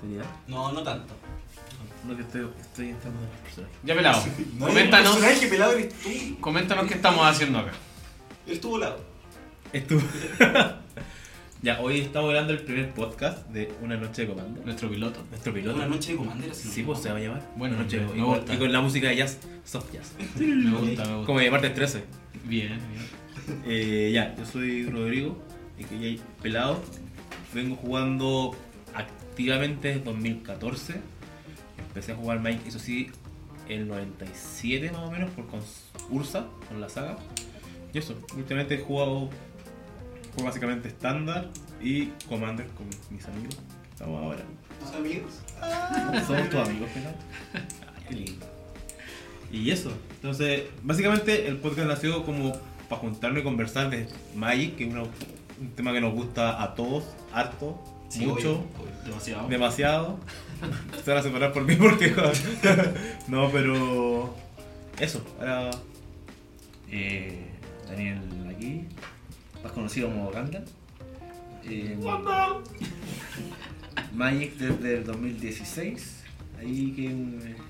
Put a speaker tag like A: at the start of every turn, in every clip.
A: ¿Sería?
B: No, no tanto.
A: No, que estoy, estoy entrando en el personaje.
C: Ya pelado.
B: No
C: coméntanos,
B: hay personaje pelado eres tú.
C: coméntanos qué estamos haciendo acá.
B: Él tuvo lado.
A: Estuvo. ya, hoy estamos grabando el primer podcast de Una Noche de Comando.
C: Nuestro piloto.
A: Nuestro
B: Una
A: piloto.
B: noche de comandera.
A: Sí, pues se va a llamar.
C: Bueno,
A: Noche de
C: me- me
A: Comando. Y
C: gusta.
A: con- Y con la música de jazz, soft jazz.
C: Me gusta, me gusta.
A: Como de martes 13.
C: Bien, bien.
A: Eh, ya, yo soy Rodrigo, y que ya hay pelado. Vengo jugando activamente desde 2014. Empecé a jugar Mike, eso sí, el 97 más o menos, por con Ursa, con la saga. Y eso, últimamente he jugado juego básicamente estándar y Commander con mis amigos. Estamos ahora.
B: ¿Tus amigos?
A: Somos tus amigos, pelado. Ay, Qué lindo. Y eso. Entonces, básicamente el podcast nació como para juntarnos y conversar de Magic, que es una- un tema que nos gusta a todos, harto, mucho,
B: obvio, obvio. Demasiado.
A: demasiado. Se van a separar por mí porque... no, pero... Eso, ahora...
D: Eh, Daniel aquí, más conocido como Ganda. Eh, Magic desde el 2016. Ahí que,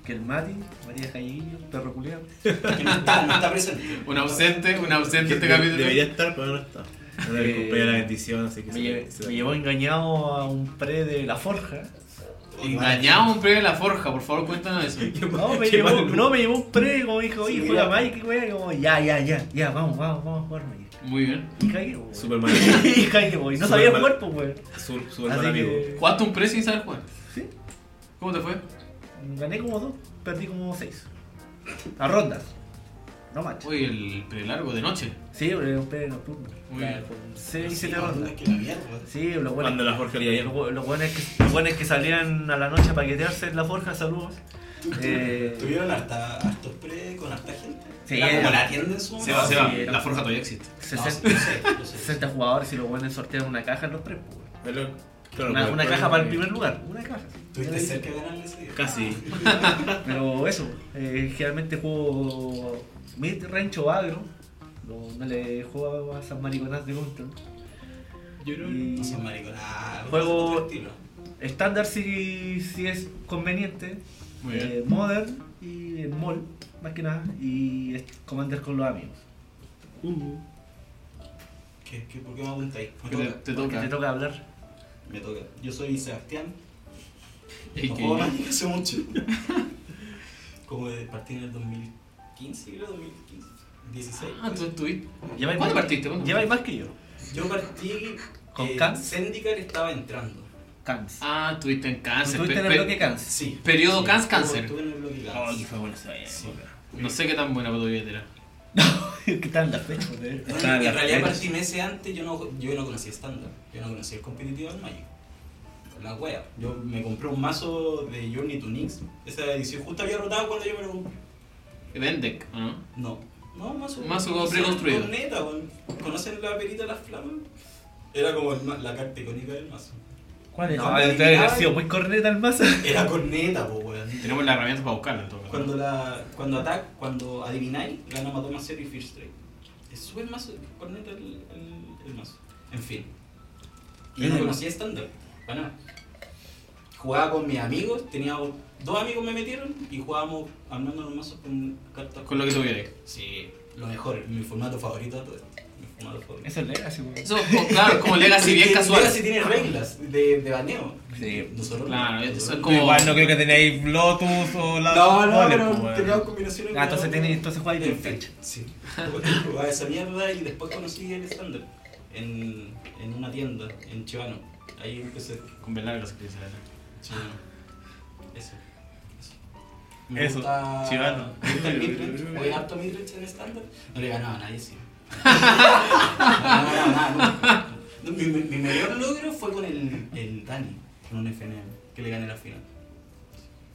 D: que el Mati, María Jaiguillo, perro culeado.
B: Que no está, no está presente.
C: Un ausente, un ausente este
A: de-
C: capítulo.
A: debería estar, pero no está. No le acompaña la bendición, así que...
D: Me,
A: se-
D: lle-
A: se-
D: me llevó engañado a un pre de La Forja.
C: Engañado un premio de la forja, por favor cuéntanos eso.
D: No, me,
A: Qué
D: llevó,
A: mal.
D: no, me llevó un pre, como dijo, oye,
B: Sí, mira.
D: juega Magic, güey, como, ya, ya, ya, ya, vamos, vamos, vamos a jugar Magic.
C: Muy bien.
D: Y cagué, güey.
A: Superman.
D: y cagué, güey. No sabía
A: Superman.
D: jugar, pues, güey.
A: Su,
D: Así
A: su hermano amigo.
D: que-
C: ¿Jugaste un pre sin saber jugar?
D: Sí.
C: ¿Cómo te fue?
D: Gané como dos, perdí como seis. A rondas. No manches.
C: Uy, el pre largo de noche.
D: Sí, pero era un pere nocturno.
C: Muy
D: Claro,
C: bien.
D: con seis,
B: Sí,
D: siete
B: no,
D: rondas.
B: es que la mierda. pues.
D: Sí, los
A: Cuando
D: buenos.
A: la Jorge le
D: Los bu- los buenos que, los buenos que salían a la noche a paquetearse en la forja, saludos. Eh,
B: Tuvieron harta, hartos pre con harta gente.
D: Sí, eh,
B: Era como
D: era.
B: la tienda en su
C: Se va, se va.
D: sí, era-
C: La forja todavía existe.
B: No,
D: 60,
B: no sé, no sé.
D: 60 jugadores y los buenos sortearon una caja en los tres. pues, güey.
A: Claro,
D: Una,
A: pero-
D: una caja para el primer lugar. Una caja.
B: Tuviste cerca de ganarle ese día.
A: Casi.
D: Pero eso, eh, generalmente juego mid range o agro. No, no le juego a esas mariconas de control.
C: Yo
B: No
D: Y-
B: son mariconadas.
D: Juego-
B: otro estilo.
D: Estándar si, si es conveniente.
C: Muy bien.
D: eh, Modern y el Mall, más que nada. Y es- Commander con los amigos.
B: ¿Qué, qué, ¿Por qué me apuntáis? Me
C: Te,
B: toca.
C: te
D: Porque te
C: toca.
D: toca hablar.
B: Me toca. Yo soy Sebastián.
C: Ey,
B: No
C: que-
B: juego Magic hace mucho. Como de partir en el 2015, creo, 2015. 16.
C: Ah, tú estuviste.
D: Lleva
C: ¿Cuándo partiste? ¿Cuándo
D: Lleváis más que yo.
B: Yo partí.
D: ¿Con
B: eh,
D: Kans?
B: Zendikar estaba entrando.
D: Cans.
C: Ah, estuviste en cáncer.
D: Estuviste
C: pe-
D: en el
C: pe-
D: bloque Cans.
B: Sí.
C: Periodo
B: Sí,
C: Kans
B: estuve-
C: Cáncer.
B: Estuve en el bloque
A: Oh,
B: Kans.
A: qué fue bueno esa
D: eh.
A: época.
B: Sí.
C: No sé qué tan buena era.
D: ¿Qué tal las fechas? güey?
B: No,
A: Estaba en
B: en
A: las
B: realidad
A: ferias.
B: partí meses antes, yo no, yo no conocía estándar, yo no conocía el competitivo del Magic. La wea. Yo me compré un mazo de Journey to Nix. Esa edición justo había rotado cuando yo me lo compré.
C: Vendek, ¿o no?
B: No. No, un mazo.
C: Un mazo como preconstruido.
B: Con neta, weón. ¿Conocen la perita de las flamas? Era como el ma- la carta icónica del mazo.
D: ¿Cuál es?
B: No,
D: No,
B: me
D: debe haber
B: adivinaba.
D: sido muy corneta el mazo.
B: Era corneta, po, weón.
C: Tenemos la herramienta para buscarla en todo caso.
B: Cuando, la, cuando atac, cuando adivináis, ganamos a Thomas Cero y First Strike. Es súper mazo, corneta el, el, el mazo. En fin. Y no conocía estándar. Para nada. Jugaba con mis amigos, tenía dos amigos me metieron y jugábamos armando los mazos con cartas.
C: Con lo que tuvieras.
B: Sí, lo mejor, mi formato favorito de todo esto. Mi formato favorito.
D: Eso es legacy, güey.
C: Eso, pues, claro, como Legacy bien casual.
B: Legacy tiene reglas de, de baneo.
A: Sí.
B: Nosotros
C: Claro,
B: no.
C: eso es
A: Tú
C: como-
A: Igual no creo que tenéis Lotus o la.
B: No, no,
A: Vale,
B: pero
A: pues, bueno.
B: teníamos combinaciones.
D: Ah, entonces tiene- entonces juega
B: juega
D: ahí
B: en
D: bien
B: fin, Sí. Jugaba esa mierda y después conocí el estándar en, en una tienda, en Chivano. Ahí empecé.
C: Con velar las que se le hacen.
B: Chivano. Eso. Eso.
A: Eso, Chivano.
B: Me gusta el midrange. Jugué harto midrange en estándar. No le ganaba a nadie, sí. No le ganaba nada, nunca. No, mi, mi- mi mayor logro fue con el, el Dani, con un FNM, que le gané la final.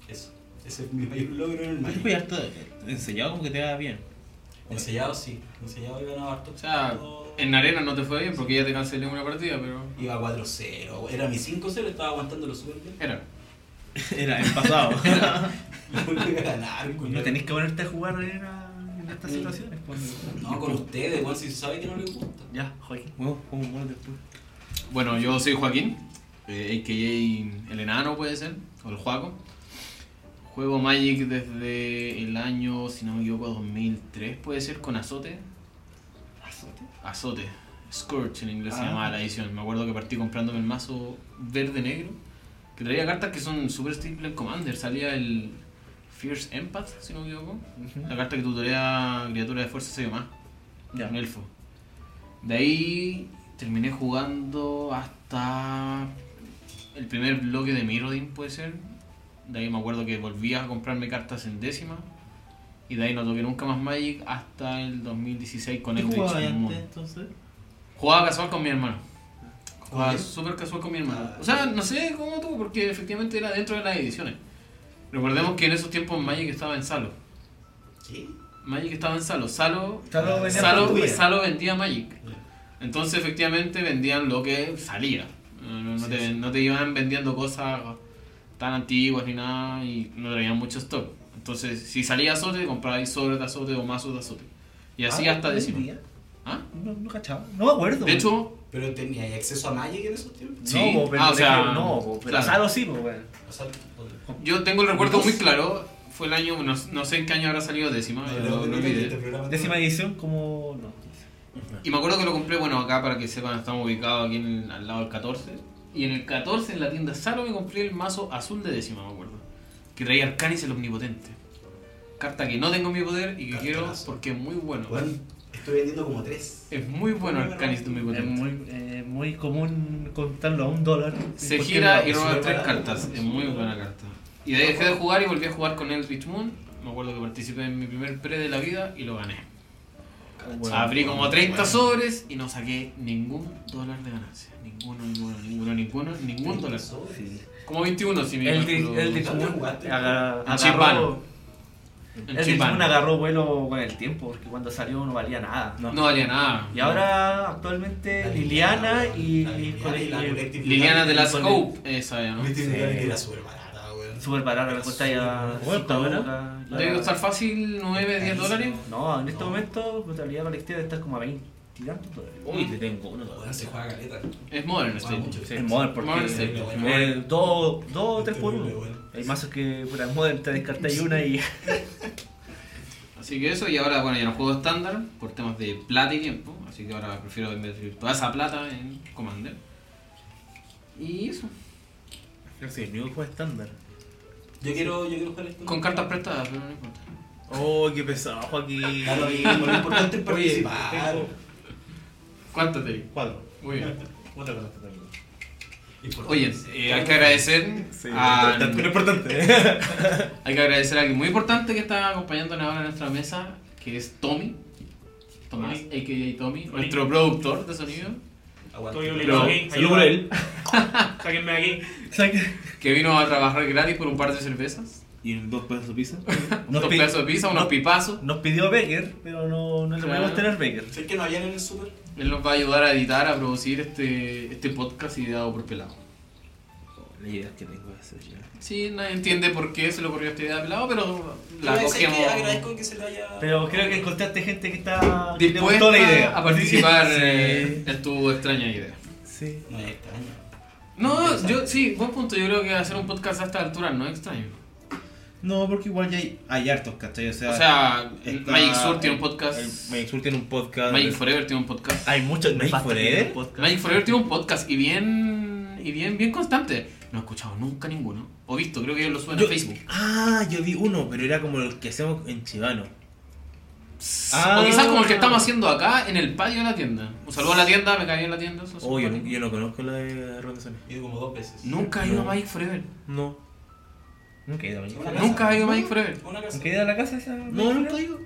B: Eso. Ese es mi mayor logro en el
A: Yo
B: Magic.
A: fui harto enseñado como que te va bien.
B: Ensellado sí, ensellado he ganado harto.
C: O sea, en arena no te fue bien porque ya te cancelé una partida, pero.
B: Iba 4-0, era mi 5-0, estaba aguantándolo súper bien.
C: Era.
A: Era el pasado.
B: No voy a ganar, güey.
D: No tenéis que ponerte a jugar en, a- en estas situaciones. pues.
B: No, con ustedes, weón, si se sabe que no les gusta.
D: Ya, Joaquín.
A: Bueno, como un gol después.
C: Bueno, yo soy Joaquín. eh, AKA el enano puede ser, o el Juaco. Juego Magic desde el año, si no me equivoco, 2003 puede ser, con Azote.
D: ¿Azote?
C: Azote. Scourge en inglés se
D: Ah.
C: llamaba la edición. Me acuerdo que partí comprándome el mazo verde-negro, que traía cartas que son super simple Commander. Salía el Fierce Empath, si no me equivoco. La carta que tutorea criatura de fuerza se llama.
D: Ya.
C: Un elfo. De ahí terminé jugando hasta el primer bloque de Mirrodin, puede ser. De ahí me acuerdo que volví a comprarme cartas en décima. Y de ahí no toqué nunca más Magic hasta el 2016 con
A: ¿Qué
C: el
A: jugabas antes entonces?
C: Jugaba casual con mi hermano. Jugaba
B: ¿Con él?
C: súper casual con mi hermano.
B: Ah.
C: O sea, no sé cómo tú, porque efectivamente era dentro de las ediciones. Recordemos que en esos tiempos Magic estaba en Salo.
B: ¿Qué?
C: Magic estaba en Salo. Salo,
D: Salo venía
C: Ah, Salo,
D: por tuya.
C: Salo vendía Magic. Entonces efectivamente vendían lo que salía. No, no- no
B: Sí,
C: te,
B: sí.
C: no te iban vendiendo cosas tan antiguas ni nada y no traían mucho stock. Entonces, si salía azote, comprabais sobres de azote o mazos de azote. Y así
D: Ah,
C: hasta
D: hoy
C: décimo.
D: día.
C: ¿Ah?
D: No, no cachaba. No me acuerdo.
C: De hecho,
B: ¿Pero tenía acceso a Magic en esos tiempos?
C: sí.
D: No, po, pero
C: Ah, o
D: de
C: sea,
D: que- no, po, pero
C: claro.
D: Salo sí, po, weón.
B: O sea, ¿dónde?
C: yo tengo el recuerdo
B: Dos.
C: muy claro. Fue el año, no, no sé en qué año habrá salido décima,
B: No,
C: yo
B: no,
C: lo,
B: no,
C: lo
B: no, este
C: olvidé.
B: programa-
D: Décima edición como. No.
C: Y me acuerdo que lo compré, bueno, acá para que sepan, estamos ubicados aquí en el- al lado del 14. Y en el 14, en la tienda Salo, me compré el mazo azul de décima, me acuerdo. Que traía Arcanis el Omnipotente. Carta que no tengo en mi poder y que quiero
B: Cartazo.
C: porque es muy bueno.
B: Bueno, estoy vendiendo como tres.
C: Es muy bueno Arcanis de
D: Es
C: Omnipotente.
D: muy, eh, muy común contarlo a un dólar. en
C: Se
D: cualquier
C: gira
D: lado.
C: y roba
B: súper
C: tres
B: barato.
C: cartas. Es muy buena carta. Y de ahí dejé de jugar y volví a jugar con Eldritch Moon. Me acuerdo que participé en mi primer pre de la vida y lo gané.
A: Bueno,
C: Abrí como 30
A: bueno.
C: sobres y no saqué ningún dólar de ganancia. Ninguno, ninguno, ninguno, ninguno, ningún dólar.
B: Sí.
C: Como 21 si me
D: El de,
C: calculo.
D: el de
B: ¿Dónde
D: Chimún
B: jugaste?
D: aga-
C: En Chipán.
D: agarró,
C: En
D: el de
C: Chipán.
D: Chimún agarró vuelo con el tiempo, porque cuando salió no valía nada.
C: No valía nada.
D: Y ahora actualmente
B: La
D: Liliana y,
B: la
D: y,
B: Liliana y la Collective
C: Liliana de las
D: con el-
C: Hope. Esa ya, ¿no?
B: Viste,
D: Sí.
B: Liliana que era súper barata, weón.
D: Super barata, la cuesta ya
A: Bueno,
D: 60
A: ¿no?
D: dólares. la-
C: Debe costar fácil 9, 10
B: Carísimo.
C: dólares.
D: No, en este
B: No.
D: momento contabilidad colectiva debe estar como a 20 y tantos dólares.
A: Uy, te tengo uno
B: Weón, se juega caleta.
C: Es Modern
B: Juega
C: State.
B: mucho.
A: Es Modern porque
C: Modern
A: es
C: State.
A: Modern.
D: Eh, dos dos o tres por
B: Terrible,
D: uno.
B: weón.
D: Hay mazos que por modern te descartáis una y.
C: Así que eso, y ahora, bueno, ya no juego estándar por temas de plata y tiempo, así que ahora prefiero invertir toda esa plata en Commander. Y eso,
A: No sé, el único juego estándar.
B: Yo quiero, yo quiero jugar esto.
C: con cartas prestadas, pero no importa.
A: Oh, qué pesado, Joaquín.
B: Da lo mismo, lo importante es
A: Oye,
B: participar.
A: tengo
C: ¿Cuántas te
A: cuatro.
C: Muy bien.
A: Otra cosa que tengo.
B: Importante.
C: Oye, eh, hay que agradecer
A: Sí,
C: a,
A: importante, pero importante.
C: hay que agradecer a alguien muy importante que está acompañándonos ahora en nuestra mesa, que es Tommy. Tomás, a.k.a. Tommy, nuestro productor de sonido,
B: Aguante.
E: Estoy
C: Pero-
E: obligado aquí.
A: Saludos por él.
E: Sáquenme de aquí.
C: que vino a trabajar gratis por un par de cervezas,
A: Y en dos pesos de pizza.
D: Nos
C: dos
D: pi-
C: pedazos de pizza, unos
D: no-
C: pipazos.
D: Nos pidió Becker, pero no, no le
C: Claro.
D: podemos tener Becker.
B: ¿Sabes que no habían en el super?
C: Él nos va a ayudar a editar, a producir este, este podcast ideado por Pelado.
A: La idea que tengo es hacer ya.
C: Sí, nadie entiende por qué se le ocurrió esta idea de Pelado, pero la
B: Pero sé que
C: cogemos
B: Agradezco que se lo haya.
D: Pero creo que encontraste gente que está. que le
C: dispuesta
D: gustó la idea.
C: a participar
D: Sí.
C: eh, en tu extraña idea.
A: Sí.
B: No es extraño.
C: No, yo sí, buen punto. Yo creo que hacer un podcast a esta altura no es extraño.
A: No, porque igual ya hay, hay hartos, ¿cachai? O sea,
C: O sea,
A: está-
C: Magic Sur tiene un podcast.
A: el- Magic Sur tiene un podcast.
C: Magic Forever tiene un podcast.
D: Hay muchos
A: ¿No hay
D: nefastos
A: Forever?
D: que tienen podcast.
C: Magic Forever tiene un podcast y bien y bien bien constante. No he escuchado nunca ninguno. O visto, creo que ellos lo suben
A: Yo-
C: a Facebook.
A: Ah, yo vi uno, pero era como el que hacemos en Chivano.
C: O quizás como el que estamos haciendo acá en el patio de la tienda. Un saludo a la tienda, me caí en la tienda. eso es
A: Oh, yo no,
C: simpático.
A: yo no conozco la de Ronda Sony.
B: He ido como dos veces.
C: Nunca he
A: No.
C: ido a Magic Forever.
A: No. Nunca he ido a Magic
B: Una
A: Forever.
B: casa.
C: Nunca he ido a Magic Forever.
B: Una casa.
D: ¿Han quedado en la casa esa?
A: No, nunca he ido.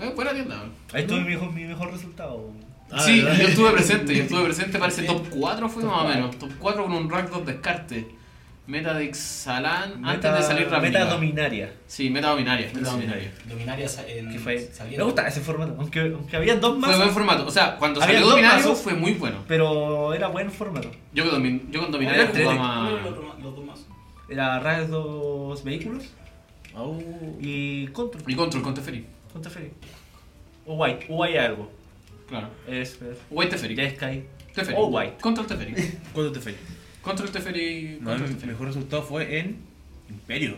C: Eh, buena tienda.
D: Ahí tuve mi mejor, mi mejor resultado.
A: Ah,
C: sí,
A: ¿verdad?
C: yo estuve presente, yo estuve presente, parece top 4 fue más o menos. Top 4 con un rack 2 descarte. Meta de Xalan antes de salir Ravnica.
D: Meta dominaria.
C: Sí, meta dominaria, meta dominaria.
B: Dominaria sa- en.
D: Que fue.
B: saliendo.
D: Me gustaba ese formato. Aunque, aunque había dos
C: Mm, Fue
D: más.
C: buen formato, o sea, cuando
D: Había
C: salió
D: dos
C: Dominario
D: mazos.
C: fue muy bueno.
D: Pero era buen formato.
C: Yo con, domin- yo con Dominaria
D: Era
C: jugaba
B: ¿Cuál era
C: más...
B: el otro ma- los dos más?
D: Era Rage dos vehículos
A: Oh.
D: y Control.
C: Y Control con Teferi,
D: Contra Feri. O White. O White algo.
C: claro.
D: Es. es-
C: White Teferi.
D: Ya Sky.
C: Teferi.
D: All White.
C: Contra el Teferi.
A: ¿Cuánto te falló?
C: Contra el Teferi.
A: No,
C: Contra el
A: mi
C: Teferi.
A: mejor resultado fue en Imperio.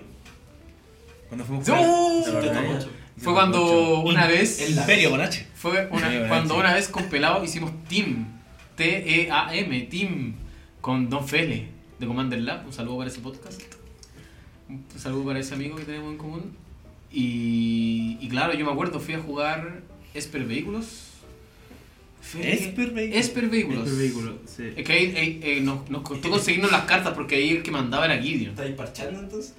A: Cuando fuimos
C: ¡No!
A: jugar-
B: Hiciste
A: la verdad,
B: topo.
A: hicimos
C: Fue cuando
A: mucho.
C: una vez.
B: el la-
A: Imperio con H.
C: Fue una-
A: Sí, bueno,
C: cuando
A: sí.
C: una vez con Pelado hicimos Team. T-E-A-M, Team. Con Don Fele de Commander Lab. Un saludo para ese podcast. Un saludo para ese amigo que tenemos en común. Y, y claro, yo me acuerdo, fui a jugar Esper Vehículos. Fue que-
A: Esper Vehículos.
C: Esper Vehículos.
F: El vehículo, sí.
C: Es que ahí, ahí, eh, nos, nos costó conseguirnos las cartas porque ahí el que mandaba era Gideon.
B: ¿Estáis parchando entonces?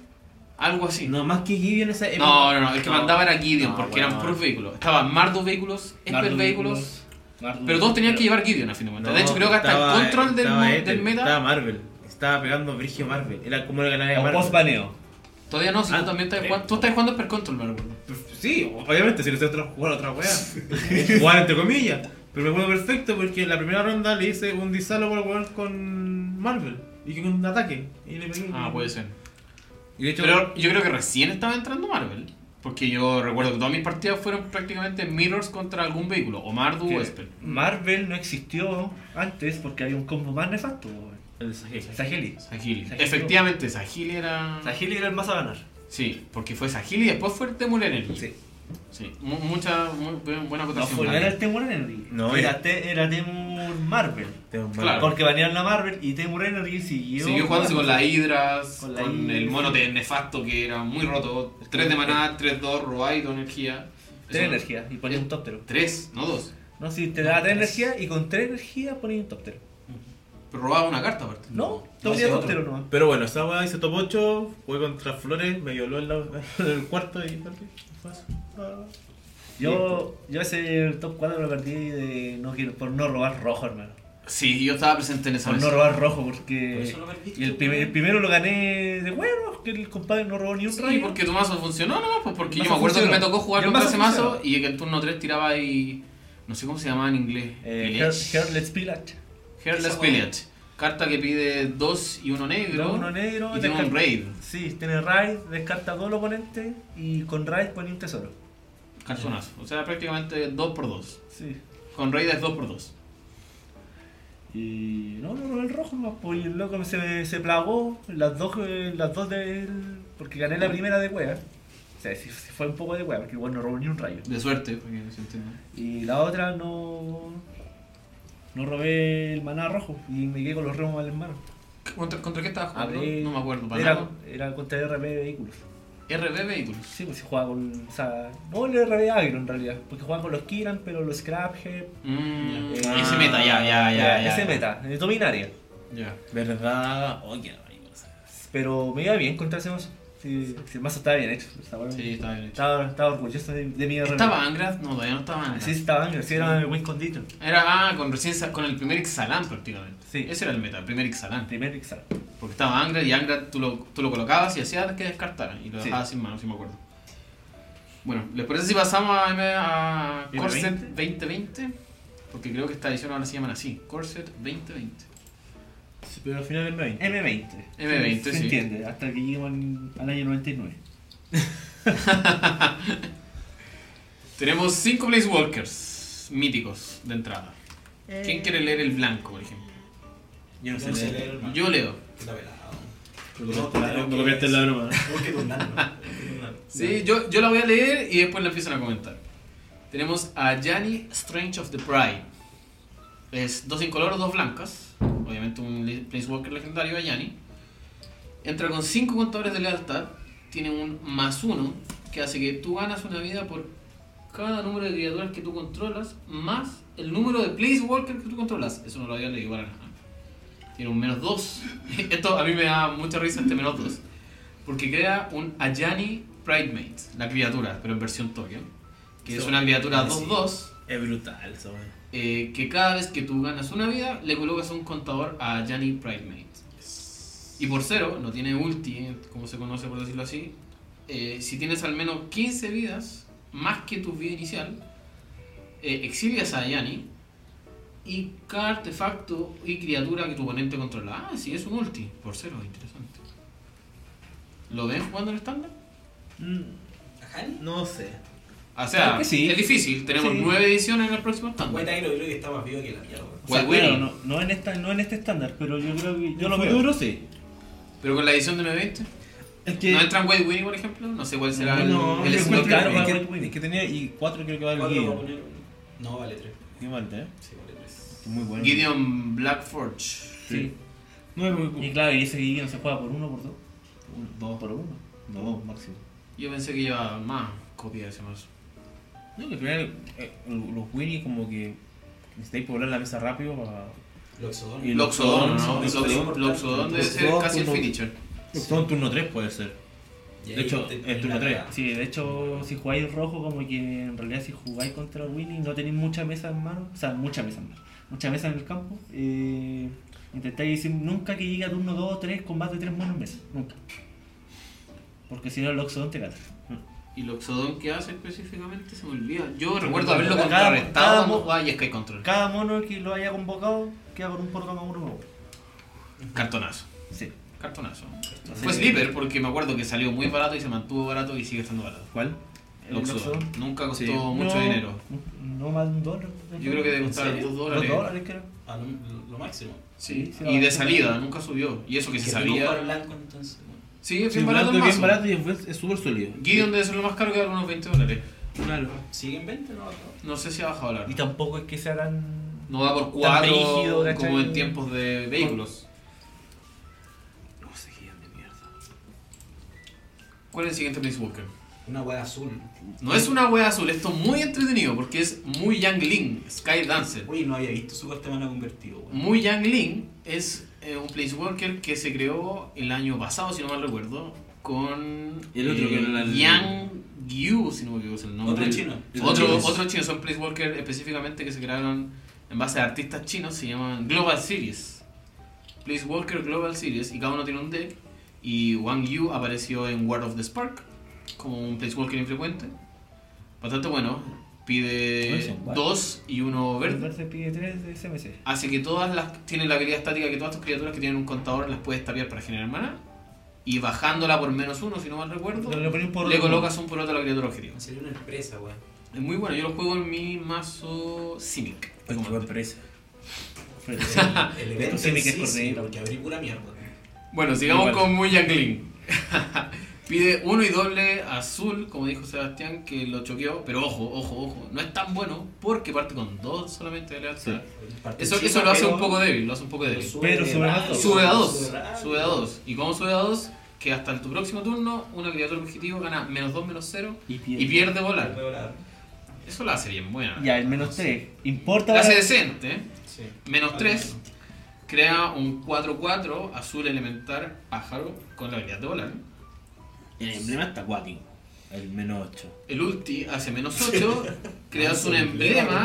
C: Algo así.
A: No, más que Gideon esa época.
C: No, no, no, el que
A: No.
C: mandaba era Gideon
A: No,
C: porque
A: bueno,
C: eran
A: no.
C: puros vehículos. Estaban Mardu vehículos, Esper
A: Mardu
C: vehículos,
A: vehículos, Mardu
C: pero todos tenían que
A: vehículos.
C: llevar Gideon a fin de cuentas.
A: No,
C: de hecho, creo que hasta
A: estaba-
C: el control del,
A: estaba
C: mo-
A: Ethel,
C: del meta.
A: Estaba Marvel. Estaba pegando Brigio Marvel. Era como el ganador de
D: O
A: Marvel.
D: post baneo.
C: Mm. Todavía no, si
A: Ah,
C: tú también estás
A: eh.
C: jugando. Tú estás jugando Esper Control, me recuerdo.
A: Sí, obviamente, si no sé otra, jugar otra weá. jugar entre comillas. Pero me acuerdo perfecto porque en la primera ronda le hice un disálogo al weón con Marvel. Y con un ataque. Y le pegué un-
C: Ah, puede ser.
A: Y de hecho,
C: Pero yo creo que recién estaba entrando Marvel. Porque yo recuerdo que todas mis partidas fueron prácticamente mirrors contra algún vehículo, o Mardu o
D: Que
C: Esper.
D: Marvel no existió antes porque había un combo más nefasto. weón.
A: el Sahel.
D: Saheli.
C: Sahili.
D: Sahili.
C: Efectivamente, Sahili era.
D: Saheli era el más a ganar.
C: Sí, porque fue Sahili y después fue el Temur Energy.
D: Sí.
C: Sí, mu- mucha, mu- buena
D: No,
C: acotación.
D: fue- no
C: Marvel.
D: era el Temur Energy.
A: No,
D: era,
A: era-
D: Te- era Temur Marvel.
A: Tengo mal-
C: Claro.
D: Porque banearon a Marvel y Temur Energy siguió.
C: Siguió jugándose con las hidras, con,
D: Con la hidra.
C: el mono de nefasto que era muy roto. 3 de maná, 3-2, robáis 2 energía.
D: Tres
C: Eso-
D: energías y ponía un tóptero.
C: 3, no 2.
D: No, si te daba tres energías y con tres energías ponía un tóptero.
C: Pero robaba una carta aparte.
D: No,
B: No,
D: no
B: sí,
D: ponía
B: otro.
D: tóptero nomás.
A: Pero bueno, esa weá hice top 8, jugué contra Flores, me violó en, la- en el cuarto y perdí. Fue eso. Ah.
D: Yo, yo ese top 4 lo perdí de no quiero, por no robar rojo, hermano.
C: Sí, yo estaba presente en esa
D: Por no
C: mesa.
D: robar rojo,
B: Por
D: porque.
B: eso lo perdiste,
D: Eh, Y el, primer- el primero lo gané de huevos, que el compadre no robó ni un
C: Sí,
D: rayo.
C: porque tu mazo funcionó nomás, pues porque
D: El
C: yo me
D: mazo
C: acuerdo que me
D: funcionó.
C: tocó jugar
D: El
C: contra
D: mazo
C: ese mazo
D: funcionó.
C: y que el turno 3 tiraba ahí. No sé cómo se llamaba en inglés.
D: Eh,
C: Pillage.
D: Heart- Heartless Pillage.
C: Heartless
B: Esa weá.
C: Pillage. Carta que pide 2 y 1 negro.
D: Uno negro,
C: Y tiene un
D: descarta-
C: raid.
D: Sí, tiene raid, descarta a todos los oponentes y con raid ponía un tesoro.
C: Cartonazo. O sea, prácticamente 2x2.
D: Sí.
C: Con raid es 2x2.
D: Y no, no, no, el rojo nomás, pues y el loco se, se plagó las dos, eh, las dos del... Porque gané la primera de hueá. O sea, sí, sí fue un poco de hueá, porque igual no robó ni un rayo.
C: De suerte, porque se entiende.
D: Y la otra no... No robé el maná rojo y me quedé con los remos mal en mano.
C: ¿Contra, contra qué estabas jugando?
D: Hablé-
C: Ah, No me acuerdo. ¿Para
D: Era,
C: nada?
D: era contra RB Vehículos.
C: RB Vehículos.
D: Sí, pues si jugaba con... O sea, no el RB Agro en realidad, porque jugaba con los Kiran, pero los Scraphead...
C: Mm,
D: Ya.
C: ese meta, ya, ya, Ah, ya.
D: Ya,
C: ya,
D: ese
C: ya.
D: meta, de dominaria.
C: Ya.
A: ¿Verdad? Oye, amigos.
D: Pero me iba bien contra ese mazo. Sí, sí, el mazo estaba bien hecho. pues, Estaba, bien.
C: Sí, está bien hecho.
D: estaba, estaba orgulloso de, de mi
C: ¿Estaba Angra? No, todavía no estaba Angra.
D: RB. Sí, estaba bien, sí, era buen condition.
C: Era, ah, con, recién, sa- con el primer Ixalan prácticamente.
D: Sí.
C: Ese era el meta, el primer Ixalan.
D: Primer Ixar.
C: Porque estaba Angra y Angra tú lo, tú lo colocabas y hacías que descartara. Y lo
D: Sí.
C: dejabas sin mano, si me acuerdo. Bueno, ¿les parece si pasamos a, a
A: ¿M20?
C: Corset 2020? Porque creo que esta edición ahora se llaman así. Corset 2020.
A: Sí, pero al final del 20.
D: M20.
C: M20,
D: Se
C: sí.
D: entiende, hasta que llegan al año 99.
C: Tenemos cinco Place Walkers míticos de entrada. ¿Quién quiere leer el blanco, por ejemplo?
A: Yo no
B: Yo no sé
A: sé
B: leer,
A: leer.
B: hermano.
C: Yo leo.
B: Está pelado.
A: No copiaste la broma. ¿eh?
B: Tengo que contarlo, tengo que contarlo.
C: Sí, yo, yo la voy a leer y después la empiezan a comentar. Tenemos a Yanni Strange of the Pride. Es dos incoloros, dos blancas. Obviamente un le- Planeswalker legendario de Yanni. Entra con cinco contadores de lealtad. Tiene un más uno que hace que tú ganas una vida por cada número de criaturas que tú controlas más el número de Planeswalker que tú controlas. Eso no lo había leído para nada. Tiene un menos dos. Esto a mí me da mucha risa este menos dos. Porque crea un Ayani Pridemate, la criatura, pero en versión token. Que es
A: Sí.
C: una criatura
A: Ah, sí.
C: 2-2,
A: Es brutal esa weá.
C: eh, que cada vez que tú ganas una vida, le colocas un contador a Ayani Pridemate. Y por cero, no tiene ulti, eh, como se conoce por decirlo así. eh, si tienes al menos 15 vidas, más que tu vida inicial, eh, exilias a Ayani. Y cada artefacto y criatura que tu oponente controla. Ah, sí, es un ulti. Por cero, interesante. ¿Lo ven jugando en estándar?
A: Mm,
B: ¿Ajá?
A: No sé.
C: O
A: Claro
C: sea,
A: que sí.
C: es difícil. Tenemos
A: Sí.
C: nueve ediciones en el próximo stand.
B: Güey, Tyro creo que está más vivo que la mierda.
C: O
A: Pues
C: sea, White Winnie.
D: no, no en esta, no en este estándar, pero yo creo que yo lo veo.
A: Futuro sí.
C: Pero con la edición de M20.
D: Es que
C: ¿No entran Wade Winnie, por ejemplo? No sé cuál será el-
A: No,
C: el,
A: yo
C: slot
A: encuentro
C: que-
A: caro
C: es
A: para
C: que-
A: White Winnie. Es que tenía. Y 4 creo que va el
B: ¿Cuánto va a
A: Gideon.
B: poner? No, vale 3.
A: Qué mal, ¿eh?
B: Sí, vale 3.
A: Muy bueno.
C: Gideon Blackforge.
A: Sí. No,
D: y claro, y ese Guille no se juega por uno, por dos.
A: Dos por uno. No, dos máximo.
C: Yo pensé que llevaba más copias de ese mazo.
A: No, que al final eh, los Winnie como que necesitáis poblar la mesa rápido para...
B: Loxodon.
A: Y
C: Loxodon,
A: Loxodon,
C: ¿no? Loxodon,
B: sí.
C: Loxodon debe ser
A: Loxodon,
C: casi el
A: turno-
C: finisher.
A: Son turno 3 puede ser.
B: Y
A: de
B: ahí
A: hecho,
B: te-
A: es
B: en
A: turno
B: la-
A: tres.
D: Sí, de hecho, si jugáis rojo, como que en realidad si jugáis contra Winnie no tenéis mucha mesa en mano, o sea, mucha mesa en mano, mucha mesa en el campo, eh, intentáis decir nunca que llegue a turno 2 o 3 con más de 3 monos en mesa, nunca. Porque si no, el Oxodon te gana.
C: ¿Y Loxodon qué hace específicamente? Se me olvida. Yo recuerdo
D: Cada-
C: haberlo
D: cada-
C: contrarrestado cuando jugaba y Sky Control.
D: Cada mono que lo haya convocado queda con un por más uno nuevo.
C: Cartonazo.
D: Sí.
C: Cartonazo.
D: Así
C: Fue
D: que-
C: Slipper porque me acuerdo que salió muy barato y se mantuvo barato y sigue estando barato.
A: ¿Cuál?
D: el
C: Loxodon.
D: Loxodon.
C: Nunca costó
A: Sí.
C: mucho
D: No,
C: dinero.
D: No más de un dólar.
C: Yo creo que debe costar
B: serio?
C: 2
D: Dos
C: dólares.
D: dólares, creo.
B: A lo, ah, lo- lo máximo.
C: Sí.
D: Sí, sí,
C: y de
D: bastante.
C: salida, nunca subió. Y eso que se
B: Que tengo para
C: sabía.
B: blanco entonces. bueno.
C: Sí, es
A: Sí,
C: bien barato
A: barato,
C: el
A: bien
C: mazo.
A: barato y es buen- es súper sólido.
C: Gideon debe ser lo más caro que vale unos 20 dólares.
A: Una loca.
B: ¿Siguen 20 no?
C: No sé si ha bajado la
D: Y
C: verdad.
D: tampoco es que se hagan.
C: No va por
D: rígido,
C: 4
D: ¿cachai?
C: como en tiempos de vehículos.
A: No sé, Gideon de mierda.
C: ¿Cuál es el siguiente Place Walker?
B: Una hueá azul.
C: No es una wea azul, esto es muy entretenido porque es muy Yang Ling, Sky Dancer.
B: Uy, no había visto este su semana convertido, weón.
C: Muy Yang Ling es eh, un Place Walker que se creó el año pasado, si no mal recuerdo, con eh,
A: Y el otro que no era el-
C: Yang Yu, si no me equivoco es el nombre.
B: Otro chino.
A: El
C: Otro,
A: chino es-
C: otro chino, son Place Walker específicamente que se crearon en base a artistas chinos, se llaman Global Series. Place Walker Global Series, y cada uno tiene un deck. Y Wang Yu apareció en War of the Spark como un Place Walker infrecuente. Bastante bueno.
A: ¿Cuáles
C: Pide
A: son? ¿Cuál?
C: dos y uno verde.
D: Entonces pide 3 de SMC.
C: Hace que todas las. Tienen la habilidad estática que todas tus criaturas que tienen un contador las puedes tapear para generar mana. Y bajándola por menos uno, si no mal recuerdo,
D: Le ponen por
C: le colocas un por otro a la criatura objetivo.
B: Sería una empresa, weón.
C: Es muy bueno, yo lo juego en mi mazo Simic.
A: Pues qué buen precio.
B: El, el evento
D: sí
B: en
D: me que es
B: sí,
D: correcto.
B: sí, porque abrí pura mierda.
C: Bueno, sigamos
A: Igual.
C: con Muy Yanglin. Pide uno y doble azul, como dijo Sebastián, que lo choqueó. Pero ojo, ojo, ojo. No es tan bueno porque parte con dos solamente de lealtad.
A: Sí.
C: Eso, eso lo hace un poco débil, lo hace un poco débil.
D: Pero sube a dos.
C: Sube a 2. Sube a 2. Y como sube a 2, que hasta tu próximo turno una criatura objetivo gana menos 2, menos 0
D: Y
C: y
D: pierde.
C: pierde volar. Eso la hace bien buena.
D: Ya, el menos 3. Importa.
C: La hace decente. ¿eh?
B: Sí.
C: Menos 3. Crea un 4-4 azul elemental pájaro con la habilidad de volar.
A: El emblema está acuático. El menos 8.
C: El ulti hace menos 8. creas
B: Ah,
C: un emblema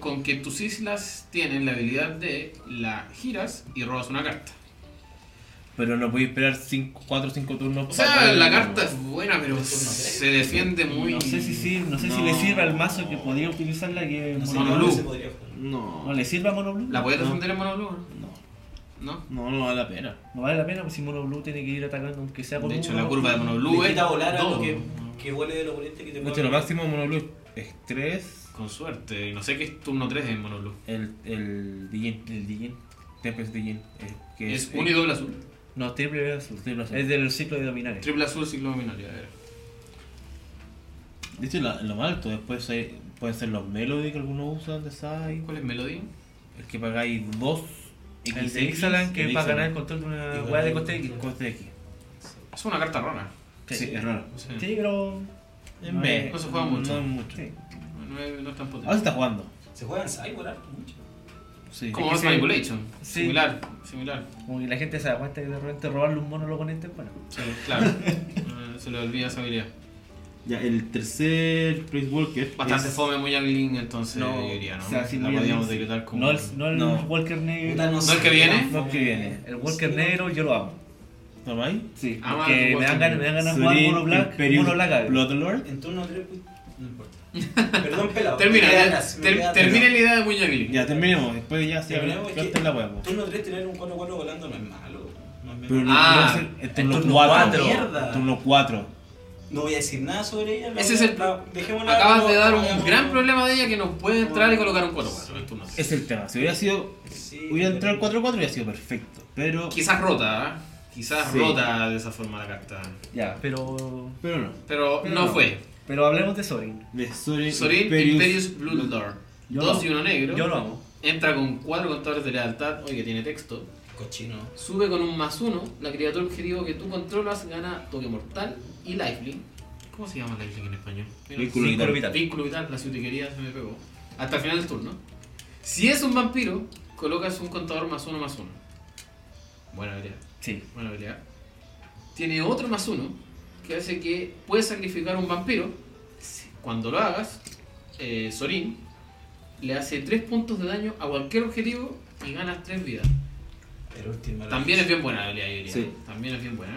C: con que tus islas tienen la habilidad de la giras y robas una carta.
A: Pero no podéis esperar 4 o 5 turnos
C: O sea, la carta es buena, pero se defiende muy.
D: No sé si, sí, no sé si
A: No.
D: le sirve al mazo que podría utilizarla que es
B: No sé
D: mono
C: Monoblue.
B: cómo se podría jugar.
D: No
A: No.
D: le sirve a Mono Blue.
C: ¿La podías defender en mono blue? o
A: No.
C: No. ¿No?
A: No, no vale la pena.
D: No vale la pena, pues si Mono Blue tiene que ir atacando aunque sea por
C: De hecho,
D: uno.
C: la curva de mono blue
B: Le
C: es.
B: quita volar algo
C: dos.
B: que, que huele de lo bonito que te
A: De hecho, lo máximo de Monoblue es 3.
C: Con suerte. Y no sé qué es turno 3 en mono blue.
A: El, el Dijin. El Dijin. Tempest Dijin. eh, que
C: Es uno y doble azul.
D: No, triple B azul.
A: Triple azul.
D: Es del ciclo de dominares.
C: Triple azul, ciclo dominario. A ver.
A: De hecho, la- lo más alto después hay- pueden ser los Melody que algunos usan de Sai.
C: ¿Cuál es Melody?
A: El que pagáis 2
D: El de Ixalan que es para ganar el control de una
B: Igual
D: hueá de
B: que-
D: coste X.
A: Coste X.
C: Es una carta rara.
A: Sí, es raro.
C: No sé.
D: Sí, pero.
A: En B.
C: No se juega mucho.
A: No es mucho.
D: Sí.
C: No, es, no es tan
D: Ah,
A: Ahora se
C: potente.
A: está jugando.
B: Se juega en side volar pues, mucho.
A: Sí.
C: Como
D: Es que
C: Earth
D: sí.
C: Manipulation.
D: Sí.
C: Similar. Similar.
D: Como que la gente se da cuenta que de repente robarle un mono a los oponentes, bueno.
C: Sí, claro. Eh, se le olvida esa habilidad.
A: Ya, el tercer Place Walker.
C: Bastante
A: es-
C: fome, muy Anglin, entonces.
A: No,
C: yo diría, ¿no?
D: o sea, sí,
C: la
D: muy
C: podíamos
D: Yang Ling,
C: decretar como.
D: No el, no el
A: No.
D: Walker negro.
B: Puta,
C: ¿No el que viene?
A: No el que viene.
D: Eh, El Walker negro yo lo amo.
A: ¿Tomáis?
D: Sí,
C: Ama
D: porque
C: al
D: me dan
C: Walker
D: ganas, me dan ganas de jugar
A: Surin,
D: Mono Black,
A: Imperium,
D: Mono Black. a ver.
A: Bloodlord.
B: En turno 3, no importa. Perdón, pelado.
C: Termina,
B: Me
C: ya-
B: ganas, me
C: ter-
B: ganas.
C: termina la idea de muy Anglin.
A: Ya terminemos, después ya se
B: Terminemos, es que-
A: corta la huevo.
B: Turno 3 tener un 4-4 volando no es malo. No es
A: Pero
B: malo.
A: no
C: Ah,
A: puede ser el turno
B: turno
A: 4.
B: cuatro.
A: Turno 4.
B: No voy a decir nada sobre ella. la
C: Ese
B: voy
C: es
B: a-
C: el-
B: la- dejémosla
C: Acabas
B: como-
C: de dar
B: como-
C: un gran problema de ella que nos puede entrar y colocar un 4-4 en turno.
A: Es el tema. Si hubiera sido.
B: Sí,
A: Hubiera entrado el
B: pero-
A: 4-4 hubiera sido perfecto. Pero.
C: Quizás rota, ¿ah? Quizás
A: Sí.
C: rota de esa forma la carta.
A: Ya,
D: Pero.
A: pero no.
C: Pero
D: no.
C: no fue.
D: Pero hablemos de Sorin.
A: De Sorin,
C: Sorin Imperius Bloodlord.
D: Yo
C: Dos
D: no.
C: y uno negro.
D: Yo lo amo.
C: Entra con cuatro contadores de lealtad. Oye, tiene texto.
B: Cochino.
C: Sube con un más uno. La criatura objetivo que tú controlas gana toque mortal y lifelink. ¿Cómo se llama lifelink en español? Mira,
A: Vínculo
C: sí,
A: vital.
C: Vínculo vital, la sutiquería se me pegó. Hasta el final del turno. Si es un vampiro, colocas un contador más uno más uno. Buena habilidad.
D: Sí.
C: Buena habilidad. Tiene otro más uno que hace que puedes sacrificar un vampiro. Cuando lo hagas, eh, Sorin le hace 3 puntos de daño a cualquier objetivo y ganas 3 vidas.
B: Pero última.
C: También es bien buena la habilidad, yo diría.
A: Sí.
C: También es bien buena.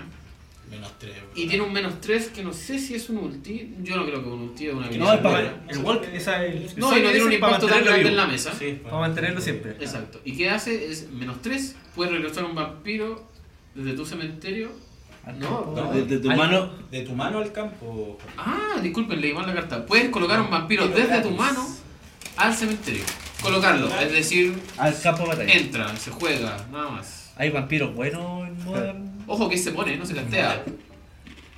B: Menos tres. weón.
C: Y tiene un menos 3 que no sé si es un ulti. Yo no creo que un ulti es una habilidad.
D: No, es
C: buena.
D: para. El Walk, esa es.
C: No, y no tiene un impacto tan grande en la mesa.
B: Sí, pues. bueno.
D: Para mantenerlo siempre.
C: Exacto. Y qué hace es menos 3, puedes regresar a un vampiro desde tu cementerio. No,
B: no.
A: De, de tu
D: Ay.
A: mano.
B: De tu mano al campo. Jorge.
C: Ah, disculpen, leí mal la carta. Puedes colocar un vampiro desde tu mano al cementerio. Colocarlo, es decir,
D: Al campo de batalla.
C: entra, se juega, nada más.
D: Hay vampiros buenos en Modern.
C: Ojo que se pone, no se castea.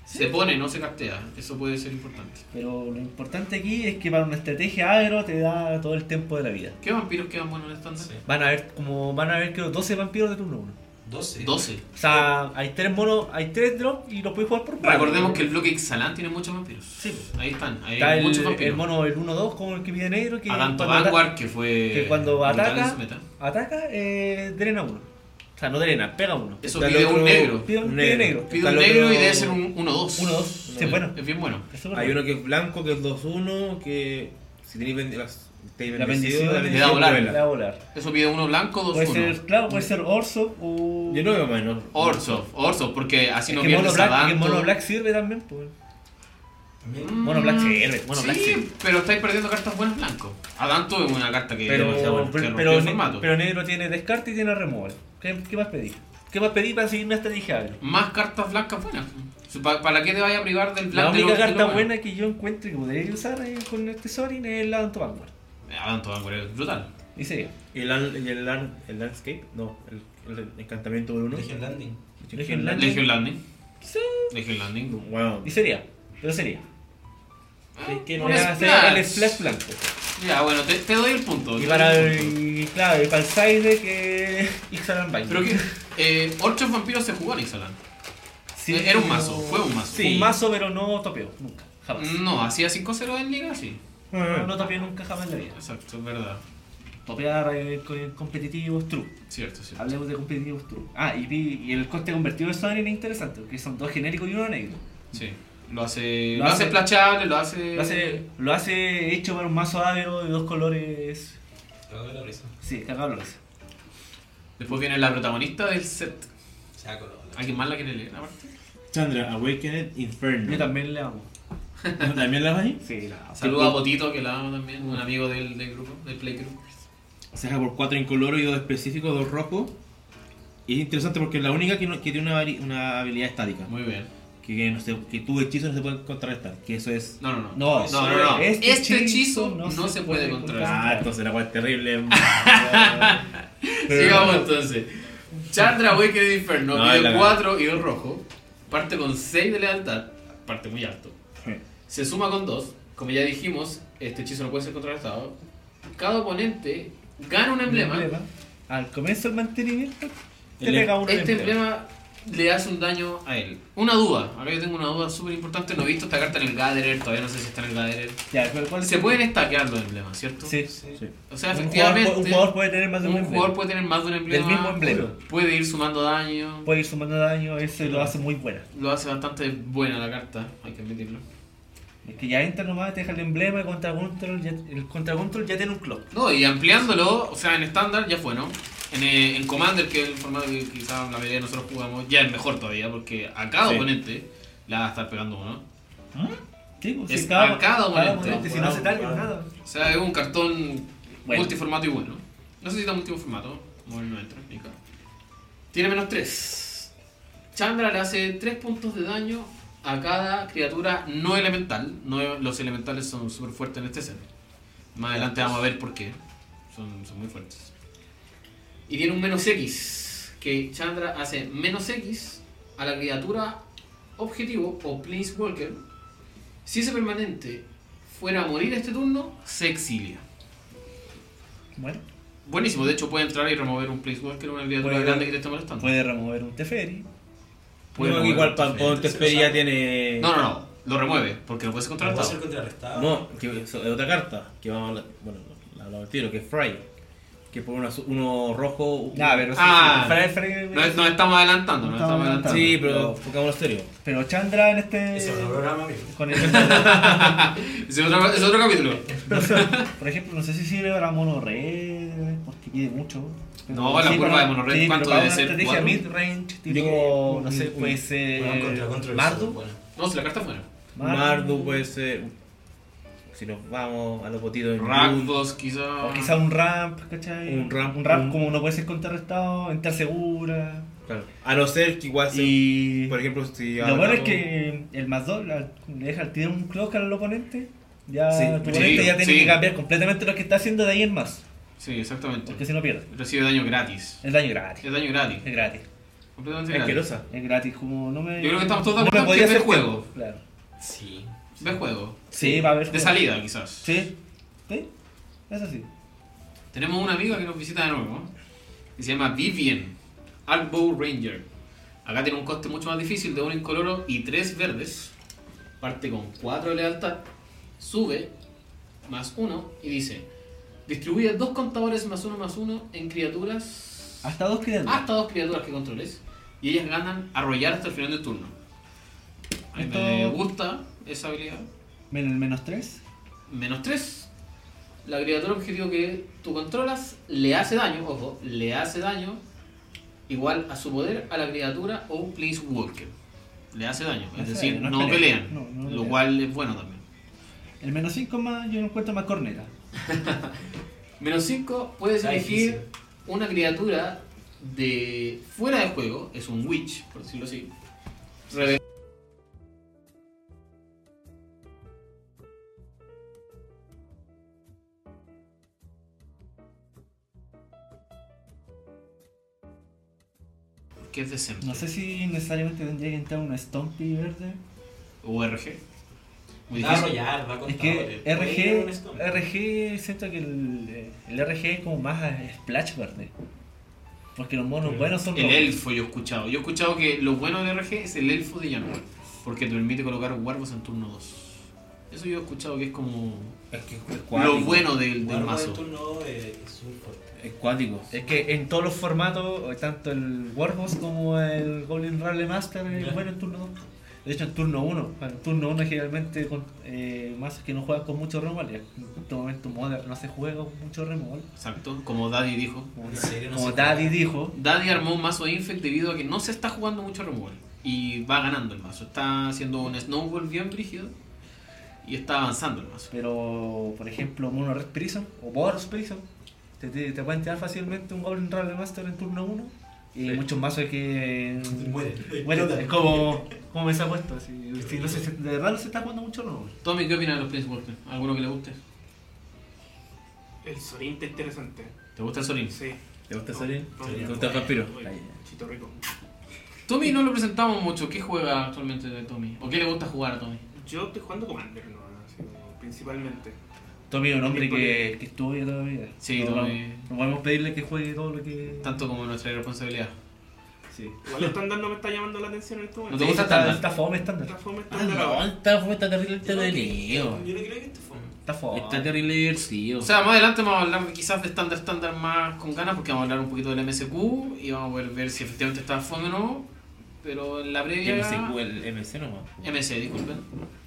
C: Se pone, no se castea. Eso puede ser importante.
D: Pero lo importante aquí es que para una estrategia agro te da todo el tiempo de la vida.
C: ¿Qué vampiros quedan buenos en el estándar?
B: Sí.
D: Van a haber como van a haber creo 12 vampiros de turno 1.
B: 12.
C: 12.
D: O sea, hay tres monos, hay tres drops y los puedes jugar por cuatro.
C: Recordemos que el bloque Ixalan tiene muchos vampiros.
D: Sí.
C: Ahí están, ahí
D: está
C: hay
D: el,
C: muchos vampiros.
D: el mono el 1-2 como el que pide negro que
C: Adanto
D: cuando ata-
C: Vanguard, que fue.
D: que cuando
C: brutal en
D: ataca-
C: su meta.
D: ataca eh, drena uno. O sea, no drena, pega uno.
C: Eso
A: Está el
C: pide un
A: otro-
C: negro.
D: Pide un
A: Un
D: pide
A: negro.
D: negro.
C: Pide
A: está
C: un
A: el
C: negro y
A: otro-
C: debe ser un 1-2.
D: 1-2. Sí, bueno.
C: Es bien bueno.
D: Es súper
A: Hay
D: bueno.
A: uno que es blanco, que es 2-1, que si tenéis ben- las- tenéis
D: la
A: bendecido,
D: bendición
A: la
D: de-
A: bendición
C: da volar.
A: vuela.
D: le da volar.
C: Eso pide uno blanco, dos
D: Puede
C: uno.
D: ser, claro, puede ser Orso o
A: Yo no veo menos.
C: Orzov, Orzov, porque así
D: Es
C: no
D: que mono
C: pierdes a
D: black, que
C: Danto.
D: mono black sirve también, pues.
B: También.
C: Mm,
D: Mono Black sirve, Mono
C: sí,
D: Black sirve.
C: pero estáis perdiendo cartas buenas blanco. Adanto es una carta que
D: Pero,
C: demasiado buena, que
D: pero,
C: rompió el formato.
D: pero negro tiene descarte y tiene removal. ¿Qué, qué más pedí? ¿Qué más pedí para seguir una estrategia? agro?
C: Más cartas blancas buenas. Su- pa- ¿Para qué te vayas a privar del
D: La
C: blanco?
D: única carta buena que yo encuentro y que podría usar eh, con este Sorin es la Danto Vanguard.
C: Adanto Vanguard es brutal.
D: Y sería.
A: ¿Y el, lan- y el, lan- el landscape? No, el, el encantamiento
C: Mm.
A: por uno.
B: Legion Landing.
D: Legion Landing.
C: Legion Landing. Legion Landing.
A: Wow.
D: Y sería. Pero sería. Es que
C: un
D: no voy a hacer
C: Ah, splash.
D: el splash blanco.
C: Ya, bueno, te, te doy el punto.
D: Y
C: te
D: para
C: doy el punto.
D: el, claro, y para el side que Ixalan Bind.
C: Pero que. Eh, Orchard Vampiros se jugó en Ixalan.
D: Sí,
C: era un mazo,
D: pero-
C: fue un mazo.
D: Sí. Un mazo, pero no topeó, nunca, jamás.
C: No, hacía 5-0 en liga, sí.
D: No, no topeó nunca, jamás en la vida.
C: Exacto, es verdad.
D: Topear eh, con competitivos true.
C: Cierto, cierto.
D: Hablemos de competitivos true. Ah, y, vi- y el coste convertido de Sorin es interesante, porque son dos genéricos y uno negro.
C: Sí. Lo hace. Lo,
D: Lo
C: hace
D: hace-
C: splashable, lo hace.
D: Lo hace, lo hace hecho para un mazo agro de dos colores.
B: Cago de la risa.
D: Sí, cagado lo hace.
C: Después viene la protagonista del set.
B: Saco la bola.
C: ¿Alguien más la quiere leer aparte?
A: Chandra, Awakened Inferno.
D: Yo también le amo.
A: ¿No ¿También la vas ahí?
D: Sí, la amo.
C: Saluda a Potito, que la amo también, un amigo del, del grupo, del playgroup.
A: Se deja por 4 incoloro y 2 específicos, 2 rojos. Y es interesante porque es la única que, no- que tiene una, vari- una habilidad estática.
C: Muy bien.
A: Que, que no se- que tu hechizo no se puede contrarrestar. Que eso es.
C: No, no, no.
D: No,
C: no, no. no. Este,
D: este
C: hechizo
D: hechizo
C: no, se, puede controlar.
A: Ah, entonces la cual es terrible. Ah,
C: Sigamos entonces. Chandra Wicked Inferno,
A: No, es
C: pide
A: la-
C: 4 y 2 rojo. Parte con 6 de lealtad, parte muy alto.
A: Sí.
C: Se suma con 2. Como ya dijimos, este hechizo no puede ser contrarrestado. Cada oponente gana un
D: Un
C: emblema.
D: emblema. Al comienzo del mantenimiento, te
A: El-
D: pega uno de
C: Este
D: emblema.
C: emblema le hace un daño a él. Una duda, acá yo tengo una duda súper importante. No he visto esta carta en el Gatherer, todavía no sé si está en el Gatherer.
D: Ya, ¿cuál- cuál-
C: Se pueden estaquear los emblemas, ¿cierto?
D: Sí.
A: Sí.
C: O sea,
D: un, jugador,
C: efectivamente,
D: pu- un jugador puede tener más de un, emblema.
C: puede tener más de un emblema.
D: Del mismo emblema.
C: Puede ir sumando daño.
D: Puede ir sumando daño, eso lo hace muy buena.
C: Lo hace bastante buena la carta, hay que admitirlo.
D: Es que ya entra nomás, te deja el emblema, contra control, ya, el contra control ya tiene un clock.
C: No, y ampliándolo, o sea, en estándar ya fue, ¿no? En, eh, en Commander, que es el formato que quizás la mayoría de nosotros jugamos, ya es mejor todavía, porque a cada
A: Sí.
C: oponente le va a estar pegando uno.
D: Sí, pues,
C: Es
D: si cada-
C: marcado,
D: cada
C: bonito.
D: oponente, si no hace daño, nada.
C: O sea, es un cartón
D: Bueno.
C: multiformato y bueno. No sé si está multiformato, bueno, no entra, ni acá. Tiene menos 3. Chandra le hace 3 puntos de daño a cada criatura no elemental. No, los elementales son súper fuertes en este set. Más adelante vamos a ver por qué. Son, son muy fuertes. Y tiene un menos X. Que Chandra hace menos X a la criatura objetivo o Planeswalker. Si ese permanente fuera a morir este turno, se exilia.
D: Bueno,
C: Buenísimo, de hecho puede entrar y remover un Planeswalker o una criatura
A: Puede-
C: grande que te está molestando.
D: puede remover un Teferi.
C: Puede
A: no,
C: mover
A: igual
C: un
A: para
C: Teferi.
A: Teferi ya tiene.
C: No, no, no. Lo remueve, porque lo puede ser
B: ¿Puedo ser
C: contrarrestado.
B: contrarrestado?
A: No, que es otra carta, que vamos a hablar, bueno, la hablamos al tiro, que es Fry. Que por una, azu- uno rojo. un-
G: Nah, pero
C: Ah.
G: sí, sí, Fray- Fray-
C: No, nos estamos adelantando, nos estamos
D: Estamos
C: adelantando.
A: Sí, pero pongámoslo serio.
D: Pero Chandra en este.
B: Ese es otro programa, amigo.
D: Con el,
C: Es otro, es otro capítulo.
D: por ejemplo, no sé si sirve para mono red, porque pide mucho. pero
C: No, la curva
D: para-
C: de mono red,
D: pero
C: ¿cuánto
D: para
C: debe
D: una
C: ser?
D: estrategia
C: ¿Cuatro?
D: mid-range,
A: Yo-
D: tipo, no sé, puede ser.
A: Eh,
B: Bueno, contra, contra el sur,
D: Mardu.
B: bueno.
C: No, si la carta fuera.
D: Mardu.
A: Mardu
C: pues.
A: puede ser. uh, Si nos vamos a los botitos de Blue,
C: Rakdos, quizá.
D: O quizá un ramp, ¿cachai?
A: Un ramp,
D: Un ramp
A: un-
D: como no puede ser contrarrestado, entrar segura.
A: claro. A no ser que igual sea-
D: Y.
A: Por ejemplo, si.
D: Lo bueno es que el más 2 le deja tirar un clock al oponente. Ya,
A: Sí,
D: tu oponente
C: sí,
D: ya tiene
C: sí.
D: que cambiar completamente lo que está haciendo de ahí en más.
C: Sí, exactamente.
D: Porque si no pierde.
C: Recibe daño gratis.
D: Es daño gratis.
C: Es daño gratis.
D: Es gratis.
C: Completamente
A: Es
C: gratis.
A: asquerosa.
D: Es gratis. Como no me.
C: Yo creo que estamos todos de
D: no me
C: acuerdo en
D: podía
C: que ve
D: hacer
C: juego.
D: Claro.
B: Sí.
C: Ve juego.
D: Sí, va a haber.
C: De
D: juego.
C: salida, quizás.
D: Sí. Sí. Eso sí.
C: Tenemos una amiga que nos visita de nuevo. Que se llama Vivian, Arbow Ranger. Acá tiene un coste mucho más difícil de un incoloro y tres verdes. Parte con 4 de lealtad. Sube más 1 y dice: Distribuye dos contadores más 1 más 1 en criaturas.
D: Hasta dos criaturas.
C: Hasta dos criaturas que controles. Y ellas ganan arrollar hasta el final del turno. A mí me
D: Esto-
C: gusta esa habilidad.
D: Menos el menos 3.
C: Menos 3. La criatura objetivo que tú controlas le hace daño, ojo, le hace daño igual a su poder a la criatura o un Planeswalker. Le hace daño, es
D: Hace
C: decir,
D: daño,
C: no,
D: no es pelea.
C: pelean,
D: No, no
C: lo
D: pelean.
C: cual es bueno también.
D: El menos 5 más. Yo no encuentro más corneta.
C: Menos 5, puedes
B: Está
C: elegir
B: difícil.
C: una criatura de fuera de juego, es un witch, por decirlo así. Reve- que es decente.
D: No sé si necesariamente tendría que entrar una Stompy verde.
C: URG. Muy
D: Ah,
B: Va a
C: difícil.
B: arrollar, va a
D: Es
B: contadores.
D: que
B: Oye, un
D: RG,
B: stone.
D: RG siento que el, eh, el RG es como más eh, splash verde. Porque los monos
B: Sí.
D: buenos son
C: El
D: los.
C: elfo yo he escuchado. Yo he escuchado que lo bueno de RG es el elfo de Januar. Porque te permite colocar Wargos en turno 2. Eso yo he escuchado que es como
A: Es que es
C: lo
A: cuático.
C: bueno del, del
B: Guardo
C: mazo.
B: el turno eh, es un fuerte.
A: Es cuático.
D: Es que en todos los formatos, eh, tanto el Warboss como el Goblin Rally Master es
B: Ya.
D: bueno en turno 2. De hecho, en turno 1. En turno 1 generalmente con eh, mazos que no juegan con mucho removal. y En este momento Modern no se juega con mucho removal.
C: Exacto, como Daddy dijo.
D: Como,
B: En serio, no
D: como
B: se
D: Daddy
B: juega.
D: dijo.
C: Daddy armó un mazo Infect debido a que no se está jugando mucho removal. Y va ganando el mazo. Está haciendo un snowball bien brígido. Y está avanzando el mazo.
D: Pero, por ejemplo, Mono Red Prison o Boros Prison te, te, te pueden tirar fácilmente un Goblin Rally Master en turno 1. Y
A: Sí.
D: muchos mazos que.
B: Muere.
D: Bueno,
B: Explota.
D: es como, como me se ha puesto. Si, si no se, se- de verdad no se está jugando mucho, no.
C: Tommy, ¿qué opinas de los Planeswalkers? ¿Alguno que le guste?
E: El Sorín está interesante.
C: ¿Te gusta el Solín?
E: Sí.
A: ¿Te gusta salir?
E: No,
A: ¿Te
E: no,
A: gusta el vampiro?
E: Uy, Chito rico.
C: Tommy no lo presentamos mucho. ¿Qué juega actualmente de Tommy? ¿O qué le gusta jugar a Tommy?
E: Yo estoy jugando Commander, ¿no? Así como principalmente.
D: Tommy es un hombre que, que estudia toda la vida.
C: Sí,
D: no,
C: Tommy.
D: no- no podemos pedirle que juegue todo lo que.
C: Tanto como nuestra responsabilidad.
D: Sí.
E: Igual el estándar no me está llamando la atención en este
C: No
E: momento.
C: te gusta
D: está,
C: estándar.
D: está fome estándar.
E: Esta forma
A: Ah,
E: estándar
A: no,
E: ahora.
A: está, fue- está terrible
B: Yo no creo-
A: entretenido.
B: Yo no creo que esto fue.
D: Está fome.
A: Está terrible divertido.
C: O sea, más adelante vamos a hablar quizás de estándar estándar más con ganas porque vamos a hablar un poquito del MSQ y vamos a poder ver si efectivamente está fome o no. Pero en la previa...
A: MC, el MC nomás.
C: MC, disculpen.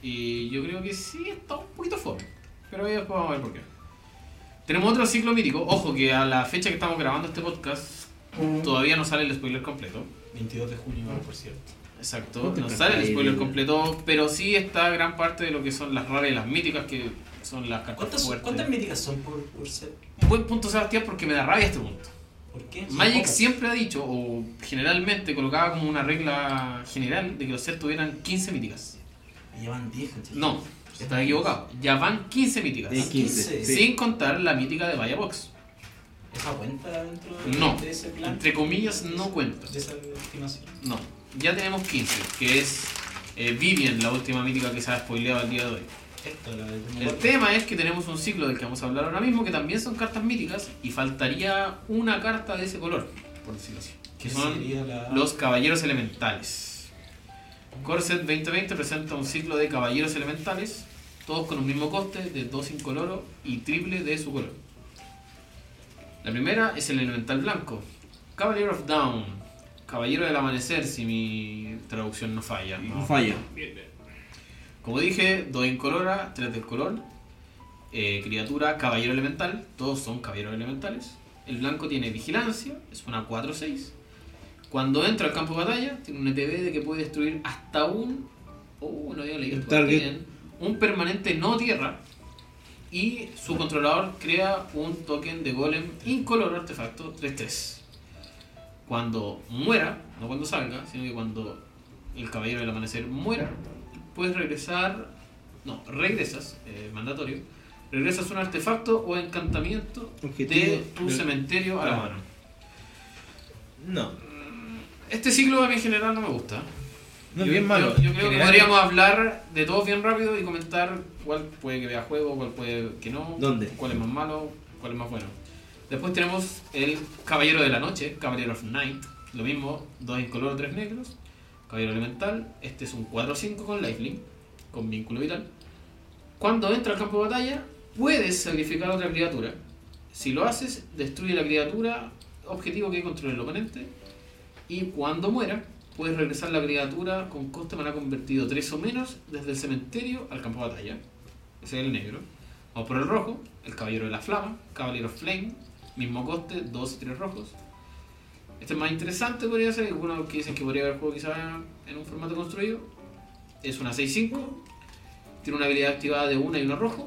C: Y yo creo que sí está un poquito fome. Pero ahí después vamos a ver por qué. Tenemos otro ciclo mítico. Ojo que a la fecha que estamos grabando este podcast todavía no sale el spoiler completo.
B: 22 de junio,
D: Ah,
B: por cierto.
C: Exacto, no sale el spoiler completo, pero sí está gran parte de lo que son las raras y las míticas que son las cartas
B: ¿Cuántas,
C: fuertes.
B: ¿cuántas míticas son por, por ser?
C: Buen punto, Sebastián, porque me da rabia este punto.
B: ¿Por qué?
C: Magic siempre ha dicho, o generalmente colocaba como una regla general, de que los sets tuvieran 15 míticas.
B: Me Llevan 10, ¿cachai?
C: No, estás equivocado. Ya van 15 míticas.
B: De 15.
A: Sí.
C: Sin contar la mítica de Vaya Box.
B: ¿Esa cuenta dentro de,
C: No.
B: de ese plan?
C: Entre comillas, no cuenta.
B: De esa estimación.
C: No, ya tenemos 15, que es eh, Vivian, la última mítica que se ha spoileado al día de hoy.
B: Esta, la de
C: El tema es que tenemos un ciclo del que vamos a hablar ahora mismo, que también son cartas míticas, y faltaría una carta de ese color, por decirlo así. Que
B: que
C: son
B: sería la...
C: los caballeros elementales. Corset 2020 presenta un ciclo de caballeros elementales, todos con un mismo coste de 2 incoloro y triple de su color. La primera es el elemental blanco, Cavalier of Dawn, Caballero del Amanecer, si mi traducción no falla.
H: No falla.
E: Bien, bien.
C: Como dije, 2 incolora, 3 del color. eh, criatura, caballero elemental. Todos son caballeros elementales. El blanco tiene vigilancia, es una 4-6. Cuando entra al campo de batalla, tiene un ETB de que puede destruir hasta un. Oh, no había leído
H: Un
C: esto,
H: target.
C: bien. Un permanente no tierra. Y su controlador crea un token de golem incoloro artefacto 3-3. Cuando muera, no cuando salga, sino que cuando el caballero del amanecer muera, puedes regresar, no, regresas, eh, mandatorio, regresas un artefacto o encantamiento de
H: Objetivo
C: tu
H: del-
C: cementerio a la mano.
H: No.
C: Este ciclo a mí en general no me gusta.
H: No
C: Yo-
H: es bien malo.
C: Yo, yo creo que
H: General-
C: podríamos hablar de todos bien rápido y comentar cuál puede que vea juego, cuál puede que no,
H: ¿Dónde?
C: cuál es más malo, cuál es más bueno. Después tenemos el Caballero de la Noche, Caballero of Night, lo mismo, dos en color, tres negros, Caballero Elemental, este es un 4-5 con lifelink, con vínculo vital. Cuando entra al campo de batalla, puedes sacrificar a otra criatura. Si lo haces, destruye la criatura objetivo que controla el oponente. Y cuando muera, puedes regresar la criatura con coste maná convertido 3 o menos desde el cementerio al campo de batalla. Ese es el negro. Vamos por el rojo, el caballero de la flama, caballero flame, mismo coste, 2 y 3 rojos. Este es más interesante, podría ser. Algunos que dicen que podría haber juego quizás en un formato construido. Es una 6-5. Tiene una habilidad activada de 1 y 1 rojo.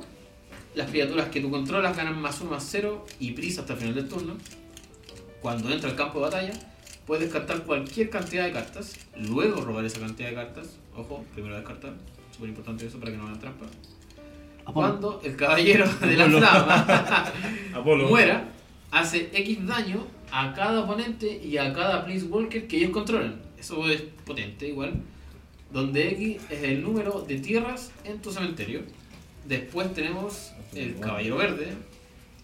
C: Las criaturas que tú controlas ganan más 1 más 0 y prisa hasta el final del turno. Cuando entra al campo de batalla, puedes descartar cualquier cantidad de cartas, luego robar esa cantidad de cartas. Ojo, primero descartar, súper importante eso para que no hagan trampa. Cuando el caballero de la flama
E: Apolo.
C: muera, hace X daño a cada oponente y a cada Place Walker que ellos controlan. Eso es potente igual. Donde X es el número de tierras en tu cementerio. Después tenemos el caballero verde,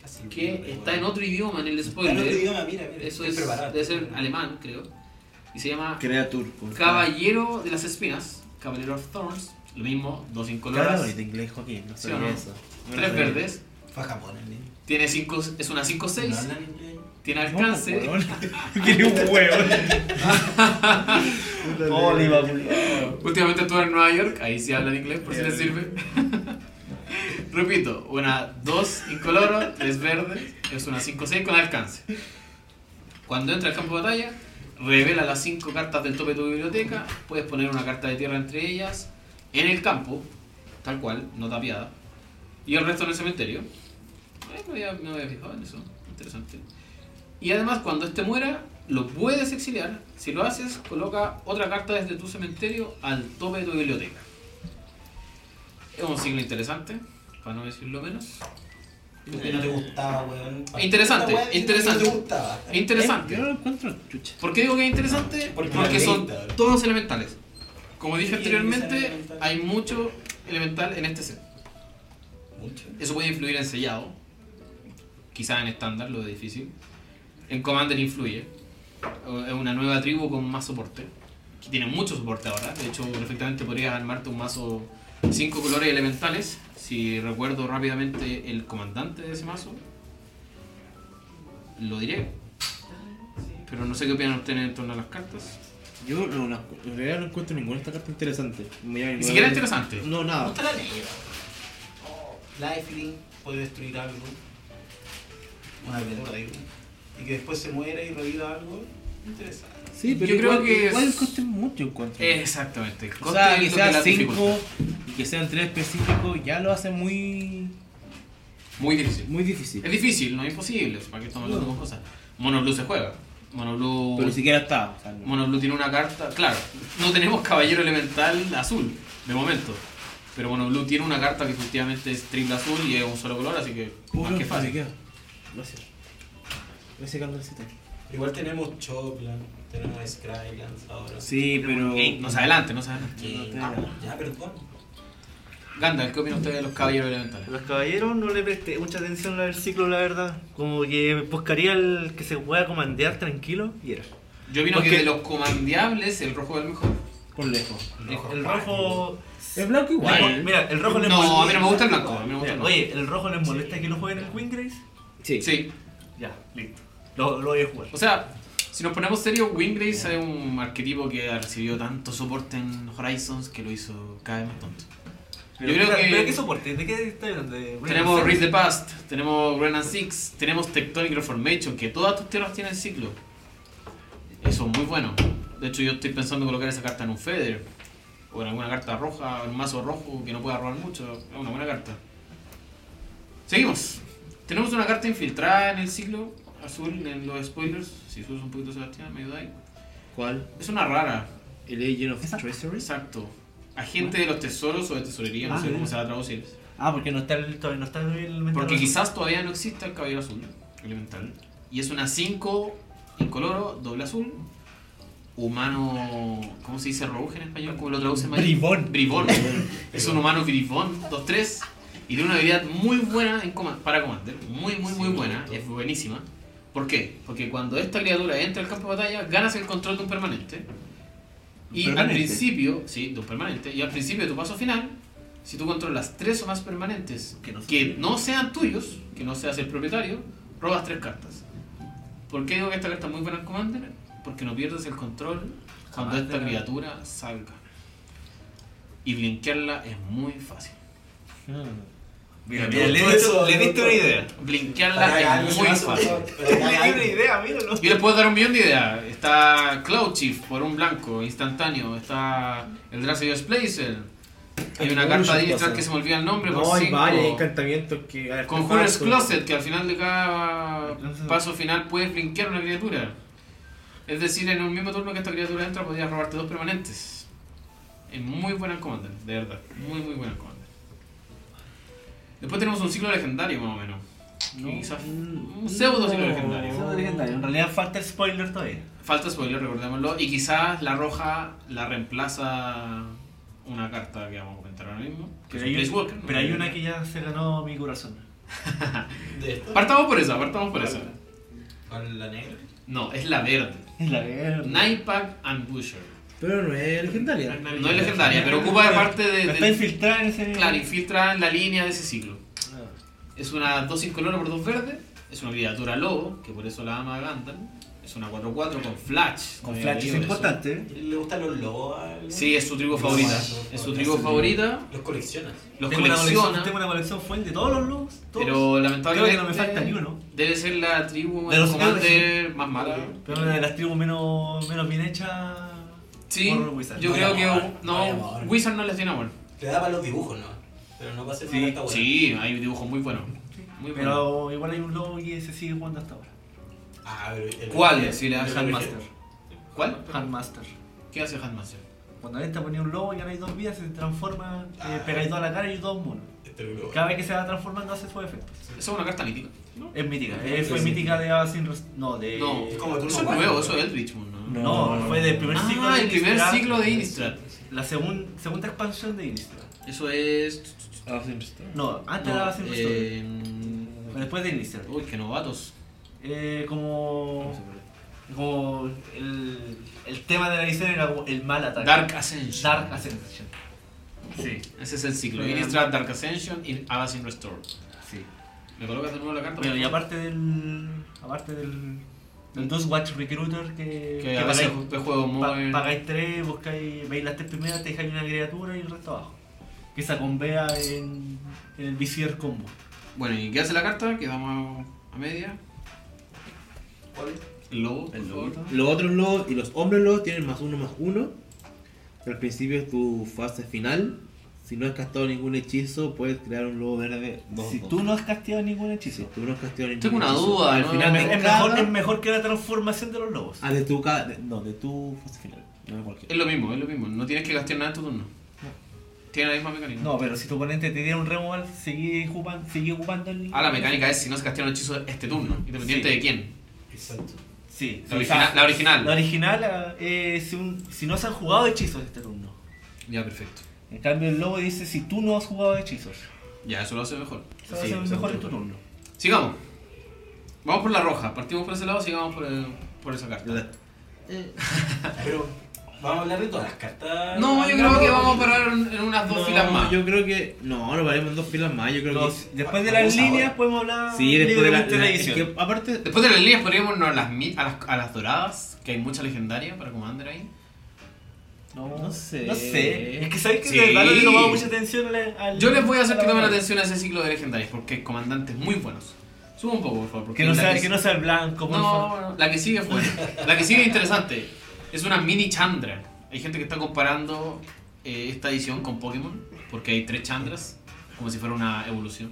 B: Casi
C: que está en otro idioma en el
B: Está en otro
C: spoiler.
B: idioma, mira, mira.
C: Eso
B: estoy
C: es,
B: preparado.
C: debe ser alemán, creo. Y se llama
H: Creature. por favor.
C: Caballero de las Espinas, Caballero of Thorns. Lo mismo, dos
A: Claro,
C: incoloras,
A: bonito inglés, Joaquín. No
C: Sí,
A: sabía
C: ¿o no?
A: eso. No lo
C: tres
A: sabía.
C: verdes.
B: Fue a Japón el niño.
C: Tiene cinco, es una
B: ¿No
C: 5-6.
B: hablan inglés?
C: Tiene alcance. Ah,
G: Quiere un hueón. Oli, papu.
C: Últimamente estuve en Nueva York, ahí sí hablan inglés, por si les sirve. Repito, una 2 incoloro, 3 verdes, es una 5-6 con alcance. Cuando entra al campo de batalla, revela las 5 cartas del tope de tu biblioteca, puedes poner una carta de tierra entre ellas en el campo, tal cual, no tapiada, y el resto en el cementerio. Eh, no, había, no había fijado en eso, interesante. Y además, cuando este muera, lo puedes exiliar. Si lo haces, coloca otra carta desde tu cementerio al tope de tu biblioteca. Es un siglo interesante, para no decirlo menos.
B: Porque no te gustaba, weón.
C: Ah, Interesante,
B: Esta weá diciendo que
C: interesante.
B: No te gustaba.
C: Es interesante.
D: Eh, Yo no lo encuentro chucha.
C: ¿Por qué digo que es interesante?
B: Porque la
C: Porque son
B: lenta.
C: todos elementales. Como dije
B: Sí,
C: anteriormente,
B: es elemental.
C: hay mucho elemental en este set.
B: Mucho.
C: Eso puede influir en sellado. Quizás en estándar, lo de difícil. En Commander influye. O- Es una nueva tribu con más soporte. Que tiene mucho soporte ahora. De hecho, perfectamente podrías armarte un mazo cinco colores elementales. Si recuerdo rápidamente el comandante de ese mazo, lo diré. Pero no sé qué opinan ustedes en torno a las cartas.
H: Yo no, la- en realidad no encuentro ninguna de estas cartas interesante. Me llama
C: Ni
H: ninguna
C: siquiera
H: la-
C: interesante.
H: No,
B: Me
H: nada.
B: gusta la negra. Oh, Lifelink puede destruir algo. Una criatura, digo. Y que después se muera y reviva algo. Interesante.
H: Sí, pero
C: Yo creo
H: igual,
C: que
H: igual
C: es- Eh,
H: coste mucho encuentro.
C: Exactamente.
H: o sea, que
C: Contento
H: sea
C: la
H: 5
C: dificultad.
H: y que sean 3 específicos ya lo hace muy,
C: Muy difícil.
H: muy difícil.
C: Eh, Es difícil, no es imposible, ¿para qué estamos hablando de cosas? Mono Blue se juega. Mono Blue,
A: Pero ni siquiera está. o sea, no.
C: Mono Blue tiene una carta. Claro, no tenemos caballero elemental azul, de momento. Pero Mono Blue tiene una carta que efectivamente es triple azul y es un solo color, así que más que fácil.
H: Gracias. Gracias, Candelcita.
B: Igual tenemos Choplan, tenemos Skylands ahora.
A: Sí, pero.
C: No se adelante, no se adelante.
B: Y-
A: no
B: ah,
A: te-
B: ya, perdón.
C: Gandalf, ¿qué opina usted de los caballeros elementales?
D: Los caballeros no le presté mucha atención al ciclo, la verdad. Como que buscaría el que se pueda comandear tranquilo y era.
C: Yo opino que
D: Porque-
C: de los comandeables, el rojo es el mejor.
D: Por lejos.
B: Rojo.
D: El rojo.
H: Es blanco
C: igual.
D: Mira, el rojo le
C: No, a mí no me gusta el blanco. A mí no me gusta el blanco.
D: Oye, ¿el rojo les molesta que no jueguen el Wingrace?
C: Sí.
D: Ya, listo. Lo, lo voy a jugar.
C: O sea, si nos ponemos serios, Wingrace es un arquetipo que ha recibido tanto soporte en Horizons que lo hizo cada vez más tonto. Yo creo
D: Pero,
C: que-
D: pero ¿qué soporte? ¿De qué está hablando? ¿De Renaissance?
C: Tenemos Read the Past, tenemos Renan Six, tenemos Tectonic Reformation, que todas tus tierras tienen ciclo. Eso es muy bueno. De hecho, yo estoy pensando en colocar esa carta en un Feather, o en alguna carta roja, en un mazo rojo que no pueda robar mucho. Es una buena carta. Seguimos. Tenemos una carta infiltrada en el ciclo azul, en los spoilers. Si subes un poquito, Sebastián, me ayudáis.
H: ¿Cuál?
C: Es una rara,
H: El Agent of Treasury.
C: exacto. Agente de los tesoros o de tesorería, no
D: Ah,
C: sé cómo
D: bien.
C: se va a traducir.
D: Ah, porque no está el, todavía no está el mental.
C: Porque quizás todavía no exista el caballero azul elemental. Y es una 5 incoloro, doble azul. Humano. ¿Cómo se dice rogue en español? ¿Cómo lo traduce en español?
D: Bribón.
C: Bribón. es un humano bribón, 2-3. Y tiene una habilidad muy buena en coma- para Commander. Muy, muy, muy buena. Es buenísima. ¿Por qué? Porque cuando esta criatura entra al campo de batalla, ganas el control de un permanente. Y
G: Permanente.
C: al principio, sí, de un permanente. Y al principio de tu paso final, si tú controlas tres o más permanentes
D: Que no sean
C: que
D: tuyos.
C: no sean tuyos, que no seas el propietario, robas tres cartas. ¿Por qué digo que esta carta es muy buena en Commander? Porque no pierdes el control cuando
D: Jamás
C: esta
D: te la-
C: criatura salga. Y blinkearla es muy fácil.
H: Ah.
D: Mira,
B: mira,
D: le,
B: todo eso,
D: le diste
B: todo.
D: una idea.
C: Blinkearla es muy fácil.
D: idea, míralo.
C: Yo les puedo dar un millón de ideas. Está Cloud Chief por un blanco instantáneo. Está el Dracios Placer. Hay una carta de Innistrad que se me olvida el nombre.
H: No,
C: por
H: hay
C: cinco.
H: varios encantamientos que. a ver,
C: Conjurer's
H: ¿cuánto?
C: Closet, que al final de cada
D: Entonces-
C: paso final puedes blinquear una criatura. Es decir, en un mismo turno que esta criatura entra podías robarte dos permanentes. Es muy buena en Commander, de verdad. Muy, muy buena en Commander. Después tenemos un ciclo legendario, más o menos. Quizás un pseudo ciclo legendario.
D: Eso es legendario. En realidad falta el spoiler todavía.
C: Falta spoiler, recordémoslo. Y quizás la roja la reemplaza una carta que vamos a comentar ahora mismo. Que
D: Pero
C: es un
D: hay,
C: Place Walker, ¿no?
D: pero hay una que ya se ganó mi corazón.
B: ¿De esto?
C: Partamos por esa, partamos por esa.
B: ¿Con la negra?
C: No, es la verde.
D: Es la verdad.
C: Nightpack and Busher.
H: Pero no es legendaria.
C: No es legendaria, pero ocupa de parte de.
D: Está
C: de-
D: infiltrada en ese.
C: claro, infiltra en la línea de ese ciclo. Es una 2 incoloro por 2 verde. Es una criatura lobo, que por eso la ama Gandalf. Es una 4-4 con flash.
G: Con
C: No había
G: flash es
C: leído eso.
G: importante. ¿eh?
B: ¿Le gustan los lobos? a alguien?
C: Sí, es su tribu favorita. Es su tribu favorita.
B: Los coleccionas.
C: Los
D: tengo, una colección,
C: colecciona.
D: tengo una colección full de todos los looks. Todos.
C: Pero
D: Creo
C: lamentablemente.
D: que no me falta ni uno.
C: Debe ser la tribu
D: De los
C: Commander más mala.
D: Pero una de las tribus menos, menos bien hechas.
C: Sí,
D: por Wizard.
C: yo
B: No
C: creo
B: hay amor,
C: que.
B: no hay
C: No,
B: amor.
C: Wizard no les tiene amor.
B: Le da para los dibujos, ¿no? Pero no va a ser una carta buena.
C: Sí, hay dibujos muy buenos. Muy buenos.
D: Pero igual hay un logo que se sigue jugando hasta ahora.
B: Ah, pero el-
C: ¿Cuál es? Si le das
B: el-
D: Handmaster.
C: ¿Cuál?
D: Handmaster.
C: ¿Qué hace Handmaster?
D: Cuando esta ponía un lobo y ganáis dos vidas, se transforma,
C: Ah.
D: eh, pegáis dos a la cara y dos monos.
B: Este lobo.
D: Cada vez que se va transformando hace sus efectos.
C: Esa es una carta mítica.
D: Es mítica. eh,
B: Sí,
D: fue
B: sí.
D: mítica de Asin No, Eh, de.
C: No,
B: Es como tú
C: eso
B: no
C: es nuevo,
B: vas.
C: eso es Eldritch Moon, ¿no?
D: No, fue del primer ciclo
C: Ah, el primer
D: Innistrad.
C: ciclo de Innistrad.
D: La segun- segunda expansión de Innistrad.
C: Eso es.
H: Ah, sí, está.
D: No, antes
C: no,
D: era Asin
C: eh,
D: Después de Innistrad.
C: Uy, qué novatos.
D: Eh, como. Como el, el tema de la edición era como el mal ataque.
C: Dark Ascension.
D: Dark Ascension. Sí,
C: Ese es el ciclo.
D: Pero era-
C: Innistrad, Dark Ascension y Avacyn Restore.
D: sí.
C: ¿Me colocas de nuevo la carta?
D: Bueno,
C: por
D: y
C: favor?
D: aparte del. Aparte del. Del Dos Watch Recruiter que.
C: Que a veces
D: pagáis-
C: te juego
D: pa-
C: muy.
D: pagáis tres, buscáis. Veis las tres primeras, te dejáis una criatura y el resto abajo. Que esa convea en. En el Vizier Combo.
C: Bueno, ¿y qué hace la carta? Quedamos a media.
B: ¿Cuál?
C: El lobo, por
H: El
C: favor.
H: lobo. Los otros lobos y los hombres lobos tienen más uno más uno. Al principio de tu fase final
A: Si no has castado ningún hechizo, puedes crear un lobo verde 2
I: Si tú no has casteado ningún hechizo.
A: tú no has casteado ningún
C: Tengo una
A: hechizo,
C: duda,
A: Al
C: ¿no?
A: final
D: Es
A: de
D: mejor, es
A: cada...
D: mejor que la transformación de los lobos.
A: Ah, de tu cada... de- No, de tu fase final. No de cualquier.
C: Es lo mismo, es lo mismo. No tienes que gastar nada en tu turno. Tiene la misma mecánica.
D: No, pero si tu oponente te tiene un removal, sigue ocupando, sigue ocupando el.
C: Ah, la mecánica es si no se castiga un hechizo este turno, independiente
D: Sí.
C: de quién.
B: Exacto.
D: Sí,
C: La original. La original.
D: La original ah, eh, si, un- si no se han jugado hechizos este turno.
C: Ya, perfecto.
D: En cambio, el lobo dice si tú no has jugado hechizos.
C: Ya, eso lo hace mejor.
D: Eso va a
A: Sí,
D: ser
A: eso
D: mejor
A: es
D: en tu turno.
C: Sigamos. Vamos por la roja. Partimos por ese lado, sigamos por, el- por esa carta.
B: Pero vamos a hablar de todas las cartas.
C: No, yo creo que vamos a parar en en unas dos
A: No,
C: filas más.
A: Yo creo que. No, lo paremos en dos filas más. Yo creo
D: Los-
A: que.
D: después de
B: Vamos
D: las
B: ahora.
D: líneas podemos hablar.
A: Sí, después de la.
D: libremente
A: la-
D: en
A: es
D: edición.
A: que aparte.
C: Después de las líneas podríamos irnos a las, mi- a las, a las doradas, que hay mucha legendaria para Commander ahí.
A: No sé.
D: No sé. Es que sabéis que
C: eh, Sí.
D: de verdad no le he tomado mucha atención al- al.
C: Yo les voy a hacer que
D: a la-
C: tomen atención a ese ciclo de legendarias, porque hay comandantes muy buenos. Suba un poco, por favor. porque
D: Que no
C: la
D: sea,
C: que-
D: que no sea el blanco, por favor.
C: No, no, la que sigue fue. La que sigue es interesante. Es una mini Chandra. Hay gente que está comparando eh, esta edición con Pokémon, porque hay tres Chandras, como si fuera una evolución.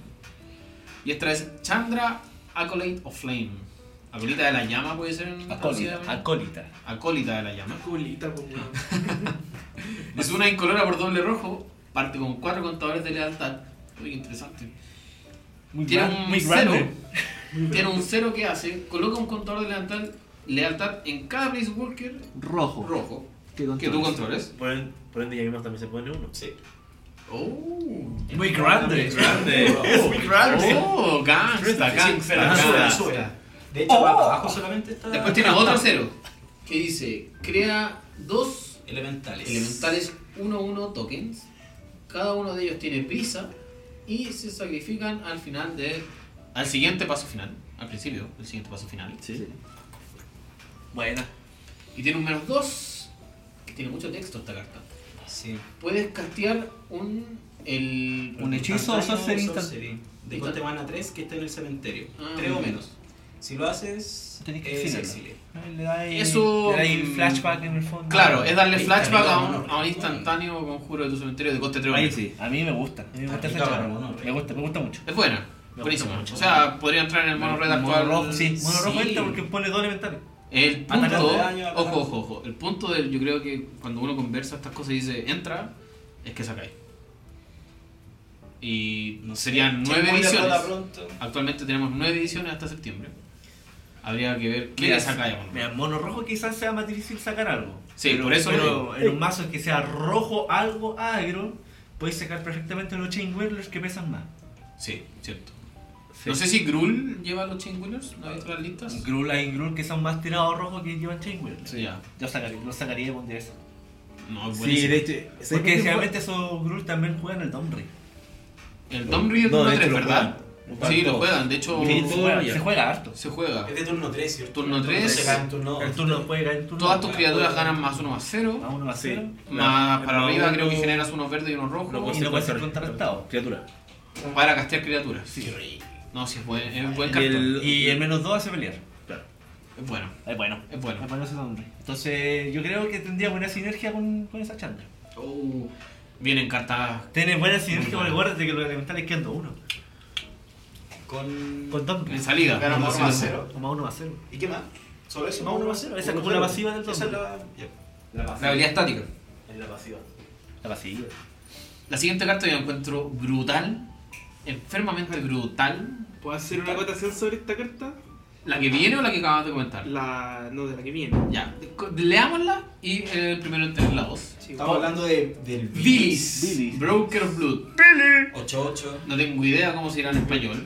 C: Y esta es Chandra Acolyte of Flame. Acolita de la llama puede ser en
D: Acólita. Acólita.
C: Acólita de la llama.
E: Colita, pues, weón.
C: Es una incolora por doble rojo, parte con cuatro contadores de lealtad. Uy, qué interesante.
D: Muy,
C: Tiene
D: gran-
C: un
D: muy
C: cero.
D: grande.
C: Tiene un cero que hace, coloca un contador de lealtad, lealtad en cada Blaze Walker
D: Rojo.
C: rojo que tú controles.
A: Por en- por ende, ya mismo también se pone uno.
B: Sí.
C: Oh,
D: Muy grande.
A: Grande.
D: Es muy grande.
C: oh gangsta, gangsta,
B: Pero sube,
C: gangsta.
B: sube. De hecho, va
C: Oh.
B: abajo solamente está.
C: Ah, Después tiene otro cero que dice, crea dos
B: Elementales.
C: elementales 1-1 tokens. Cada uno de ellos tiene prisa y se sacrifican al final de... Al siguiente paso final, al principio, el siguiente paso final.
A: Sí.
D: Buena.
C: Y tiene un menos 2, que tiene mucho texto esta carta.
B: Sí.
C: Puedes castear un... El,
D: Un hechizo o sorcery instant-
B: De coste mana 3 que está en el cementerio.
C: Ah,
B: 3 o menos. Si lo haces,
D: Tenés que
B: es
D: exiliarlo.
B: exilio.
D: Le da ahí-
C: Eso-
D: Le da ahí flashback en el fondo.
C: Claro, es darle
B: Ahí
C: flashback
B: está,
C: a
B: ahí
C: un,
B: está.
C: a un instantáneo conjuro de tu cementerio de coste 3
A: Ahí sí.
D: A mí me gusta. A mí me gusta esa
B: Arriba,
D: chapa.
B: mono
D: Me gusta, me gusta mucho.
C: Es buena,
A: Me
C: buenísima.
A: gusta mucho.
C: O sea, podría entrar en el mono red actual.
D: rojo, sí. Mono rojo
C: Sí.
D: entra porque pone dos elementales.
C: El punto,
D: Atacando
B: de daño, atacando.
C: ojo, ojo, ojo. El punto del, yo creo que cuando uno conversa estas cosas y dice entra, es que sacáis. Y serían nueve ediciones. Actualmente tenemos nueve ediciones hasta septiembre. Habría que ver qué le sacáis. bueno.
D: Mira, mono rojo quizás sea más difícil sacar algo.
C: Sí, por eso
D: Pero en un mazo que sea rojo algo agro, puedes sacar perfectamente unos chain whirlers que pesan más.
C: Sí, cierto. No sé si Grul lleva los chain winners, no hay otras listas.
D: Grul hay Grul que son más tirados rojos que llevan chain whirlers.
C: Sí, ya.
D: Yo sacaría, lo sacaría de pondría eso.
C: No, es
A: Sí,
C: buenísimo.
A: de hecho. ¿sabes por
D: Porque
A: qué
D: generalmente esos Grul también juegan el Domri.
C: el Tom Reader
A: No,
C: turno
A: de hecho,
C: 3,
A: lo
C: ¿verdad?
A: juegan. Lo juegan
C: Sí, lo
A: todos.
C: juegan. De hecho,
A: Sí,
D: se,
A: tú-
D: juega,
A: ya.
D: se juega harto.
C: se juega.
B: Es de turno 3, ¿cierto?
C: Turno tres.
B: Se gana en turno
D: El turno puede caer en turno.
C: Todas tus
D: a
C: criaturas ganan más uno más cero.
D: uno a
A: Sí.
D: cero.
C: Más
A: Claro.
C: para
A: Pero
C: arriba
A: uno-
C: creo que generas unos verdes y unos rojos
A: pues,
D: puede ser contrarrestado.
A: Criatura.
C: para castear criaturas. No, si es buen, es buen
A: Y
C: cartón.
A: el-
D: Y el menos 2 hace pelear.
C: Es bueno,
D: Es bueno.
C: es
D: Es
C: bueno.
D: bueno ese Domri. Entonces, yo creo que tendría buena sinergia con, con esa chandra.
C: Oh, vienen cartas.
D: Tiene buena sinergia
C: Muy
D: porque
C: bueno.
D: acuérdate que los elementales quedan 2-1.
B: Con.
D: Con Domri.
C: En salida.
B: Ganamos
C: vamos a
B: uno a
C: hacer.
B: cero.
D: Como a 1 a 0.
B: ¿Y qué más? ¿Solo eso?
D: Más uno más cero. Esa es como la pasiva del
B: Esa es
D: turno.
B: la. ya.
C: La habilidad estática.
A: En la pasiva.
D: La pasiva.
C: La siguiente carta yo la encuentro brutal. Enfermamente brutal.
E: ¿Puedo hacer una acotación sobre esta carta?
C: ¿La que viene o la que acabamos de comentar?
E: La. No, de la que viene.
C: Ya, co- leámosla y eh, primero entre la voz.
E: Sí,
B: Estamos hablando de, del
C: Billis, Broker of Blood.
B: 8-8.
C: No tengo idea cómo se dirá en español.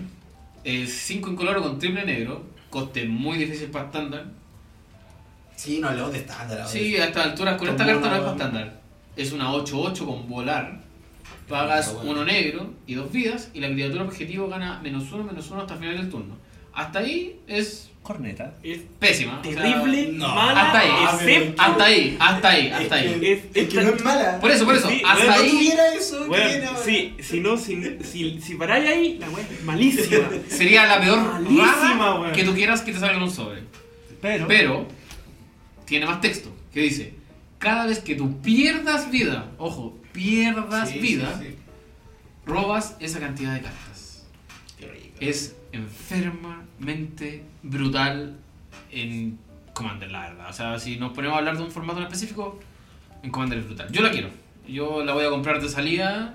C: 5 incoloro con triple negro. Coste muy difícil para estándar.
B: Sí, no hablamos de estándar. ahora.
C: Sí, a estas alturas con
B: Con
C: esta carta no
B: bola,
C: es para
B: ¿no?
C: estándar. Es una 8-8 con volar. Pagas
B: Está bueno.
C: uno negro y dos vidas. Y la criatura objetivo gana menos uno, menos uno hasta el final del turno. Hasta ahí es
D: Corneta.
E: Es
C: pésima. o sea,
E: terrible,
B: no.
E: mala,
C: hasta ahí,
E: excepto-
C: hasta ahí, hasta ahí, hasta
B: Es
C: ahí.
E: Es,
B: Es que no es mala.
C: Por eso, por eso.
E: Sí,
C: hasta
B: Si no
E: Eh, bueno,
C: ahí
B: tuviera eso, ¿qué tiene
E: Bueno,
B: ahora?
E: sí, si no, si, si, si paráis ahí, la wea es malísima.
C: sería la peor
E: Malísima,
C: rama
E: weón.
C: que tú quieras que te salga en un sobre.
D: Pero.
C: Pero tiene más texto que dice, cada vez que tú pierdas vida, ojo, pierdas
B: Sí,
C: vida,
B: sí, sí.
C: robas esa cantidad de cartas.
B: Qué rico.
C: es enfermamente brutal en Commander, la verdad. O sea, si nos ponemos a hablar de un formato en específico, en Commander es brutal. Yo la quiero. Yo la voy a comprar de salida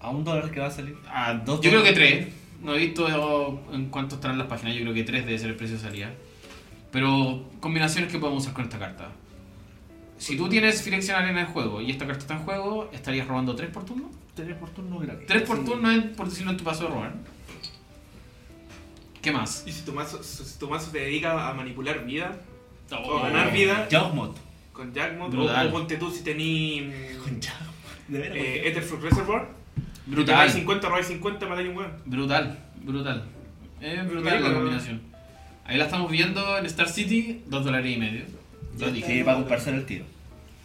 D: A un dólar que va a salir.
C: a
D: dos
C: Yo creo que
D: dólares.
C: tres. No he visto en cuánto estarán las páginas. Yo creo que tres debe ser el precio de salida. Pero combinaciones que podemos usar con esta carta. Si tú tienes Firexian Arena en juego y esta carta está en juego, estarías robando tres por turno.
D: Tres por turno gratis.
C: Tres por turno es, por decirlo en tu paso de robar. ¿Qué más?
E: Y si tu mazo, si tu mazo te dedica a manipular vida, o
C: Oh.
E: a ganar vida,
D: Jaugmod.
E: con Jackmod, o,
C: Brutal.
E: o ponte tú si tení mm,
D: De veras.
E: eh, Etherfruit Reservoir, te
C: Brutal,
E: pagas 50, robas 50, matáis un weón.
C: brutal, brutal. Es brutal
E: Marico,
C: la
E: ¿no?
C: combinación. Ahí la estamos viendo en Star City, dos dólares y medio. Lo dije.
D: Sí, para comprarse el tiro.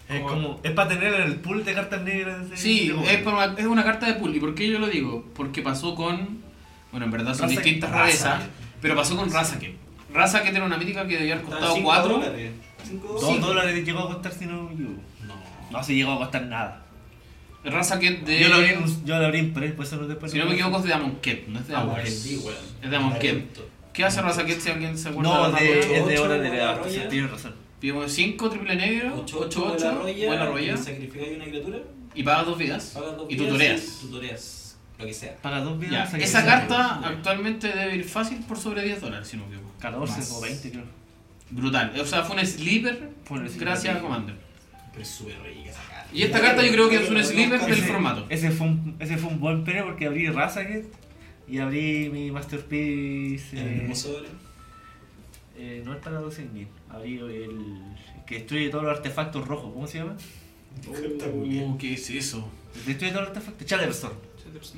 G: Es como. Es para tener en el pool de cartas negras. de-
C: Sí,
G: de Google.
C: es, por una, es una carta de pool. ¿Y por qué yo lo digo? Porque pasó con. Bueno, en verdad son
G: Raza-
C: distintas
G: Raza.
C: rarezas, pero pasó con Razaken. Razaken era una mítica que debía haber costado 4.
B: 5
G: Dos dólares llegó a costar si no me equivoco.
D: No se llegó a costar nada.
C: Razaken de.
G: Yo lo abrí, en- yo lo abrí en pre,
D: pues,
G: por eso no después.
C: Si no me equivoco, es de Amon Kep, no es
B: Ah,
C: de Amon Es de Amon Kep. ¿Qué hace Razaken si alguien se acuerda?
G: No,
C: Raza
G: de-
C: Kep?
G: es de
B: Ocho,
G: hora de
B: Buena
G: la
B: Roya.
G: tienes razón.
C: Pidimos 5 triple negro,
B: 8,
C: 8,
B: 8,
C: 8, buena
B: roya.
C: roya,
B: Sacrificáis una criatura,
C: y pagas dos vidas.
B: pagas dos
C: y
B: vidas
C: tutoreas.
B: Tutoreas, lo que sea.
G: Paga dos vidas.
C: Ya,
G: o sea, que
C: esa
G: sí.
C: carta actualmente debe ir fácil por sobre 10 dólares, si no me equivoco.
D: 14
B: Más.
D: o 20, creo.
C: Brutal. O sea, fue un sleeper
D: Fue un sleeper.
C: gracias a Commander.
B: Pero es súper rica esa carta.
C: Y esta carta yo creo que es un sleeper del
D: Ese-
C: formato.
D: Ese fue un, ese fue un buen pene porque abrí Razaket y abrí mi Masterpiece.
B: El
D: eh,
B: hermoso oro.
D: eh, no es para 12 mil. Abrí el. que destruye todos los artefactos rojos. ¿Cómo se llama?
C: Uh, ¿qué es eso?
D: Destruye todos los artefactos. Chatterstorm.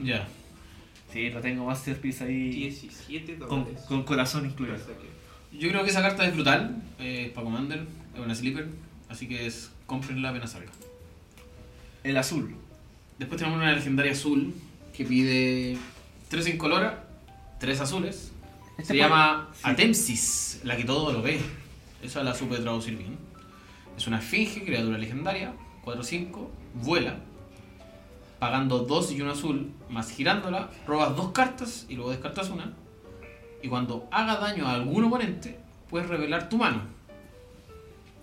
C: Ya.
D: Sí, lo tengo Masterpiece ahí.
E: 17
D: Con,
E: dólares.
D: con corazón incluido.
C: Yo creo que esa carta es brutal eh, para Commander, es una sleeper, así que es cómprenla apenas salga.
D: El azul.
C: Después tenemos una legendaria azul que pide 3 incolora, 3 azules. Se llama Atempsis, la que todo lo ve. Esa la supe traducir bien. Es una esfinge, criatura legendaria, 4-5, vuela. Pagando 2 y un azul, más girándola, robas dos cartas y luego descartas una. Y cuando haga daño a algún oponente, puedes revelar tu mano.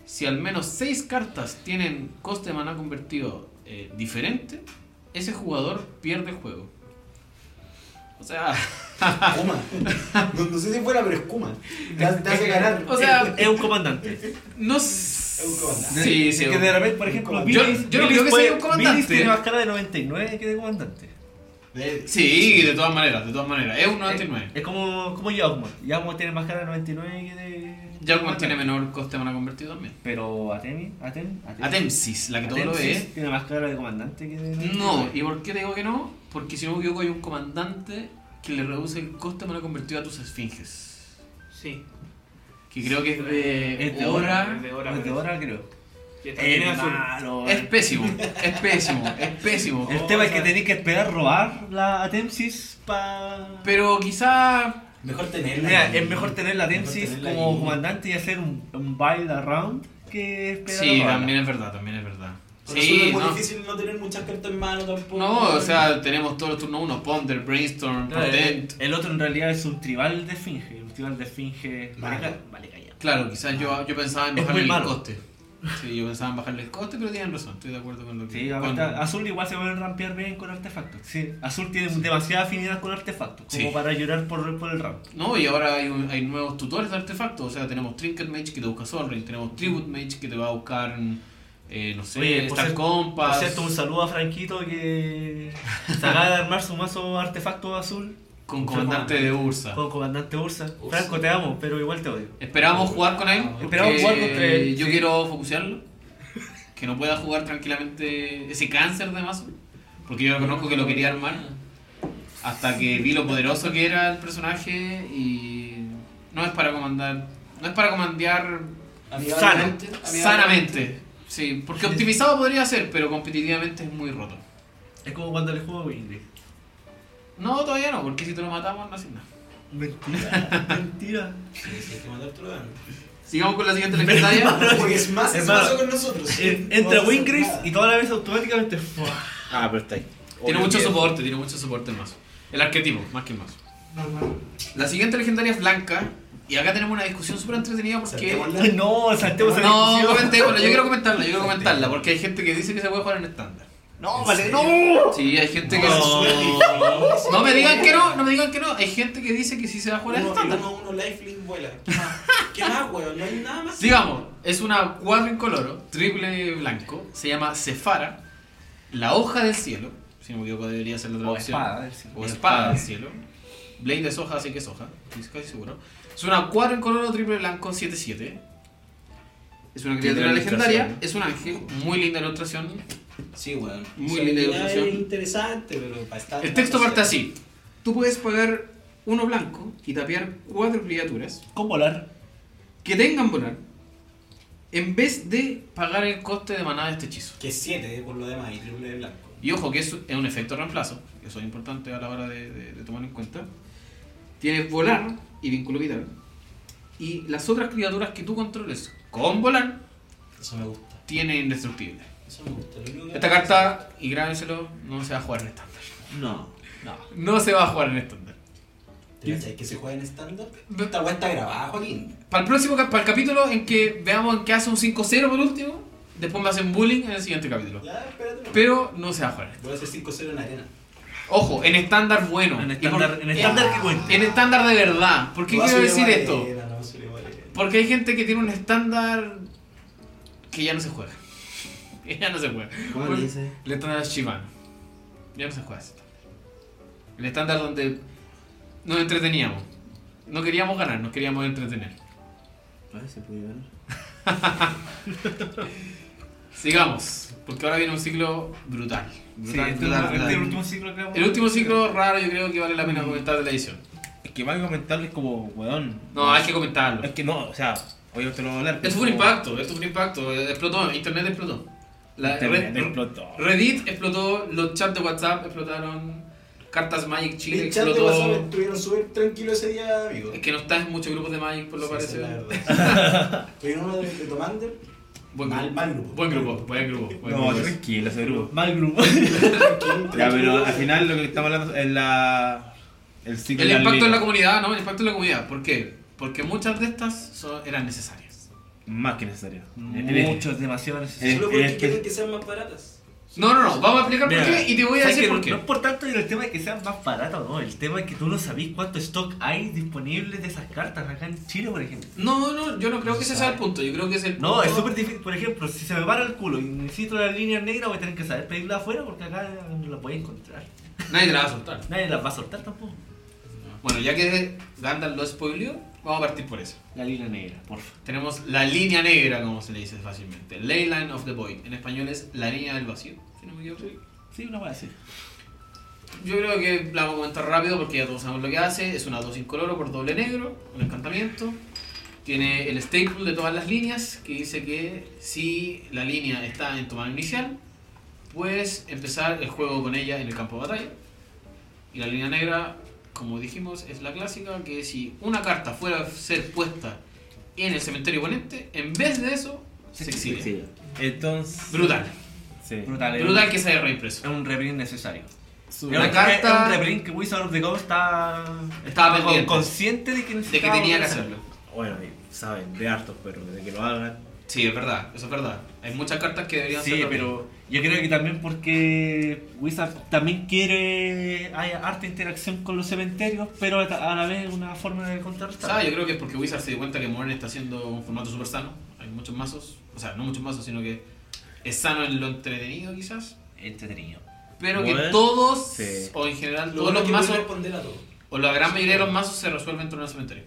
C: Si al menos 6 cartas tienen coste de maná convertido eh, diferente, ese jugador pierde el juego. O sea,
J: Kuma. No, no sé si fuera, pero es Kuma. Te hace, te hace ganar.
C: o sea,
G: Es un comandante.
C: no
B: Es un comandante.
C: sé. Sí, sí.
G: Que de repente, por ejemplo,
J: Yo-
C: yo
G: Billis-
C: no creo
G: Billis
C: que
G: puede-
C: sea un comandante.
G: Billis tiene más cara de 99 que de comandante.
J: Eh,
C: Sí, de todas maneras, de todas maneras. Es un 99.
G: Es como, como Yaugmon. Yaugmon tiene más cara de 99 que
D: Eh,
G: de.
C: Jaguar tiene menor coste de maná convertido también.
D: Pero Atemi. Atem. Atem.
C: Atempsis, la que todo lo ve.
G: Tiene más cara de comandante que de.
C: No, ¿y por qué te digo que no? Porque si no me equivoco hay un comandante que le reduce el coste de maná convertido a tus esfinges.
E: Sí.
C: Que creo que es de,
D: Es de
C: hora.
E: Es de hora.
D: Desde ahora creo.
C: Eh,
E: Y esta tiene azul.
G: Malo,
C: Es pésimo, es pésimo, es pésimo.
D: El tema es que tenéis que esperar robar la Atempsis para.
C: Pero quizá
B: Mejor tenerla.
D: Mira,
B: ahí.
D: es mejor tener la Atempsis
B: Mejor tenerla
D: como
B: ahí.
D: comandante y hacer un, un bail around que esperar
C: Sí,
D: robarla.
C: también es verdad, también es verdad.
B: Por eso no
C: Sí,
B: es muy
C: no.
B: difícil no tener muchas cartas en mano tampoco.
C: No, o sea, tenemos todos los turnos uno, Ponder, Brainstorm,
D: Pues, Claro, eh, el,
C: Potent.
D: el otro en realidad es un tribal de Finge. Un tribal de Finge.
B: Malo.
D: Vale, ca- vale, calla.
C: Claro, quizás yo, yo pensaba en
D: Es muy
C: bajarle el
D: malo.
C: coste. Sí, yo pensaba en bajarle el coste, pero tienen razón, estoy de acuerdo con lo que...
D: Sí, ah. la
C: con-
D: verdad, Azul igual se puede rampear bien con artefactos. Sí, Azul tiene demasiada afinidad con artefactos, como
C: Sí.
D: para llorar por, por el ramp.
C: No, y ahora hay, un- hay nuevos tutores de artefactos, o sea, tenemos Trinket Mage que te busca Solring, tenemos Tribute Mage que te va a buscar, eh, no sé,
D: Oye, por
C: Star
D: cierto- Por
C: Compass,
D: cierto, un saludo a Franquito que se acaba de armar su mazo artefacto azul
C: con Comandante de Ursa.
D: con comandante Ah. Ursa.
B: Ursa.
D: Franco, te amo, pero igual te odio.
C: Esperamos jugar con él. porque
D: Esperamos jugar contra él,
C: Yo
D: sí.
C: quiero focusearlo. Que no pueda jugar tranquilamente ese cáncer de mazo. Porque yo conozco que lo quería armar. Hasta que vi lo poderoso que era el personaje y. No es para comandar. No es para comandear
B: Amigablemente, amigablemente.
C: sanamente. Sí, porque optimizado podría ser, pero competitivamente es muy roto.
D: Es como cuando le juego a Winry.
C: No, todavía no, porque si te lo matamos no haces nada.
D: Mentira, mentira.
B: Sí, sí, hay que mandar otro daño.
C: Sigamos con la siguiente legendaria.
B: Porque es más,
D: Es
B: es
D: malo.
B: más con nosotros.
D: En- Entra
B: No vamos a hacer
D: Wingris
B: nada.
D: y toda la vez automáticamente. ¡fua!
J: Ah, pero está ahí.
C: Tiene mucho soporte, tiene mucho soporte el mazo. El arquetipo, más que el mazo. La siguiente legendaria es blanca. Y acá tenemos una discusión súper entretenida porque.
J: Saltémosla.
G: No,
D: Ah,
G: saltemos
C: No, comentémosla, yo quiero comentarla, yo quiero comentarla, porque hay gente que dice que se puede jugar en estándar.
G: No, vale, no.
C: Sí, hay gente que.
B: No,
C: No me digan que no, no me digan que no. Hay gente que dice que sí se va a jugar en
B: Uno,
C: estándar.
B: uno, uno lifelink vuela. ¿Qué más? ¿Qué más, weón? No hay nada más.
C: Digamos, es una cuadro incoloro, triple blanco, se llama Cefara, la hoja del cielo, si no me equivoco debería ser la
G: O
C: traducción.
G: espada, a ver si-
C: o espada del cielo. Blade es hoja, así que es hoja, estoy casi seguro. Es una cuadro incoloro, triple blanco, 7-7. Es una criatura
H: Linda
C: legendaria,
H: ilustración.
C: es un ángel, muy linda ilustración.
B: Sí, weón.
C: Muy
B: Sí,
C: linda
B: ya
C: ilustración.
B: es interesante, pero para estar.
C: El texto parte así. Tú puedes pagar uno blanco y tapear cuatro criaturas
G: ¿Cómo volar?
C: que tengan volar en vez de pagar el coste de maná de este hechizo.
B: Que es 7 por lo demás y triple de blanco.
C: Y ojo que eso es un efecto reemplazo, que eso es importante a la hora de, de- de tomar en cuenta. Tienes volar y vínculo vital. Y las otras criaturas que tú controles con volar
B: Eso me gusta.
C: tienen indestructible.
B: Eso me gusta. Lo único que
C: Esta carta, y grábenselo, no se va a jugar en estándar.
H: No.
C: No, no se va a jugar en estándar.
B: ¿Te cachai que se juega en estándar? Esta weá está grabada, Joaquín.
C: Para el próximo cap- para el capítulo en que veamos en que hace un 5-0 por último, después me hacen bullying en el siguiente capítulo.
B: Ya, espérate. no.
C: Pero no se va a jugar.
B: Voy a hacer 5-0 en arena.
C: Ojo, en estándar bueno.
D: En
C: Y
D: estándar,
C: por-
D: en estándar que cuenta.
C: en estándar de verdad. ¿Por qué
B: No va a
C: quiero decir
B: subir
C: esto?
B: arena, no va a subir arena.
C: Porque hay gente que tiene un estándar que ya no se juega. Que ya no se juega.
H: ¿Cuál
C: Por-
H: es ese?
C: El estándar Shivano. Ya no se juega ese estándar. El estándar donde nos entreteníamos. No queríamos ganar, nos queríamos entretener.
H: Ah, se puede ganar.
C: Sigamos, porque ahora viene un ciclo brutal. Brutal,
G: este
C: brutal,
G: es el
C: brutal.
G: último ciclo que hago.
C: El último ciclo raro yo creo que vale la pena comentar de la edición.
A: Es que más que comentarles como, weón.
C: No, hay que comentarlo.
A: Es que no, o sea, hoy te lo voy a hablar. pero
C: Esto fue un
A: como-
C: impacto, esto fue un impacto. eh, Explotó, internet explotó. La-
A: Internet
C: Red-
A: explotó.
C: Reddit explotó, los chats de WhatsApp explotaron, Cartas Magic Chile
J: El chat de WhatsApp
C: explotó.
J: estuvieron súper tranquilos ese día, amigo.
C: Es que no estás en muchos grupos de Magic, por lo
J: Sí,
C: parece.
J: esa es la verdad. Estoy en uno de, de Tomander.
C: Buen
J: Mal,
C: grupo.
J: mal grupo.
C: Buen grupo, buen grupo. buen
A: No,
C: grupo.
A: tranquilo, ese grupo. Este
D: Mal grupo.
A: Ya, pero al final lo que estamos hablando es la. El ciclo
C: El
A: de
C: impacto en la
A: liga.
C: comunidad, ¿no? El impacto en la comunidad. ¿Por qué? Porque muchas de estas son- eran necesarias.
A: Más que necesario. En- en este.
D: Mm. Mucho, es demasiado necesario.
A: Eh,
B: Solo porque
A: eh,
B: quieren
A: eh.
B: que sean más baratas.
C: No, no, no, vamos a explicar por
D: Mira,
C: qué y te voy a
D: ¿sabes
C: decir
D: que
C: por qué.
D: No es por tanto el tema de que sean más baratos, no. El tema es que tú no sabés cuánto stock hay disponible de esas cartas acá en Chile, por ejemplo.
C: No, no, yo no creo que ese sea el punto. Yo creo que es el punto.
D: No, es súper difícil. Por ejemplo, si se me para el culo y necesito la línea negra, voy a tener que saber pedirla afuera porque acá no la voy a encontrar.
C: Nadie te la va a soltar.
D: Nadie las va a soltar tampoco.
C: Bueno, ya que Gandalf lo spoileó, vamos a partir por eso.
D: La línea negra, porfa.
C: Tenemos la línea negra, como se le dice fácilmente. Ley line of the void. En español es la línea del vacío. Si no me equivoco.
D: Sí, una voy a decir.
C: Yo creo que la vamos a comentar rápido porque ya todos sabemos lo que hace. Es una 2 incoloro por doble negro, un encantamiento. Tiene el staple de todas las líneas que dice que si la línea está en tu mano inicial, puedes empezar el juego con ella en el campo de batalla. Y la línea negra, como dijimos, es la clásica que si una carta fuera a ser puesta en el cementerio oponente, en vez de eso, se exilia.
H: Sí.
A: Entonces.
C: Brutal.
A: Sí.
D: Brutal, eh.
C: Brutal que se haya reimpreso.
D: Es un reprint necesario. Es
C: Una
D: una
C: carta-
D: carta. Es un reprint que Wizard of the Coast está.
C: Estaba
D: con-
C: pendiente.
D: consciente de que
C: De que
D: necesitaba
C: tenía que hacerlo.
A: Bueno, y saben, de hartos, pero de que lo hagan.
C: Sí, es verdad, eso es verdad. Hay muchas cartas que deberían
D: Sí,
C: ser.
D: pero yo creo que también porque Wizard también quiere hay harta interacción con los cementerios, pero a la vez una forma de contrarrestar.
C: ¿Sabes? Yo creo que es porque Wizard se dio cuenta que Modern está haciendo un formato súper sano. Hay muchos mazos, o sea, no muchos mazos, sino que es sano en lo entretenido, quizás.
D: Entretenido.
C: Pero que
A: Modern,
C: todos,
A: sí.
C: o en general,
B: Lo
C: todos
B: bueno es
C: los
B: que puedes
C: mazos,
B: responder a todo.
C: o la gran mayoría de los mazos se resuelven en torno al cementerio.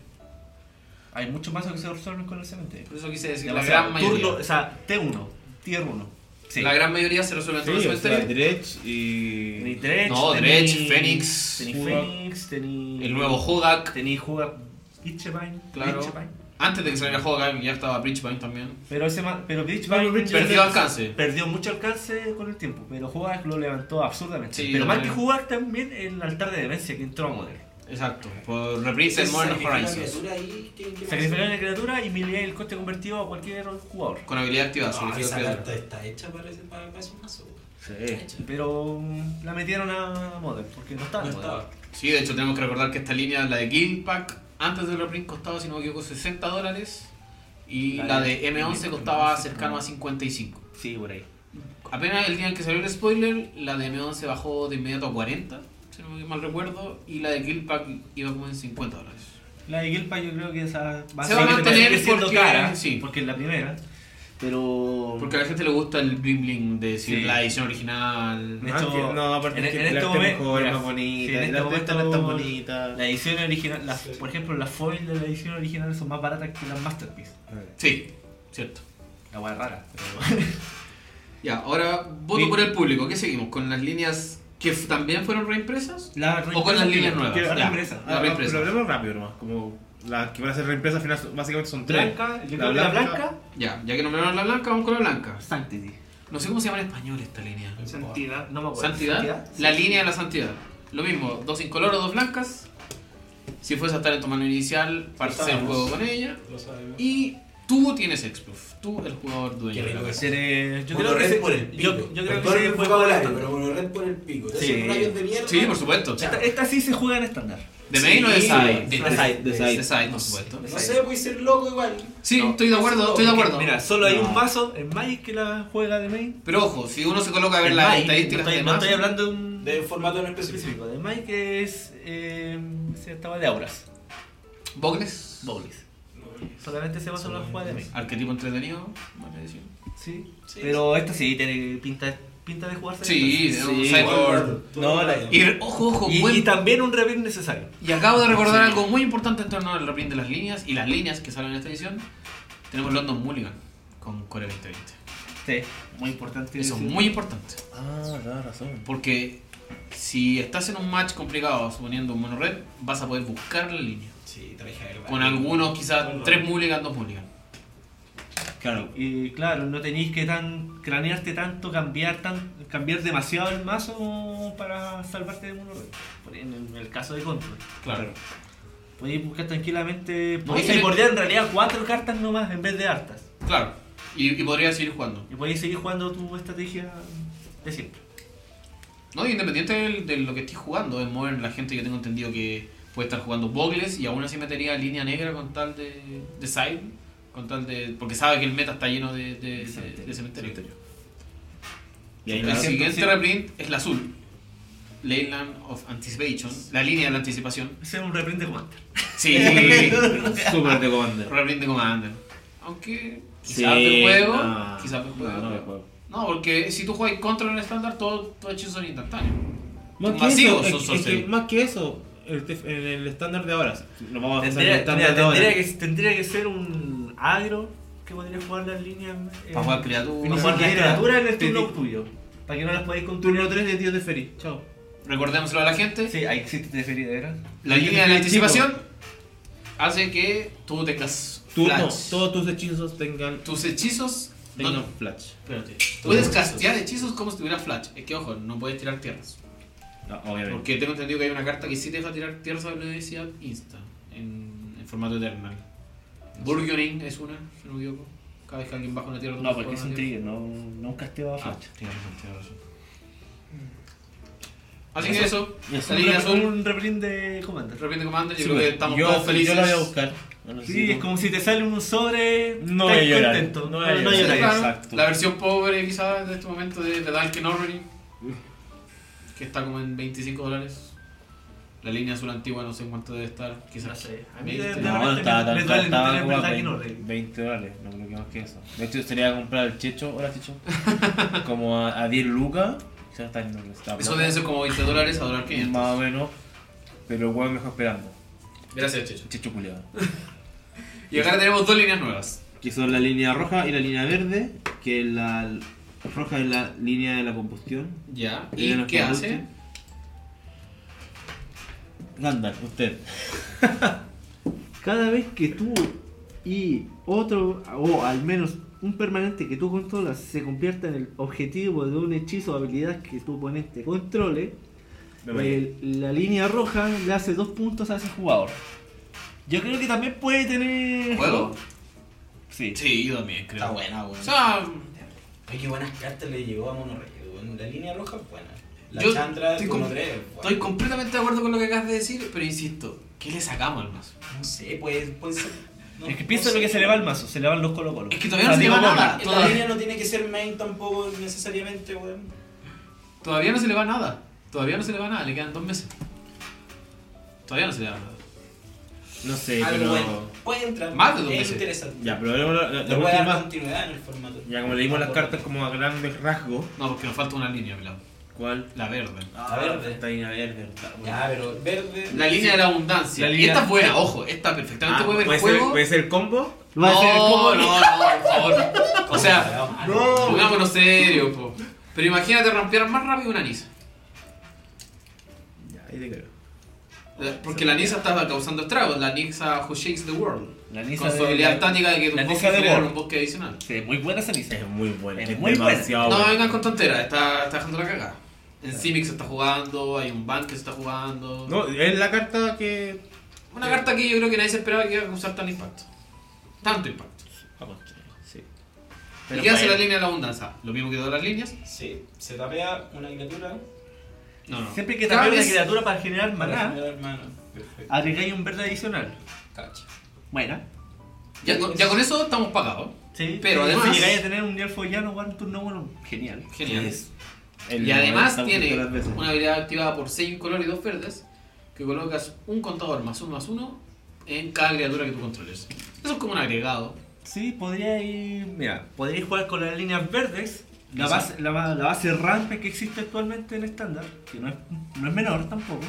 D: Hay muchos mazos que se resuelven con los cementerios.
C: Por eso quise decir la
D: Demasiado.
C: gran mayoría.
D: Turno- o sea, T1, Tier 1. Sí.
C: La gran mayoría se resuelve en torno
A: Sí,
C: al
A: o sea,
C: cementerio.
A: Dredge y.
D: Tení Dredge,
C: No,
D: tení-
C: Dredge, Fénix,
D: Tení
A: Hugak.
D: Fénix, tení.
C: El nuevo Hogak,
D: Tení Juga. Itchebine.
C: Claro.
D: Itchebine.
C: antes de que saliera Hogak, ya estaba Bridgevine también.
D: Pero ese ma- pero Bridgevine
C: Perdió alcance.
D: perdió mucho alcance con el tiempo, pero Jugac lo levantó absurdamente.
C: Sí,
D: pero más
C: también.
D: que Jugac también el altar de demencia que entró a Modern.
C: Exacto, por reprise en Modern Horizons.
D: Sacrificar una criatura y milea el coste convertido a cualquier jugador.
C: Con habilidad activada,
B: No,
C: sacrifica
B: Ah, esa
C: criatura.
B: carta está hecha para, ese- para, para ese mazo.
A: Sí.
B: Hecha.
D: Pero mm, la metieron a Modern, porque no estaba
B: No
D: en Modern.
B: estaba.
C: Sí, de hecho tenemos que recordar que esta línea, la de Guild Pack, antes del reprint costaba, si no me equivoco, 60 dólares. Y la de M11 costaba cercano a 55.
A: Sí, por ahí.
C: Apenas el día en que salió el spoiler, la de M11 bajó de inmediato a 40, si no me mal recuerdo, y la de Guild Pack iba como en 50 dólares.
D: La de Gilpa yo creo que esa va
C: Se va a mantener
D: seguir siendo
C: porque-
D: cara,
C: sí.
D: porque es la primera. Pero
C: Porque a la gente le gusta el bling bling de decir
D: Sí.
C: la edición original.
D: De hecho,
H: no, aparte
D: en-
H: es que
D: en
H: el
D: este
H: arte
D: momento-
H: mejor,
D: mira,
H: más bonita,
D: sí, en
H: el
D: este
H: arte
D: momento-
H: no es tan bonita.
D: la edición original, las- por ejemplo, las foil de la edición original son más baratas que las masterpiece.
C: Sí, cierto.
D: La guay rara.
C: Ya, ahora voto por el público. ¿Qué seguimos? ¿Con las líneas que f- también fueron reimpresas?
D: La
C: ¿O con las
D: reimpresa.
C: líneas nuevas?
D: Quiero-
C: Ya,
D: reimpresa.
A: Ah,
C: La reimpresa.
H: Lo hablemos rápido nomás, como las que van a ser reimpresas al final básicamente son tres.
D: Blanca, yo
H: La
D: creo que la
H: blanca.
D: blanca.
C: Ya, ya que nombraron la blanca, vamos con la blanca.
D: Sanctity.
C: No sé cómo se llama en español esta línea.
E: Santidad.
D: No me acuerdo.
C: ¿Santidad? La línea de la santidad. Lo mismo, dos incoloros, dos blancas. Si fuese a estar en tu mano inicial, partes el
B: Estamos.
C: juego con ella.
B: Lo sabemos.
C: Y tú tienes Exproof. Tú, el jugador dueño.
B: Qué
C: de la
B: rico
C: carta.
B: que sea.
D: Eh, Yo creo que
B: Monorred
D: se-
B: por el pico.
D: yo- yo creo que
J: Perdón
D: se
J: el
D: puede
J: vocabulario,
D: jugar
J: pero monorred por el pico. Esos
D: Sí.
J: rayos de mierda.
C: Sí, por supuesto.
J: Chao.
D: esta, esta sí se juega en estándar.
C: ¿De main o de
J: Sí,
C: side?
J: de
C: side.
J: side,
C: De
J: de
C: side,
J: side.
C: por supuesto.
J: No sé, puede ser loco igual.
C: Sí,
J: No,
C: estoy de acuerdo, estoy de acuerdo.
D: Mira, solo hay
J: No.
D: un mazo en Magic que la juega de main.
C: Pero ojo, si uno se coloca a ver
D: En
C: las
D: Magic,
C: estadísticas
D: no estoy,
C: de
D: no
C: mazo-
D: estoy hablando de un
B: De formato en específico.
D: específico. De Mike es. Eh, se estaba de auras.
C: Bogles,
D: Bowlis. Solamente se basa en la jugada de Mike.
C: arquetipo entretenido, buena edición.
D: Sí.
B: Sí,
D: Pero esta sí tiene pinta, pinta de jugarse.
C: Sí,
D: Entonces,
C: era un
D: sí.
C: cyborg.
B: No, la.
C: Y ojo, ojo,
D: Y,
C: buen-
D: y también un review necesario.
C: Y acabo de recordar algo muy importante en torno al reprint de las líneas y las líneas que salen en esta edición. Tenemos London Mulligan con Core 2020.
D: Sí. Muy importante.
C: Eso es
D: decir.
C: muy importante.
A: Ah, da razón.
C: Porque si estás en un match complicado, suponiendo un mono red, vas a poder buscar la línea.
B: Sí, traje algo.
C: Con algunos, quizás tres Mulligan, dos Mulligan.
A: Claro.
D: Y claro, no tenéis que tan cranearte tanto, cambiar tan cambiar demasiado el mazo para salvarte de uno. En el, en el caso de Control.
C: Claro.
D: Podéis buscar tranquilamente.
C: No,
D: Podéis
C: y-
D: cybordear en realidad cuatro cartas nomás en vez de hartas.
C: Claro. Y, y podría seguir jugando.
D: Y podéis seguir jugando tu estrategia de siempre.
C: No, y independiente del- de, lo que estés jugando, en Modern la gente yo tengo entendido que puede estar jugando Bogles y aún así metería línea negra con tal de, de side, con tal de... porque sabe que el meta está lleno de, de, de- de cementerio.
A: Y ahí
C: El
A: nada.
C: siguiente reprint es la azul. Leyland of Anticipation, la línea de la anticipación.
D: Ese es un reprint de Commander.
C: Sí,
H: Súper de Commander.
C: reprint de Commander. Aunque
A: Sí,
C: quizás del juego,
A: no.
C: quizás del juego.
A: No, no del juego.
C: No, porque si tú juegas contra el estándar, todos todo hechizos son instantáneos.
H: Más que,
C: Masivos
H: eso,
C: son
H: es- es que
C: sorcery.
H: más que eso, el tef- en el estándar de ahora, nos vamos a basar en el
D: Tendría,
H: estándar de
D: tendría-
H: ahora.
D: tendría que, tendría que ser un agro que podría jugar las líneas. eh,
C: Para jugar criaturas.
D: para jugar las criaturas en el
H: Te-
D: turno tuyo. Para que no las podáis con tu.
H: Turno 3 de Dios de Ferry, chao.
C: Recordémoslo a la gente.
D: Sí, ahí existe te referí, de veras.
C: La
H: Sí,
C: línea de la
H: sí, chico.
C: anticipación hace que tú tengas
H: Tú, no,
C: flash.
H: todos tus hechizos tengan,
C: Tus hechizos. No,
H: tengan
C: no.
H: flash.
B: Espérate.
C: Puedes castear hechizos como si tuviera flash. Es que ojo, no puedes tirar tierras.
A: No, obviamente.
C: Porque tengo entendido que hay una carta que sí te deja tirar tierras a velocidad insta. En, en formato eternal. Burgeoning es una, si no me equivoco. Cada vez que alguien baja una tierra, tú
D: No,
C: puedes
D: porque es un
C: jugar una tierra.
D: trigger, no, no un casteo a
C: Ah,
D: flash.
C: tienes razón, tienes razón. Así que eso, la línea
D: un,
C: azul,
D: un reprint de Commander.
C: repente Commander,
H: Sí,
C: yo creo que
H: pues,
C: estamos
H: yo,
C: todos felices.
H: Yo la voy a buscar. No
D: Sí,
H: necesito-
D: es como si te sale un sobre.
A: No
D: estás
A: voy a llorar,
D: contento.
A: no voy a
D: No, no
A: llorar.
C: Sí,
D: lloráis.
C: claro.
A: exacto.
C: La versión pobre quizás de este momento de, de Duncan Orrery, que está como en 25 dólares. La línea azul antigua no sé cuánto debe estar, quizás.
D: No sé, a mí
C: 20.
D: de- de-
A: No, no, estaba
D: Me
A: tan
D: duele, me
A: estaba
D: duele,
A: como a
D: verdad que no,
A: 20,
D: rey.
A: 20 dólares, no creo que más que eso. De hecho, sería comprar el checho, hola checho, como a, a 10 lucas. Ya está en dólares, está
C: Eso
A: plata.
C: debe ser como 20 dólares a dólar 500.
A: Más o menos, pero el weón me está esperando.
C: Gracias, Checho.
A: Checho culiado.
C: Y acá tenemos dos líneas nuevas.
H: que son la línea roja y la línea verde, que la roja es la línea de la combustión.
C: Ya.
H: Línea de
C: ¿Y
H: la
C: qué hace?
H: combustión. Gandalf, usted. Cada vez que tú y otro, o al menos un permanente que tú controlas, se convierta en el objetivo de un hechizo o habilidad que tu oponente controle,
A: Me
D: Eh,
A: mareé.
H: El- la línea roja le hace dos puntos a ese jugador.
D: Yo creo que también puede tener.
C: ¿Juego?
D: Sí.
C: Sí, yo también creo.
B: Está buena, weón.
C: O sea,
B: Ay, qué buenas cartas le llegó a Monorrey, weón. La línea roja es buena. La
C: Yo
B: chantra
C: estoy
B: turno
C: con-
B: tres,
C: estoy
B: weón.
C: completamente de acuerdo con lo que acabas de decir, pero insisto, ¿qué le sacamos al mazo?
B: No sé, pues. pues no-
D: Es que
B: no
D: piensa
B: sé.
D: lo que se le va al mazo, se le van los colo colo.
C: Es que todavía no se le va
D: Diego
C: nada.
B: La
C: Todavía,
B: línea no tiene que ser main tampoco necesariamente, weón.
C: todavía no se le va nada. Todavía no se le va nada, le quedan dos meses. Todavía no se le va nada.
A: No sé,
B: Algo
A: pero.
B: bueno. Puede entrar.
C: Más de dos
B: es
C: meses.
B: interesante.
A: Ya, pero veremos la, la- la
B: Le voy a dar
A: última.
B: continuidad en el formato.
A: Ya, como leímos las cartas como a grandes rasgos.
C: No, porque nos falta una línea, pelado.
A: ¿Cuál?
C: La verde.
B: La verde.
A: Está ahí, a ver, está bueno.
B: Ya, pero verde.
C: La línea de la abundancia.
A: La
C: Y
A: línea-
C: esta es buena, ojo, esta perfectamente
A: Ah,
C: puede ver
A: ¿puede,
C: el
A: ser,
C: juego.
A: ¿Puede ser combo?
C: No,
H: a ser
C: no, no, por favor. O sea,
B: no.
C: pongámonos serio, po. Pero imagínate rampear más rápido una Nisa.
A: Ya, ahí te creo.
C: La- Porque la Nisa estaba causando estragos, la Nisa who shakes the world.
D: La Nisa
C: con su
D: de-
C: habilidad táctica de que
D: la
C: tus
D: Nisa
C: bosques
D: de
C: generan
D: World.
C: un bosque adicional.
D: Sí, muy buena esa lista.
A: Es muy bueno.
D: Es
A: Es,
D: muy buena.
A: demasiado
C: No
A: Ah, bueno.
C: vengan con tonteras, está, está dejando la cagada. En Simic se está jugando, hay un Ban que se está jugando.
A: No, es la carta que.
C: Una carta que yo creo que nadie se esperaba que iba a causar tanto impacto. Tanto impacto.
A: Sí.
C: ¿Y
A: Pero
C: qué hace
A: bueno.
C: la línea de la abundancia? Lo mismo que todas las líneas.
B: Sí, se tapea una criatura.
C: No, no.
D: Siempre que
C: Cada
D: también una
C: vez-
D: criatura para generar
B: Para
D: maná,
B: generar hermano. Perfecto.
D: agregáis un verde adicional.
B: Cacha.
D: Buena.
C: Ya, con- ya con eso estamos pagados.
D: Sí.
C: Pero
D: Y
C: además-
D: Si llegáis a tener un elfo llano, one turno bueno, genial.
C: Genial.
A: Es el
C: Y además
A: 90% de
C: tiene
A: las veces.
C: una habilidad activada por 6 colores y 2 verdes que colocas un contador más 1 más 1 en cada criatura que tú controles. Eso es como un agregado.
D: Sí, podríais. Mira, podríais jugar con las líneas verdes. La
C: Sí.
D: base, la, ba- la base rampe que existe actualmente en estándar, que no es, no es menor tampoco,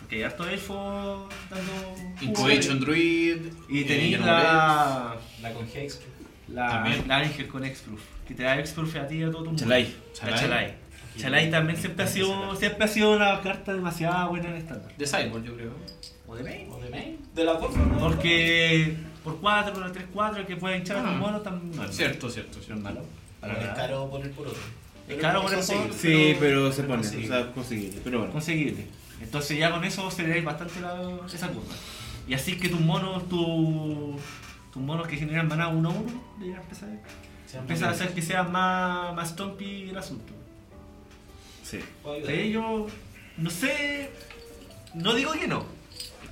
D: porque hay harto elfo dando.
C: Incohecho en Druid.
D: Y
C: eh,
D: tenéis
C: Yellow
D: la,
B: La con Hex.
D: la,
C: También.
D: la Ángel con Exproof, que te da Exproof a ti y a todo tu mundo.
A: Chalai.
D: La Chalai. Chalai también siempre ha, sido, siempre ha sido una carta demasiado buena en estándar.
C: Red, De Cyborg, yo creo.
D: O de main.
B: O de main. De las dos formas.
D: Porque por 4, por 3, 4, que puede hinchar
C: Ah.
D: un mono también. no es
C: Cierto, cierto, cierto.
D: malo.
B: Para es caro poner por otro.
D: Es caro poner por otro.
A: Sí, pero se pone. O
B: Sí.
A: sea, conseguible. Pero bueno.
D: conseguible. Entonces ya con eso aceleráis bastante la, esa curva. Y así que tus monos, tu- tus monos que generan maná 1 a 1, ya empieza, empieza a hacer que sea más, más stompy el asunto.
A: Sí.
D: Sí, yo no sé, no digo que no.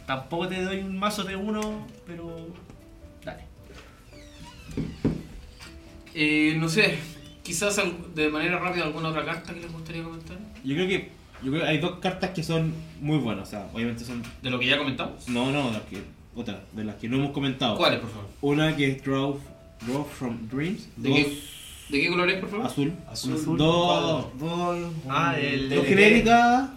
D: Tampoco te doy un mazo de uno, pero dale.
C: Eh, no sé, quizás al- de manera rápida alguna otra carta que les gustaría comentar.
A: Yo creo que. Yo creo que hay dos cartas que son muy buenas. O sea, obviamente son.
C: De lo que ya comentamos.
A: No, no, las que. Otras, de las que no hemos comentado.
C: ¿Cuáles, por favor?
A: Una que es Draw, Draw from Dreams.
C: ¿De
A: dos
C: qué, ¿De qué color es, por favor?
A: azul.
B: Azul.
A: Dos. Dos.
D: Ah, el
A: dos
B: DDT.
A: genérica.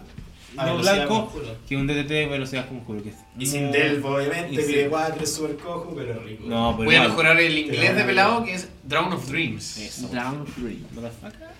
B: A
A: Dos
B: velocidad
A: blanco.
B: conjuro.
A: Que un DTT de velocidad conjuro. Que es
B: Y
A: muy-
B: sin Delph, obviamente,
A: Y
B: pide
A: sin-
B: 4, es súper cojo, pero rico.
A: No, pero.
C: Voy a
A: igual.
C: mejorar el inglés
B: Pero-
C: de pelado que es Drown of Dreams.
A: Eso.
D: Down 3.
A: Motherfucker.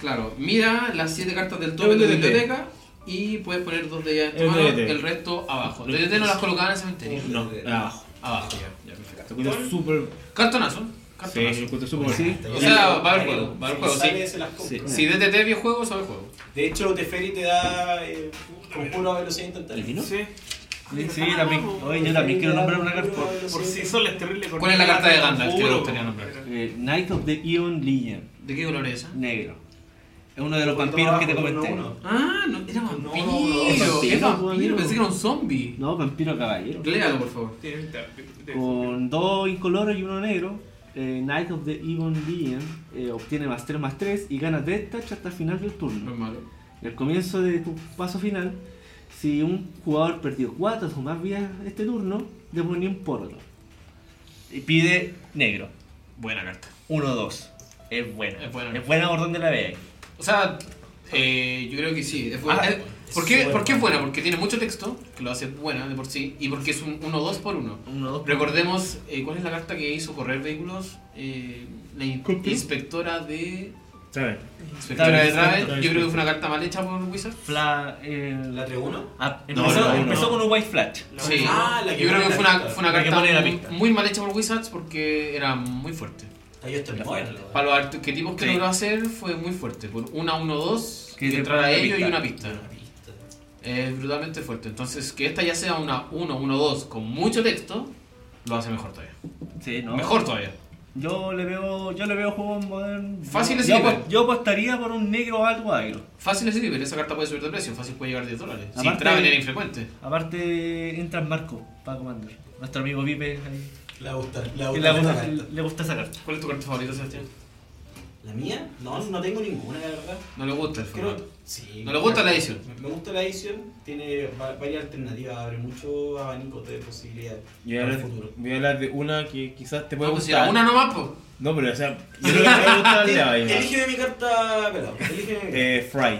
C: Claro, mira las 7 cartas del tope
A: Es un
C: de tu
A: DDT.
C: biblioteca y puedes poner dos de ellas en tu
A: Es un
C: mano,
A: DDT.
C: el resto abajo. DDT no las colocaban en el cementerio.
A: No, abajo.
C: Abajo, ya, ya, perfecto.
A: Se encuentra súper.
C: Cartonazo,
A: Sí, se
C: cartonazo.
A: encuentra súper. Sí.
C: O sea, va a haber juego, va a haber
B: Si
C: juego,
B: sale,
C: sí.
B: se las compra.
A: Sí.
C: Si DDT vio juego, sabe juego.
B: De hecho, Teferi te da eh, conjuro a velocidad instantánea.
A: ¿Y no?
E: Sí.
D: Sí, también, oye, yo también quiero nombrar una carta.
B: Conjuro a
E: Por
B: velocidad
E: sí sola es terrible.
C: ¿Cuál es la carta de Gandalf que
E: Puro.
C: me gustaría nombrar?
D: Eh, Knight of the Eon Legion,
C: ¿De qué color es esa?
D: negro. Es uno de los
B: Por
D: vampiros que te
B: trabajo,
D: comenté.
B: uno a uno.
C: Ah, no, era
B: No,
C: vampiro.
B: no,
C: es
D: no,
C: vampiro,
D: vampiro, amigo.
C: pensé que era un zombie.
D: No, vampiro caballero.
C: Léalo, por favor.
E: Tiene pinta- pinta- pinta-
D: Con dos incoloros y uno negro, eh, Knight of the Evil Legion eh, obtiene más 3 más 3 y gana Death hasta el final del
C: No es
D: turno.
C: malo.
D: En el comienzo de tu paso final, si un jugador perdió 4 o más vidas este turno, deponía un porro. Y pide negro,
C: Buena carta.
D: 1-2. Es buena.
C: Es buena.
D: por donde la veáis.
C: O sea, eh, yo creo que sí. Es buena.
D: Ah,
C: Eh, ¿Por,
B: es
C: qué,
B: súper
C: ¿Por qué es
B: buena.
C: buena? Porque tiene mucho texto, que lo hace buena de por sí, y porque es un 1-2 por 1.
D: 1-2.
C: Recordemos, eh, ¿cuál es la carta que hizo correr vehículos? Eh, la in-
A: Cookie.
C: inspectora de.
A: ¿Sabes?
C: Inspectora de
A: Inspectora.
C: Raven. Yo creo que fue una carta mal hecha por Wizard.
D: Fla, eh,
B: ¿La 3-1?
D: ah,
A: No, no, no,
E: no.
D: un white flash.
E: La
C: Sí,
B: Ah, la que
C: yo creo
B: pone
C: que
B: la
C: fue una,
B: pista.
C: fue una
D: La que
C: carta
D: pone la
C: muy-
D: pista.
C: muy mal hecha por Wizards porque era muy fuerte.
B: Ah, yo estoy
D: La
B: muerto.
C: Para los arquetipos que
D: Sí.
C: logró hacer fue muy fuerte. Por una 1-2,
D: Que
C: que
D: te
C: entrara a
D: pone la
C: ellos y
D: pista.
C: una pista.
B: Una pista.
C: es brutalmente fuerte. Entonces, que esta ya sea una 1, 1, 2 con mucho texto, lo hace mejor todavía.
D: Sí, no.
C: Mejor todavía.
D: Yo le veo, yo le veo juego moderno.
C: Fácil
D: yo,
C: es
D: yo,
C: libre.
D: apo- yo apostaría por un negro algo agro.
C: Fácil es libre, esa carta puede subir de precio, fácil puede llegar a 10 dólares. Sin
D: Aparte-
C: traer era infrecuente.
D: Aparte, entra en Marco para Commander. Nuestro amigo Vipe ahí.
J: La gusta, la
D: Que
J: gusta.
D: le,
J: La,
D: gusta- le gusta esa carta.
C: ¿Cuál es tu carta favorita, Sebastián?
B: ¿La mía? No, no tengo ninguna, la verdad.
C: No le gusta el
B: Creo-
C: formato.
B: sí.
C: No le gusta la edición.
B: Me- Me gusta la edición, tiene va- varias alternativas, abre mucho abanico de posibilidades
A: Voy a,
B: para
A: hablar,
B: el futuro.
A: voy a hablar de una que quizás te puede
C: No, pues si
A: gustar.
C: era una nomás, po.
A: No, pero o sea, yo creo que te puede gustar de ahí.
B: Elige de mi carta, pelado. Elige de mi carta.
A: Eh, Fry,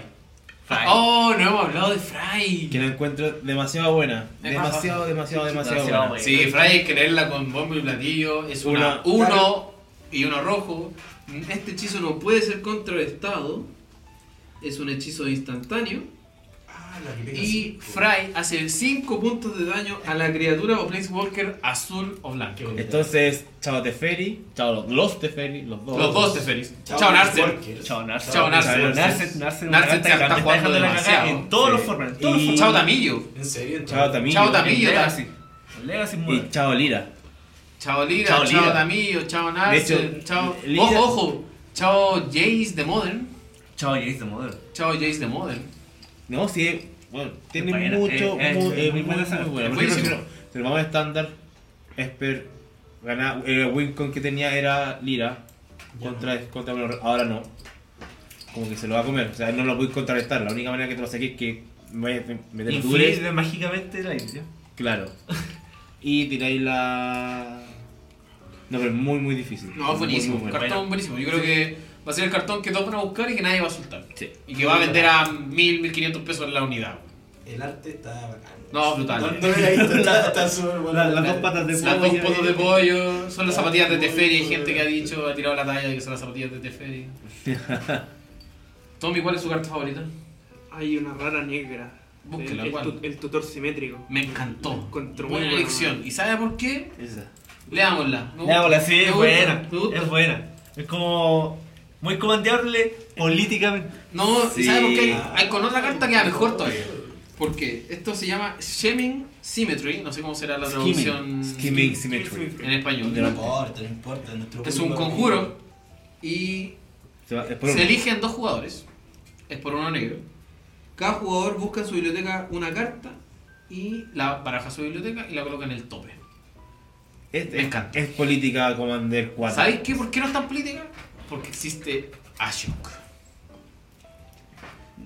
C: Oh, no hemos hablado de Fry.
A: que la encuentro demasiado buena.
C: Es
A: Demasiado, demasiado, demasiado
G: Demasiado
A: buena.
C: Sí, Fry hay que leerla con bombo y platillo. Es una
A: Una-
C: 1 y uno rojo. Este hechizo no puede ser contrarrestado. Es un hechizo instantáneo.
B: Ah, la que pega
C: Y
B: cinco.
C: Fry hace 5 puntos de daño a la criatura o Planeswalker azul o
B: Qué
C: blanco.
B: bonita.
A: Entonces, chao Teferi, chao los, los Teferi, los dos.
C: Los dos Teferis. Chao Narsen.
B: Walker.
D: Chao, Narset.
C: Chao,
A: Narset.
D: Narset, Narset,
C: Narset
D: una carta
C: se
D: que la
C: está
D: está
C: jugando
D: dejando la cagada
C: demasiado.
D: En todos los
A: Sí.
D: formats, en todos
A: Y-
D: los
C: Chao Tamillo.
B: ¿En serio?
A: Chao Tamillo.
C: Chao
D: formats.
C: Tamillo.
D: Legacy. Legacy
A: Y
D: muere.
A: chao Lira.
C: Chao Lira,
A: Chao
C: chao,
A: Lira.
C: Tamillo, chao
A: De
C: Narsen,
A: hecho,
C: chao...
A: Lira-
C: Ojo, ojo, chao Jace de Modern,
D: Chao, Jace de Modern.
C: chao Jace de Modern.
A: No, sí, bueno, tiene
D: buena,
A: mucho,
D: eh, eh,
A: mu-
D: es
A: eh,
D: muy
A: muy,
D: buena esa.
A: muy buena.
C: Es
A: Por ejemplo,
C: buenísimo.
A: si no- si nos vamos a estándar, Esper, gana, el Wincon que tenía era Lira,
B: Ya
A: contra, contra bueno, ahora no. Como que se lo va a comer, o sea, no lo voy a contrarrestar, la única manera que te lo saqué es que me, me, me
D: Infeliz
A: descubres.
D: de mágicamente la India.
A: Claro. Y tiráis la... No, pero es muy, muy difícil.
C: No, es buenísimo,
A: Muy, muy bueno.
C: cartón buenísimo. Yo creo que va a ser el cartón que todos van a buscar y que nadie va a soltar.
A: Sí.
C: Y que va a vender a 1000, 1500 pesos la unidad.
B: El arte está bacán.
C: No, brutal.
B: No, no lo había visto, está, está súper bueno.
H: Las, las dos patas de
C: Las dos potos de pollo, son las
B: Ah,
C: zapatillas de
B: muy
C: Teferi. Hay
B: bueno.
C: gente que ha dicho, ha tirado la talla de que son las zapatillas de Teferi. Tommy, ¿cuál es su carta favorita?
E: Hay una rara negra.
C: Búsquela,
E: el, el,
C: ¿cuál?
E: tu- el tutor simétrico.
C: Me encantó.
E: Control.
C: Buena elección. ¿Y sabe por qué?
A: Esa.
C: Leámosla. Me gusta.
D: Leámosla, sí,
C: Me
D: es
C: gusta,
D: buena.
C: me gusta.
D: Es buena. Es como. Muy comandeable políticamente.
C: No, ¿y ¿sabes por qué?
B: Ah.
C: Hay con otra carta queda mejor todavía. Porque esto se llama Sheming Symmetry, no sé cómo será la traducción
A: Skimming. Skimming Symmetry.
C: en español.
B: No importa, no importa. nuestro
C: Es un
B: público-
C: conjuro y
A: Se va- es por
C: se
A: uno.
C: eligen dos jugadores. Es por uno negro. Cada jugador busca en su biblioteca una carta y la baraja su biblioteca y la coloca en el tope.
A: Es,
C: Me encanta.
A: es política Commander 4.
C: ¿Sabéis qué? ¿Por qué no es tan política? Porque existe Ashok.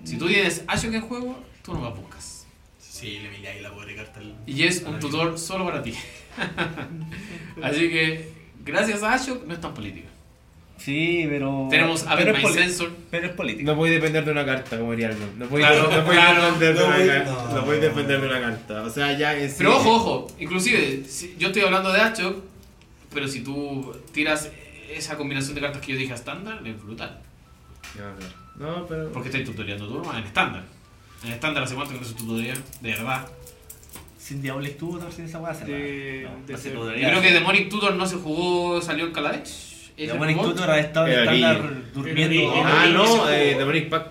C: Si tú tienes Ashok en juego, tú no la buscas.
B: Sí, le miré ahí la pobre carta. al-
C: Y es
B: al
C: un
B: amigo.
C: tutor solo para ti. Así que, gracias a Ashok, no es tan política.
D: Sí, pero.
C: Tenemos a
D: pero
C: ver
D: es
C: My
D: poli-
C: Sensor.
D: Pero es política.
A: No podéis depender de una carta, como diría alguien. No podéis
C: Claro,
A: no podéis
C: claro.
A: depender de
B: No
A: una
B: podéis-
A: carta.
B: no.
A: No podéis depender de una carta. O sea, ya es.
C: Pero ojo, ojo, inclusive, si- yo estoy hablando de Ashok, pero si tú tiras esa combinación de cartas que yo dije a estándar, es brutal.
A: No, pero.
C: Porque estoy tutoreando tú nomás en estándar. En estándar hace cuánto que no se tutorea, de verdad.
D: Sin Diablo estuvo sin esa guasa.
E: De-
D: no,
E: de
D: no se
E: ser-
C: Yo
D: podría.
C: creo que Demonic Tutor no se jugó, salió en Kaladesh.
D: La
C: Agent
D: buena
C: Bolt.
D: Tutor ha estado en
A: El
D: estándar
A: origen.
D: durmiendo.
B: El origen.
A: Ah, no,
B: ese
A: eh,
B: juego.
A: Demonic Pack.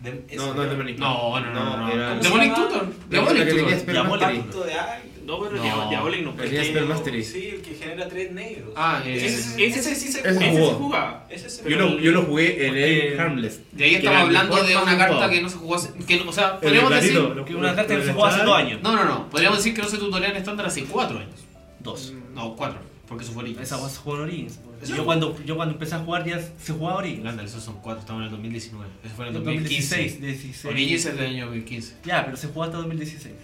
B: De- es-
A: No, no es Demonic Pack.
C: No, no, no, no.
A: era-
C: no.
B: ¿Cómo
C: Demonic
B: se llama?
C: Tutor.
A: La
C: Demonic
A: que tenía
C: Tutor.
A: Spell
B: Un
A: Mastery.
B: pacto de ay,
E: No, pero
C: No.
E: Dia- Diabolic no puede.
A: Tenía
E: ser.
A: Spell Mastery.
B: Sí, el que genera tres negros.
C: Ah, eh,
E: Ese-
B: ese, ese sí se
A: ese
E: Ese
A: jugó.
E: se jugaba.
B: Ese se
A: Yo lo, yo lo jugué en
E: Porque-
A: el Harmless.
C: De ahí
A: Que
C: estamos
A: era el
C: hablando
A: mejor
C: de una
A: mazo
C: carta
A: jugado.
C: que no se jugó hace. Que, no- o sea,
A: El
C: podríamos decir.
A: platito, lo-
D: Que una
A: lo-
D: carta que
A: lo-
D: se jugó hace
A: lo-
D: dos años.
C: No, no, no. Podríamos decir que no se tutorea en estándar hace 4 años.
D: Dos.
E: Mm,
C: No, 4. Porque eso fue Origins.
D: Esa guasa jugó en Origins. Yo cuando, yo cuando empecé a jugar ya se jugaba Origins.
C: Irlanda, esos son 4. Estamos en el 2019. Eso fue en el 2015.
D: 2016. 16.
C: Origins es del año 2015.
D: Ya, pero se jugó hasta 2016.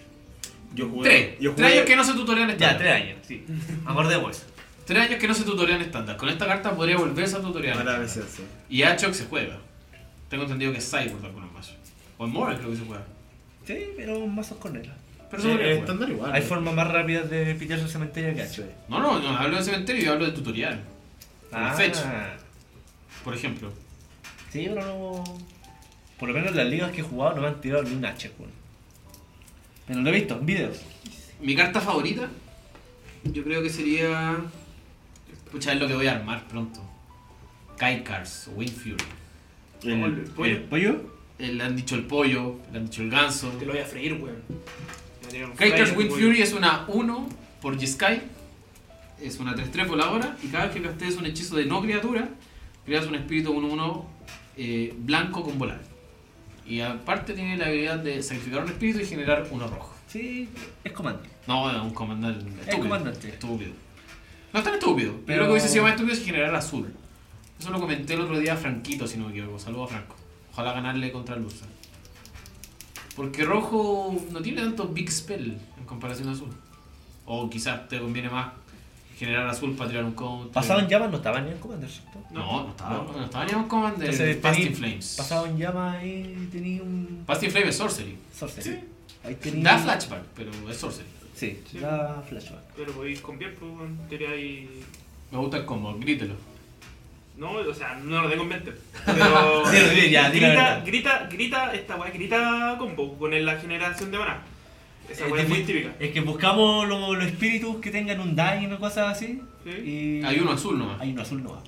A: Yo jugué.
C: Tres.
A: Yo
C: Tres años
A: jugué.
C: que no se tutorea en estándar.
D: Ya, tres años, sí. Acordemos eso.
C: Tres años que no se tutorea en estándar. Con esta carta podría volverse a tutorear.
A: Ahora a veces sí.
C: Y Ashok se juega. Tengo entendido que es Cyborg de algunos mazos. O en Moral creo que se juega.
D: Sí, pero mazos con él.
C: Pero se
A: Sí,
C: podría
A: es
C: jugar.
A: estándar igual.
D: Hay
A: ¿no?
D: formas más rápidas de pitear el cementerio que H.
C: No, no, no hablo de cementerio, yo hablo de tutorial. Ah. Fetch, por ejemplo.
D: Sí, pero no. Por lo menos las ligas que he jugado no me han tirado ni un H, weón. Pero lo he visto en videos.
C: Mi carta favorita, yo creo que sería. Pucha, es lo que voy a armar pronto. Kaikars, Wind Fury.
A: ¿El,
E: ¿Pollo?
A: el pollo?
C: eh, le han dicho el pollo, le han dicho el ganso.
E: Te lo voy a freír, weón. Me tiraron
C: Craters
E: fry,
C: with
E: weón.
C: Fury es una 1 por G-Sky. Es una 3-3 voladora. Y cada vez que castees un hechizo de no criatura, creas un espíritu 1-1 eh, blanco con volar. Y aparte tiene la habilidad de sacrificar un espíritu y generar uno rojo.
D: Sí, es comando.
C: No, es un comandante estúpido.
D: comandante.
C: Estúpido. No es tan estúpido. Pero
D: Pero-
C: lo que hubiese sido más estúpido es generar azul. Eso lo comenté el otro día a Franquito, si no me equivoco. Saludos a Franco. Ojalá ganarle contra Lusa. Porque rojo no tiene tanto big spell en comparación a azul. O quizás te conviene más generar azul para tirar un counter.
D: Pasaban llamas, no estaban ni en commander, ¿cierto?
C: No, no estaba, no, estaba ni un commander.
D: Entonces,
C: Past
D: tení-
C: in Flames.
D: Pasaban llamas y tenía un.
C: Past in Flames es sorcery.
D: Sorcery. Ahí tenía.
C: Da flashback, pero es sorcery.
D: Sí,
E: Sí.
D: da flashback.
E: Pero podéis cambiar, pues, weón. Tiré ahí.
C: Me gusta el combo, grítelo.
E: No, o sea, no lo tengo en mente. Pero.
D: Dilo, dilo, ya, dilo la
E: grita,
D: verdad.
E: grita, grita, esta weá, grita combo con la generación de maná. Esa
D: Eh,
E: weá es muy típica.
D: Es que buscamos lo- los espíritus que tengan un daño o cosas así.
E: ¿sí?
D: Y
C: Hay uno azul nomás.
D: Hay uno azul no va.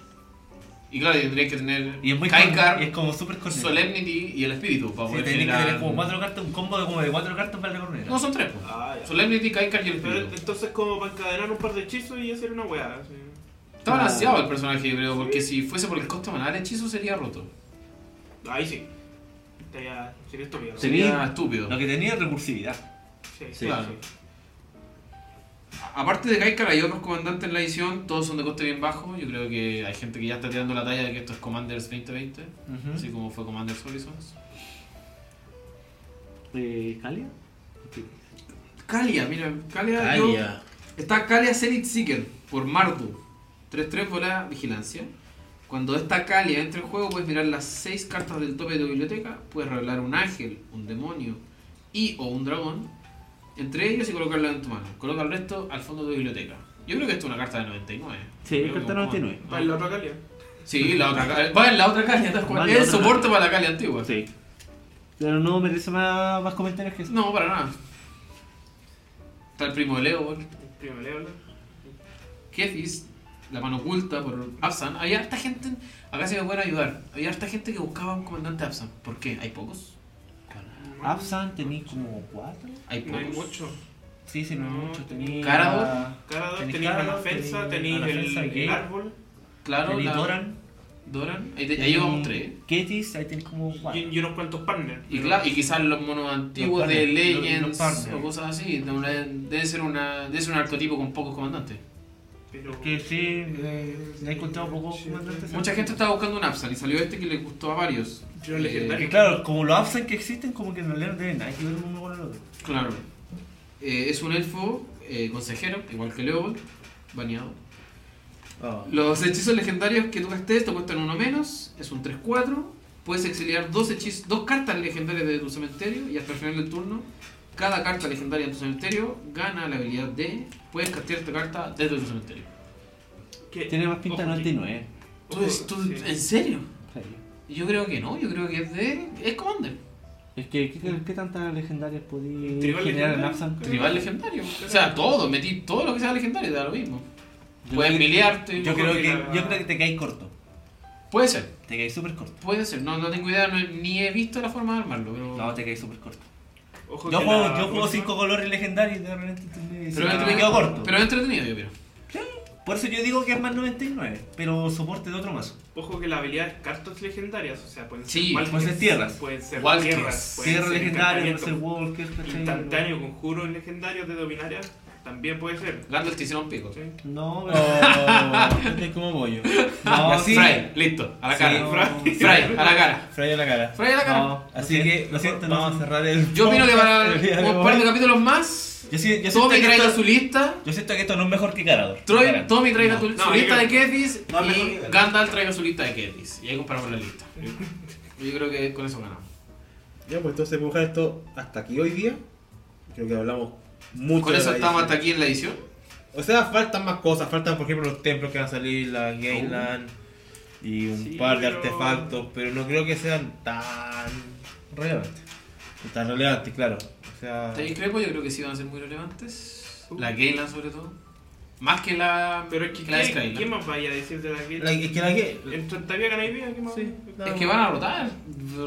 C: Y claro, tendrías que tener
D: Y es muy
C: Kaikar,
D: cor- y es como super corneta.
C: Solemnity y el espíritu para
D: Sí,
C: poder
D: tenés que
C: generar-
D: tener como cuatro cartas, un combo de como de cuatro cartas para la corneta.
C: No, son tres. pues.
E: Ah, ya.
C: Solemnity, Kaikar y el
E: Pero
C: espíritu.
E: entonces, como para encadenar un par de hechizos y hacer una weá. así.
C: Está balanceado el personaje, yo creo, porque si fuese por el costo manual, el hechizo sería roto.
E: Ahí sí. Estaría, sería estúpido. ¿no?
A: Sí.
C: Sería estúpido.
D: Lo que tenía es recursividad.
E: Sí,
A: Sí.
E: claro.
C: Claro. Aparte de Kaikar, hay otros comandantes en la edición, todos son de coste bien bajo. Yo creo que hay gente que ya está tirando la talla de que esto es Commanders 2020,
D: ¿Mm?
C: así como fue Commanders Horizons.
A: Eh, ¿Calia?
C: Calia, mira, Calia,
A: Ah,
C: yo-
K: Calia.
C: Está Kalia Zenith Seeker por Mardu. 3-3 bola vigilancia. Cuando esta Kalia entra en juego, puedes mirar las 6 cartas del tope de tu biblioteca. Puedes revelar un ángel, un demonio y o un dragón entre ellos y colocarla en tu mano. Coloca el resto al fondo de tu biblioteca. Yo creo que esto es una carta de 99.
A: Sí,
C: Creo que
A: carta
C: como-
A: 99.
E: Para la otra calia.
C: Sí, la otra Kalia. Va en la otra Kalia, tal cual.
A: Va en la
C: Es
A: otra
C: soporte para la Kalia antigua.
A: Sí.
D: Pero no merece más, más comentarios que eso.
C: No, para nada. Está el primo de Leo, bol.
E: Primero le habla.
C: Kefis, la mano oculta por Absan, había harta gente, acá se me pueden ayudar, había harta gente que buscaba un comandante Absan. ¿Por qué? ¿Hay pocos?
D: Absan tenía como cuatro.
C: Hay
E: No
C: pocos.
D: pues,
E: hay mucho.
D: Sí, sí, no,
E: No,
D: mucho.
E: tenía-
D: Tenía.
C: Carador.
E: Cada dos
D: Tenés
E: tenéis
D: cada
E: la
D: dos,
E: ofensa,
D: tenés
E: tenéis el,
D: Anafensa,
E: el
D: Gale.
E: árbol.
C: Claro,
D: tenía
C: la-
D: Doran.
C: Doran. Ahí, te- ahí llevamos tres.
D: Ketis, ahí tenés como cuatro.
E: Y, y unos cuantos partners.
C: Y, cla- y quizás los monos antiguos
D: Los
C: de
D: partners, los-
C: Legends
D: los partners.
C: o cosas así. de una- Debe ser, una, debe ser un arquetipo con pocos comandantes.
E: Pero,
D: Que sí, eh, le he encontrado poco comandantes.
C: Mucha gente estaba buscando un Absan y salió este que le gustó a varios. Eh,
E: Yo legendario.
D: Que claro, como los Absan que existen, como que en realidad no tienen nada que ver uno con el otro.
C: Claro. Eh, es un elfo eh, consejero, igual que Leopold, baneado.
K: Oh.
C: Los hechizos legendarios que tú gastes te cuestan uno menos, es un 3-4. Puedes exiliar dos, hechizos, dos cartas legendarias de tu cementerio y hasta el final del turno, cada carta legendaria de tu cementerio gana la habilidad de. Puedes castear esta carta desde tu cementerio.
A: Eh,
E: que-
D: Tiene más pinta de
E: ojo,
D: 99.
E: ojo,
C: ¿Tú, es- tú-
E: sí.
C: ¿En serio?
A: Sí.
C: Yo creo que no, yo creo que es de. Es Commander.
A: Es que, ¿qué, qué, qué tantas legendarias podí
E: Tribal
A: generar en
E: legendario.
A: Absan?
C: Tribal legendario. O sea, todo, metí todo lo que sea legendario, da lo mismo.
D: Yo
C: Puedes
D: creo que-
C: miliarte.
D: Yo creo que,
E: la-
D: yo creo que te caes corto.
C: Puede ser,
D: Te caes súper corto.
C: puede ser. No, no tengo idea, no he- ni he visto la forma de armarlo, pero.
D: No, te caes súper corto.
E: Ojo
D: Yo
E: que
D: juego,
E: la
D: yo juego
E: próxima-
D: cinco colores legendarios y de repente me,
C: pero, este
D: se
C: entre-
D: me quedo corto.
C: pero es entretenido, yo creo.
D: Por eso yo digo que es más 99, pero soporte de otro mazo.
E: Ojo que la habilidad es cartas legendarias, o sea, pueden
C: Sí,
E: ser walkers,
D: pueden ser tierras.
E: Pueden ser
C: Walkers,
E: tierras, pueden
D: Cierre
E: ser
D: legendario, puede ser
E: encantamientos.
D: Walker, ¿cachai?
E: Instantáneo, conjuros legendarios de dominaria, también puede ser.
C: Gandalf te hicieron pico.
E: ¿sí?
D: No, pero.
A: Es como bollo.
D: No, sí.
C: Fry, listo, a la cara.
D: no.
C: Fry, Fry, a la cara.
A: Fray a la cara.
C: Fry, a la cara.
D: No,
A: Así que
D: lo siento, no.
A: vamos a cerrar el.
C: Yo opino que para
A: el día de
C: un
A: hoy.
C: par de capítulos más,
D: Yo, sí, yo, siento
C: Tommy
D: que
C: traiga
D: esto,
C: su lista.
D: yo siento que esto no es mejor que Carador.
C: Troy, Tommy traiga su,
E: No,
C: su
E: yo
C: lista de
E: creo-
C: Kedis
B: No, mejor
C: y
B: que-
C: Gandalf traiga su lista de Kedis. Y ahí comparamos la lista. Yo creo que con eso ganamos.
A: Ya, pues entonces vamos a dejar esto hasta aquí hoy día. Creo que hablamos mucho.
C: Con
A: de
C: eso
A: la edición.
C: estamos hasta aquí en la edición.
A: O sea, faltan más cosas. Faltan, por ejemplo, los templos que van a salir, la Gameland y un
E: Sí,
A: par de
E: pero-
A: artefactos. Pero no creo que sean tan relevantes. Tan relevantes, claro. Uh. O sea,
C: Te discrepo, yo creo que sí van a ser muy relevantes. La Gaylan sobre todo. Más que la.
E: Pero es que,
C: la
E: ¿qué,
C: Skyline.
E: ¿qué más vaya a decir de la
H: La-
E: Grid?
H: es que la que.
E: ¿En Santa Vía ganáis vida? ¿Qué más?
A: Sí.
C: Es que van a rotar.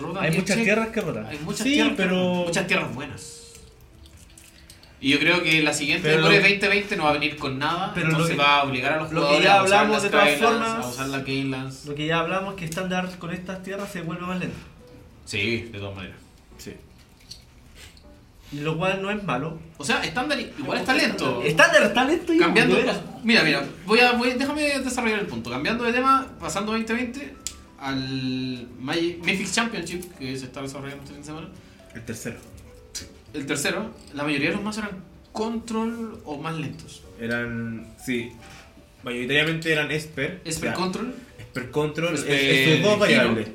C: rotan
G: Hay
C: diez
G: muchas
C: cheques.
G: tierras que rotar.
C: Hay muchas
A: Sí,
C: tierras,
A: pero-
C: muchas tierras buenas. Y yo creo que la siguiente
A: Pero
C: por el
A: lo-
C: 2020 no va a venir con nada,
D: Pero
C: entonces
D: lo que-
C: va a obligar a los
D: lo que
C: jugadores
D: ya
C: a usar
D: hablamos
C: las
D: de todas
C: Skylands,
D: formas-
C: a usar las Gainlands.
D: Lo que ya hablamos que estándar con estas tierras se vuelve más lento.
C: Sí, de todas maneras.
D: Lo cual no es malo.
C: O sea, estándar igual está lento.
D: Estándar está lento y
C: Cambiando.
D: de veras.
C: Mira, mira, voy a, voy- déjame desarrollar el punto. Cambiando de tema, pasando 2020 al Magic, Mythic Championship, que se está desarrollando este fin de semana.
A: El tercero.
C: El tercero, la mayoría de los mazos eran control o más lentos.
A: Eran. Sí. Mayoritariamente eran Esper.
C: Esper
A: o sea,
C: Control
A: Esper Control.
C: Esper
A: es- es sus dos
C: Hero.
A: variables.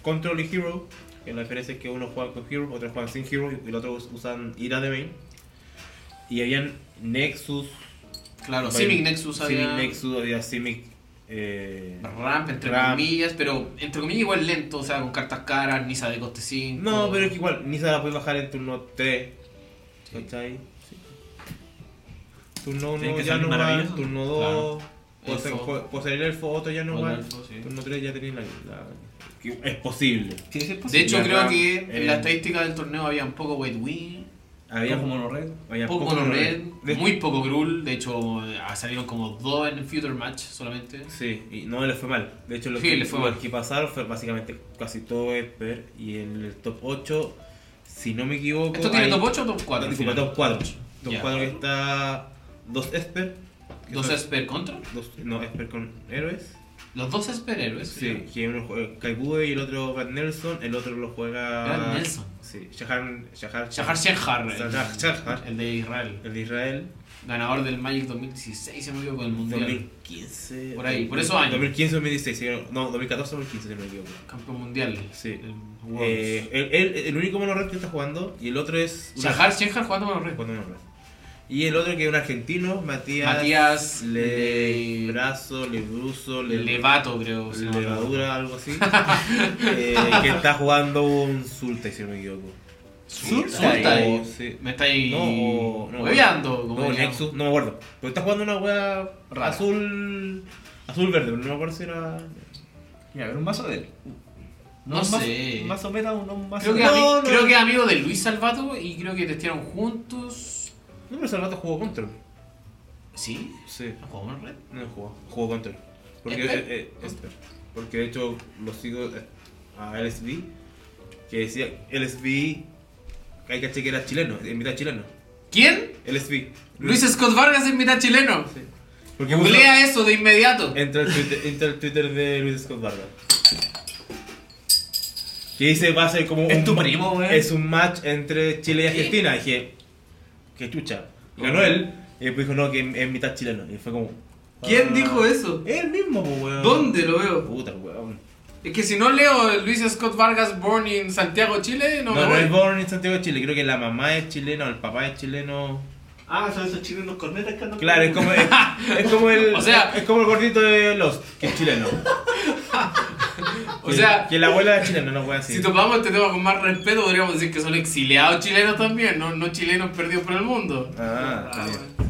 A: Control y Hero. Que la diferencia es que uno juega con Hero, otros juegan sin Hero y los otros usan Ira de main. Y habían Nexus.
C: Claro,
A: Vale.
C: Simic Nexus había
A: Simic Nexus, había Simic. Eh,
C: Ramp, entre
A: Ramp.
C: comillas, pero entre comillas igual lento, o sea, con cartas caras, Nisa de coste 5.
A: no, pero es que igual, Nisa la puedes bajar en turno 3.
C: Sí.
A: ¿Cachai? Turno
D: Tiene
A: 1
D: que
A: ya
D: salir
A: no va,
D: maravilloso.
A: turno 2.
C: Elfo.
A: Puede ser el elfo, otro ya no
C: Otro
A: va.
C: elfo, sí.
A: Turno 3 ya tenéis la, la- que Es posible.
D: Sí, sí, pues.
C: De hecho,
A: la
C: creo
A: Ramp,
C: que
A: eh,
C: en la estadística del torneo había un poco White Wing,
A: Había
D: como los red.
A: había
C: poco
A: poco
C: Mono Red,
A: red. De-
C: muy poco Grul. De hecho, eh, salieron como dos en el Future Match solamente.
A: Sí, y no le fue mal. De hecho, lo,
C: Sí,
A: que,
C: le fue
A: lo
C: mal.
A: que pasaron fue básicamente casi todo Esper. Y en el top 8, si no me equivoco.
C: ¿Esto tiene
A: hay-
C: top 8 o top 4?
A: Disculpa, top 4. Top
C: Ya.
A: 4 que está. Dos Esper. que
C: ¿Dos
A: son-
C: Esper Control?
A: dos- No, Esper con héroes.
C: Los dos Esper héroes.
A: Sí,
C: ya.
A: que uno juega Kaibude y el otro Brad Nelson, el otro lo juega.
C: Brad Nelson.
A: Sí, Shahar. Shahar.
C: Shahar Shehar, eh.
A: Shahar Shahar,
C: el, el de Israel.
A: El de Israel.
C: Ganador del Magic 2016, se me equivoco, del Mundial.
A: 2015.
C: Por ahí, por esos años.
A: 2015, 2016. si no- No, 2014, 2015, si no me equivoco.
C: Campeón mundial.
A: Sí.
C: del Worlds.
A: Eh, el, el, el único monorred que está jugando y el otro es. un
C: Shahar Shehar jugando con los Red.
A: Jugando monorred. Y el otro que es un argentino, Matías.
C: Matías
A: Le.
C: Le-
A: Brazo, Lebruso, Le.
C: Levato, creo. se llama.
A: Levadura, algo así. eh, que está jugando un Sultai, si no me equivoco.
C: Sultai.
A: O- sí.
C: Me estáis
A: No, o- no,
C: hueveando. como
A: No,
C: diría.
A: Nexus, no me acuerdo. Pero está jugando una wea
C: Rara.
A: azul. Azul verde, pero no me acuerdo si era.
G: Mira, a ver un mazo de él.
C: No
D: es más-
C: sé.
D: Más o menos, no más
C: Creo
D: o
C: que,
D: menos.
C: ami-
A: No, no.
C: creo que es amigo de Luis Salvato y creo que testearon juntos.
A: No, pero ese rato jugó Control.
C: ¿Sí?
A: Sí,
C: ¿No jugamos en red?
A: no jugó. Jugó Control. Porque,
C: ¿Esper?
A: eh, eh, Esper. Porque de hecho lo sigo eh, a LSB. Que decía LSB. Hay caché que era chileno, en mitad chileno.
C: ¿Quién?
A: LSB.
C: Luis Scott Vargas es mitad chileno.
A: Porque puso-
C: Googlea eso de inmediato.
A: Entra el Twitter, entra el Twitter de Luis Scott Vargas. Que dice va a ser como
C: Es
A: un
C: tu
A: ma-
C: primo, weón.
A: Es un match entre Chile y
C: ¿Qué?
A: Argentina. Dije, qué chucha. Y Ganó él. Y después dijo, no, que es mitad chileno. Y fue como.
C: ¿Quién
A: ah,
C: dijo eso?
A: Él mismo, pues, weón.
C: ¿Dónde lo veo?
A: Puta, weón.
C: Es que si no leo Luis Scott Vargas Born in Santiago, Chile, no,
A: No,
C: me
A: no,
C: voy.
A: es born en Santiago de Chile. Creo que la mamá es chilena o el papá es chileno.
D: Ah, son esos chilenos cornetas que andan.
A: Claro, es como, es, es como el.
C: O sea-
A: es como el gordito de Lost, que es chileno.
C: O sea,
A: Que la abuela es chilena, no, weón. así.
C: Si topamos este tema con más respeto, podríamos decir que son exiliados chilenos también, no, no chilenos perdidos por el mundo.
A: Ah, está
E: Ah,
A: bien.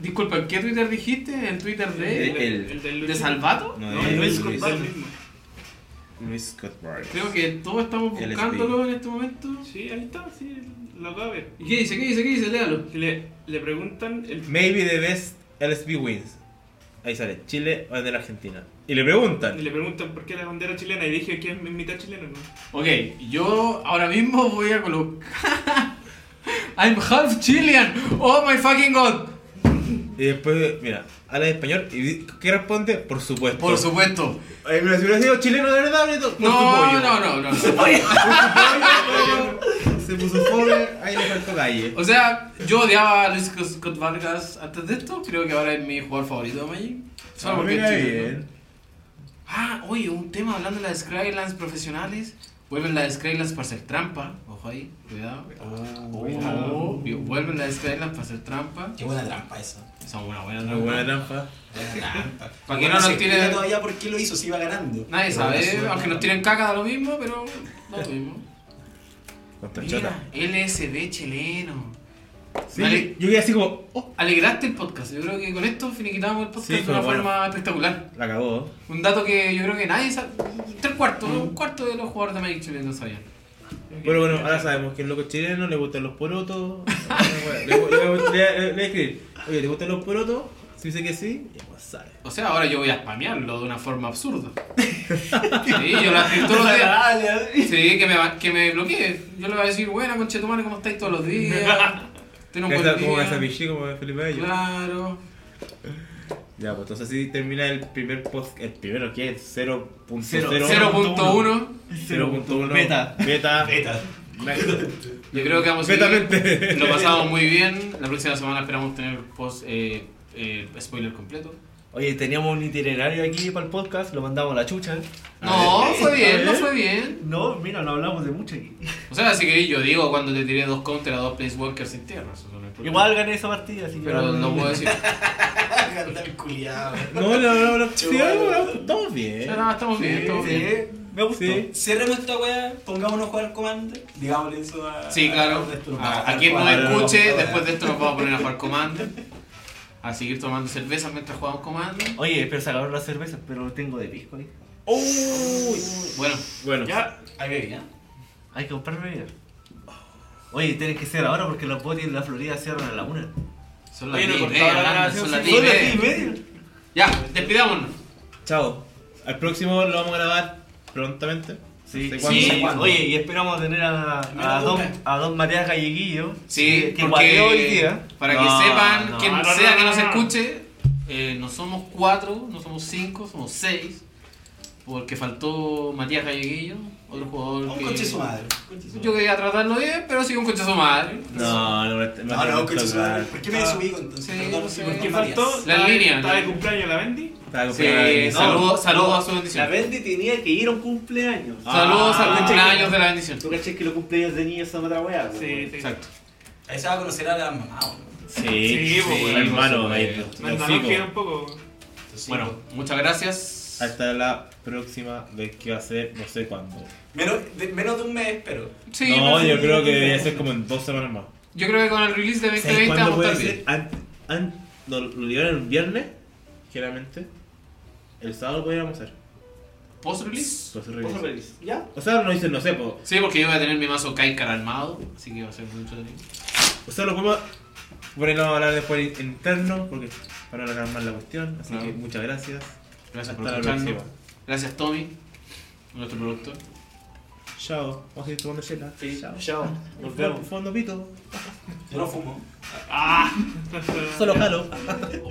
C: Disculpa, ¿en ¿qué Twitter dijiste? ¿El Twitter
E: el,
C: de,
A: De-
E: del- ¿Eh? el del
C: de Salvato?
A: No,
E: No,
A: es
E: el Luis
A: Luis-
E: Contado mismo.
A: Luis Scott Vargas.
C: Creo que todos estamos
A: LSD.
C: buscándolo en este momento.
E: Sí, ahí está, sí, lo acabo de ver.
C: ¿Y qué dice? ¿Qué dice? ¿Qué dice? Léalo.
E: Que Le, le preguntan el
A: Maybe the best LSB wins. Ahí sale, Chile o de la Argentina. Y le preguntan.
E: Y le preguntan por qué la bandera chilena y dije que es mitad chileno. ¿no?
C: Ok, yo ahora mismo voy a colocar. I'm half Chilean. Oh my fucking god.
A: Y después, mira, habla de español. ¿Y di- qué responde? Por supuesto.
C: Por supuesto.
A: Eh, mira, si hubiera sido chileno de verdad, bonito. Por
C: No, no, no, no, no.
A: no. Se puso pobre, ahí le faltó calle.
C: O sea, yo odiaba a Luis Scott Vargas antes de esto. Creo que ahora es mi jugador favorito de Magic. Solo
A: Ah,
C: porque es
A: mira
C: chileno.
A: bien.
C: Ah, oye, un tema hablando de las Skylands profesionales. Vuelven las Skylands para hacer trampa. Ojo ahí, cuidado.
B: Ah,
C: Oh, vio, Vuelven las Skylands para hacer trampa.
J: Qué buena trampa esa.
C: Son una buena
A: Una
C: trampa.
A: buena trampa.
J: Buena trampa.
C: Para que no nos
J: se explica
C: tiren-
J: todavía por qué lo hizo, si iba ganando.
C: Nadie
J: Pero
C: sabe,
J: una suerte.
C: aunque nos tiren caca da lo mismo, pero da lo mismo.
A: Contra Chota.
C: Mira, LSD chileno.
A: Sí,
C: Vale.
A: Yo quedé así como, oh,
C: Alegraste el podcast. Yo creo que con esto finiquitamos el podcast
A: Sí,
C: de una
A: pero bueno.
C: forma espectacular.
A: la cagó.
C: Un dato que yo creo que nadie sabe. Tres cuartos, un cuarto de los jugadores de Magic Chile no sabían.
A: Pero bueno, ahora sabemos que el loco chileno le gustan los porotos. Le- le voy a- le voy a escribir, oye, ¿te gustan los porotos? Si dice que sí, ya pues sale.
C: O sea, ahora yo voy a spamearlo de una forma absurda. Sí, yo lo escribo todos los días.
J: Dale,
C: Sí, que me, va- que me bloquee. Yo le voy a decir, buena conchetumare, ¿cómo estáis todos los días? Ten un buen
A: Casa- Como
C: día.
A: Casapichí, como Felipe Bello.
C: Claro.
A: Ya, pues entonces así termina el primer post. El primero que es 0.0.
D: Cero
C: 0.1.
A: 0.1.
D: Beta.
A: Beta.
B: Beta.
C: Yo creo que vamos a
A: Completamente.
C: Lo pasamos muy bien. La próxima semana esperamos tener post eh, eh, spoiler completo.
G: Oye, teníamos un itinerario aquí para el podcast, lo mandamos a la chucha.
C: No, fue bien,
G: ver.
C: no fue bien.
D: No, mira, no hablamos de mucho aquí.
C: O sea, si queréis, yo digo cuando te tiré dos counter a dos Placewalkers sin tierra. Eso no es problema.
G: Igual gané esa partida, así que.
C: Pero no puedo decir.
J: Anda el culiado.
A: No, no, no, no. Sí,
J: Chulo.
A: no, no, estamos bien.
C: No, no, estamos bien, estamos bien.
G: Me gustó.
A: Sí.
B: Cerremos esta weá, pongámonos a jugar Commander, digámosle eso a.
C: Sí, claro.
B: al resto, nos vamos
C: A, a
B: jugar
C: quien nos
B: Commander,
C: escuche,
B: vamos a
C: después
B: jugar.
C: de esto nos vamos a poner a jugar Commander. A seguir tomando cerveza mientras jugamos Commander.
G: Oye, pero se acabaron las cervezas, pero tengo de pisco ahí.
C: Bueno,
A: Bueno,
E: Ya,
B: Ahí bebida.
G: Hay que comprarme bebida. Oye, tienes que ser ahora porque los botes en la Florida cierran a la una.
C: son las
E: Oye, no
C: 10 y media,
E: cortaba la
C: Orlando,
E: grabación,
C: son las
E: sí.
C: 10 y
E: Son las
C: media. Ya, despidámonos.
A: chao. Al próximo lo vamos a grabar prontamente.
G: Sí,
A: No sé cuándo.
G: sí.
B: sé cuándo.
G: Oye, y esperamos tener a, a,
B: Menos
G: don,
B: una.
G: a don Matías Galleguillo.
C: Sí,
G: que- que
C: porque
G: guateó hoy día.
C: para que
G: No,
C: sepan,
G: no.
C: quien
E: No, no,
C: sea
E: no,
C: que
E: no,
C: nos
E: no.
C: escuche, eh, no somos cuatro, no somos cinco, somos seis. Porque faltó Matías Galleguillo, otro jugador
B: Un
C: que...
B: coche su madre. Conche su
C: Yo quería tratarlo bien, pero sí un coche su madre.
A: No, no, no.
B: madre. No, no, un coche su madre. ¿Por qué me
E: Ah.
B: desubico entonces?
C: Sí,
B: Perdón,
C: sí.
B: ¿por qué
E: ¿qué
B: Matías?
E: faltó?
C: La
E: Estaba-
C: línea,
E: Estaba
C: la-
E: de cumpleaños la Bendy.
C: Sí, saludos saludos a su bendición.
G: La Bendy tenía que ir a un cumpleaños.
C: Saludos
E: Ah,
C: al cumpleaños de la bendición.
G: Tú caché que los cumpleaños de niños son otra weá.
E: Sí, sí.
C: Exacto.
B: Ahí se va a conocer a la mamá, ¿no?
A: Sí,
E: Sí, pues, bueno,
A: hermano,
C: por
A: ahí.
C: supuesto.
E: Me
A: los
E: andaron
A: chicos.
E: que un poco.
B: Entonces,
C: Bueno,
B: sí,
C: muchas gracias.
A: Hasta la próxima vez que va a ser, no sé cuándo.
B: Menos de, menos de un mes, espero.
C: Sí,
A: no,
C: perfecto.
A: yo creo que debería ser como en dos semanas más.
C: Yo creo que con el release de
A: ¿Sabes
C: 2020
A: cuándo
C: vamos a
A: puede
C: estar bien.
A: ser? An- an- lo, lo liberan el viernes, generalmente. El sábado podríamos hacer.
C: ¿Post-release?
A: Pues, revisa.
J: ¿Ya?
A: O sea, no dicen, no sé, pues, po.
C: Sí, porque yo voy a tener mi mazo Kaikar armado, así que va a ser muy entretenido.
A: O sea, lo podemos. Bueno, lo vamos a hablar después en interno, porque para no alargar más la cuestión. Así
C: Claro.
A: que muchas gracias.
C: Gracias por
A: Hasta la
C: escucharnos.
A: próxima.
C: Gracias, Tommy, nuestro productor.
A: Chao. Vamos a seguir tomando chela. Chao.
J: Chao.
A: Nos vemos. Fondo pito.
B: Yo no fumo.
E: ¡Ah!
A: Solo jalo.
C: Uy,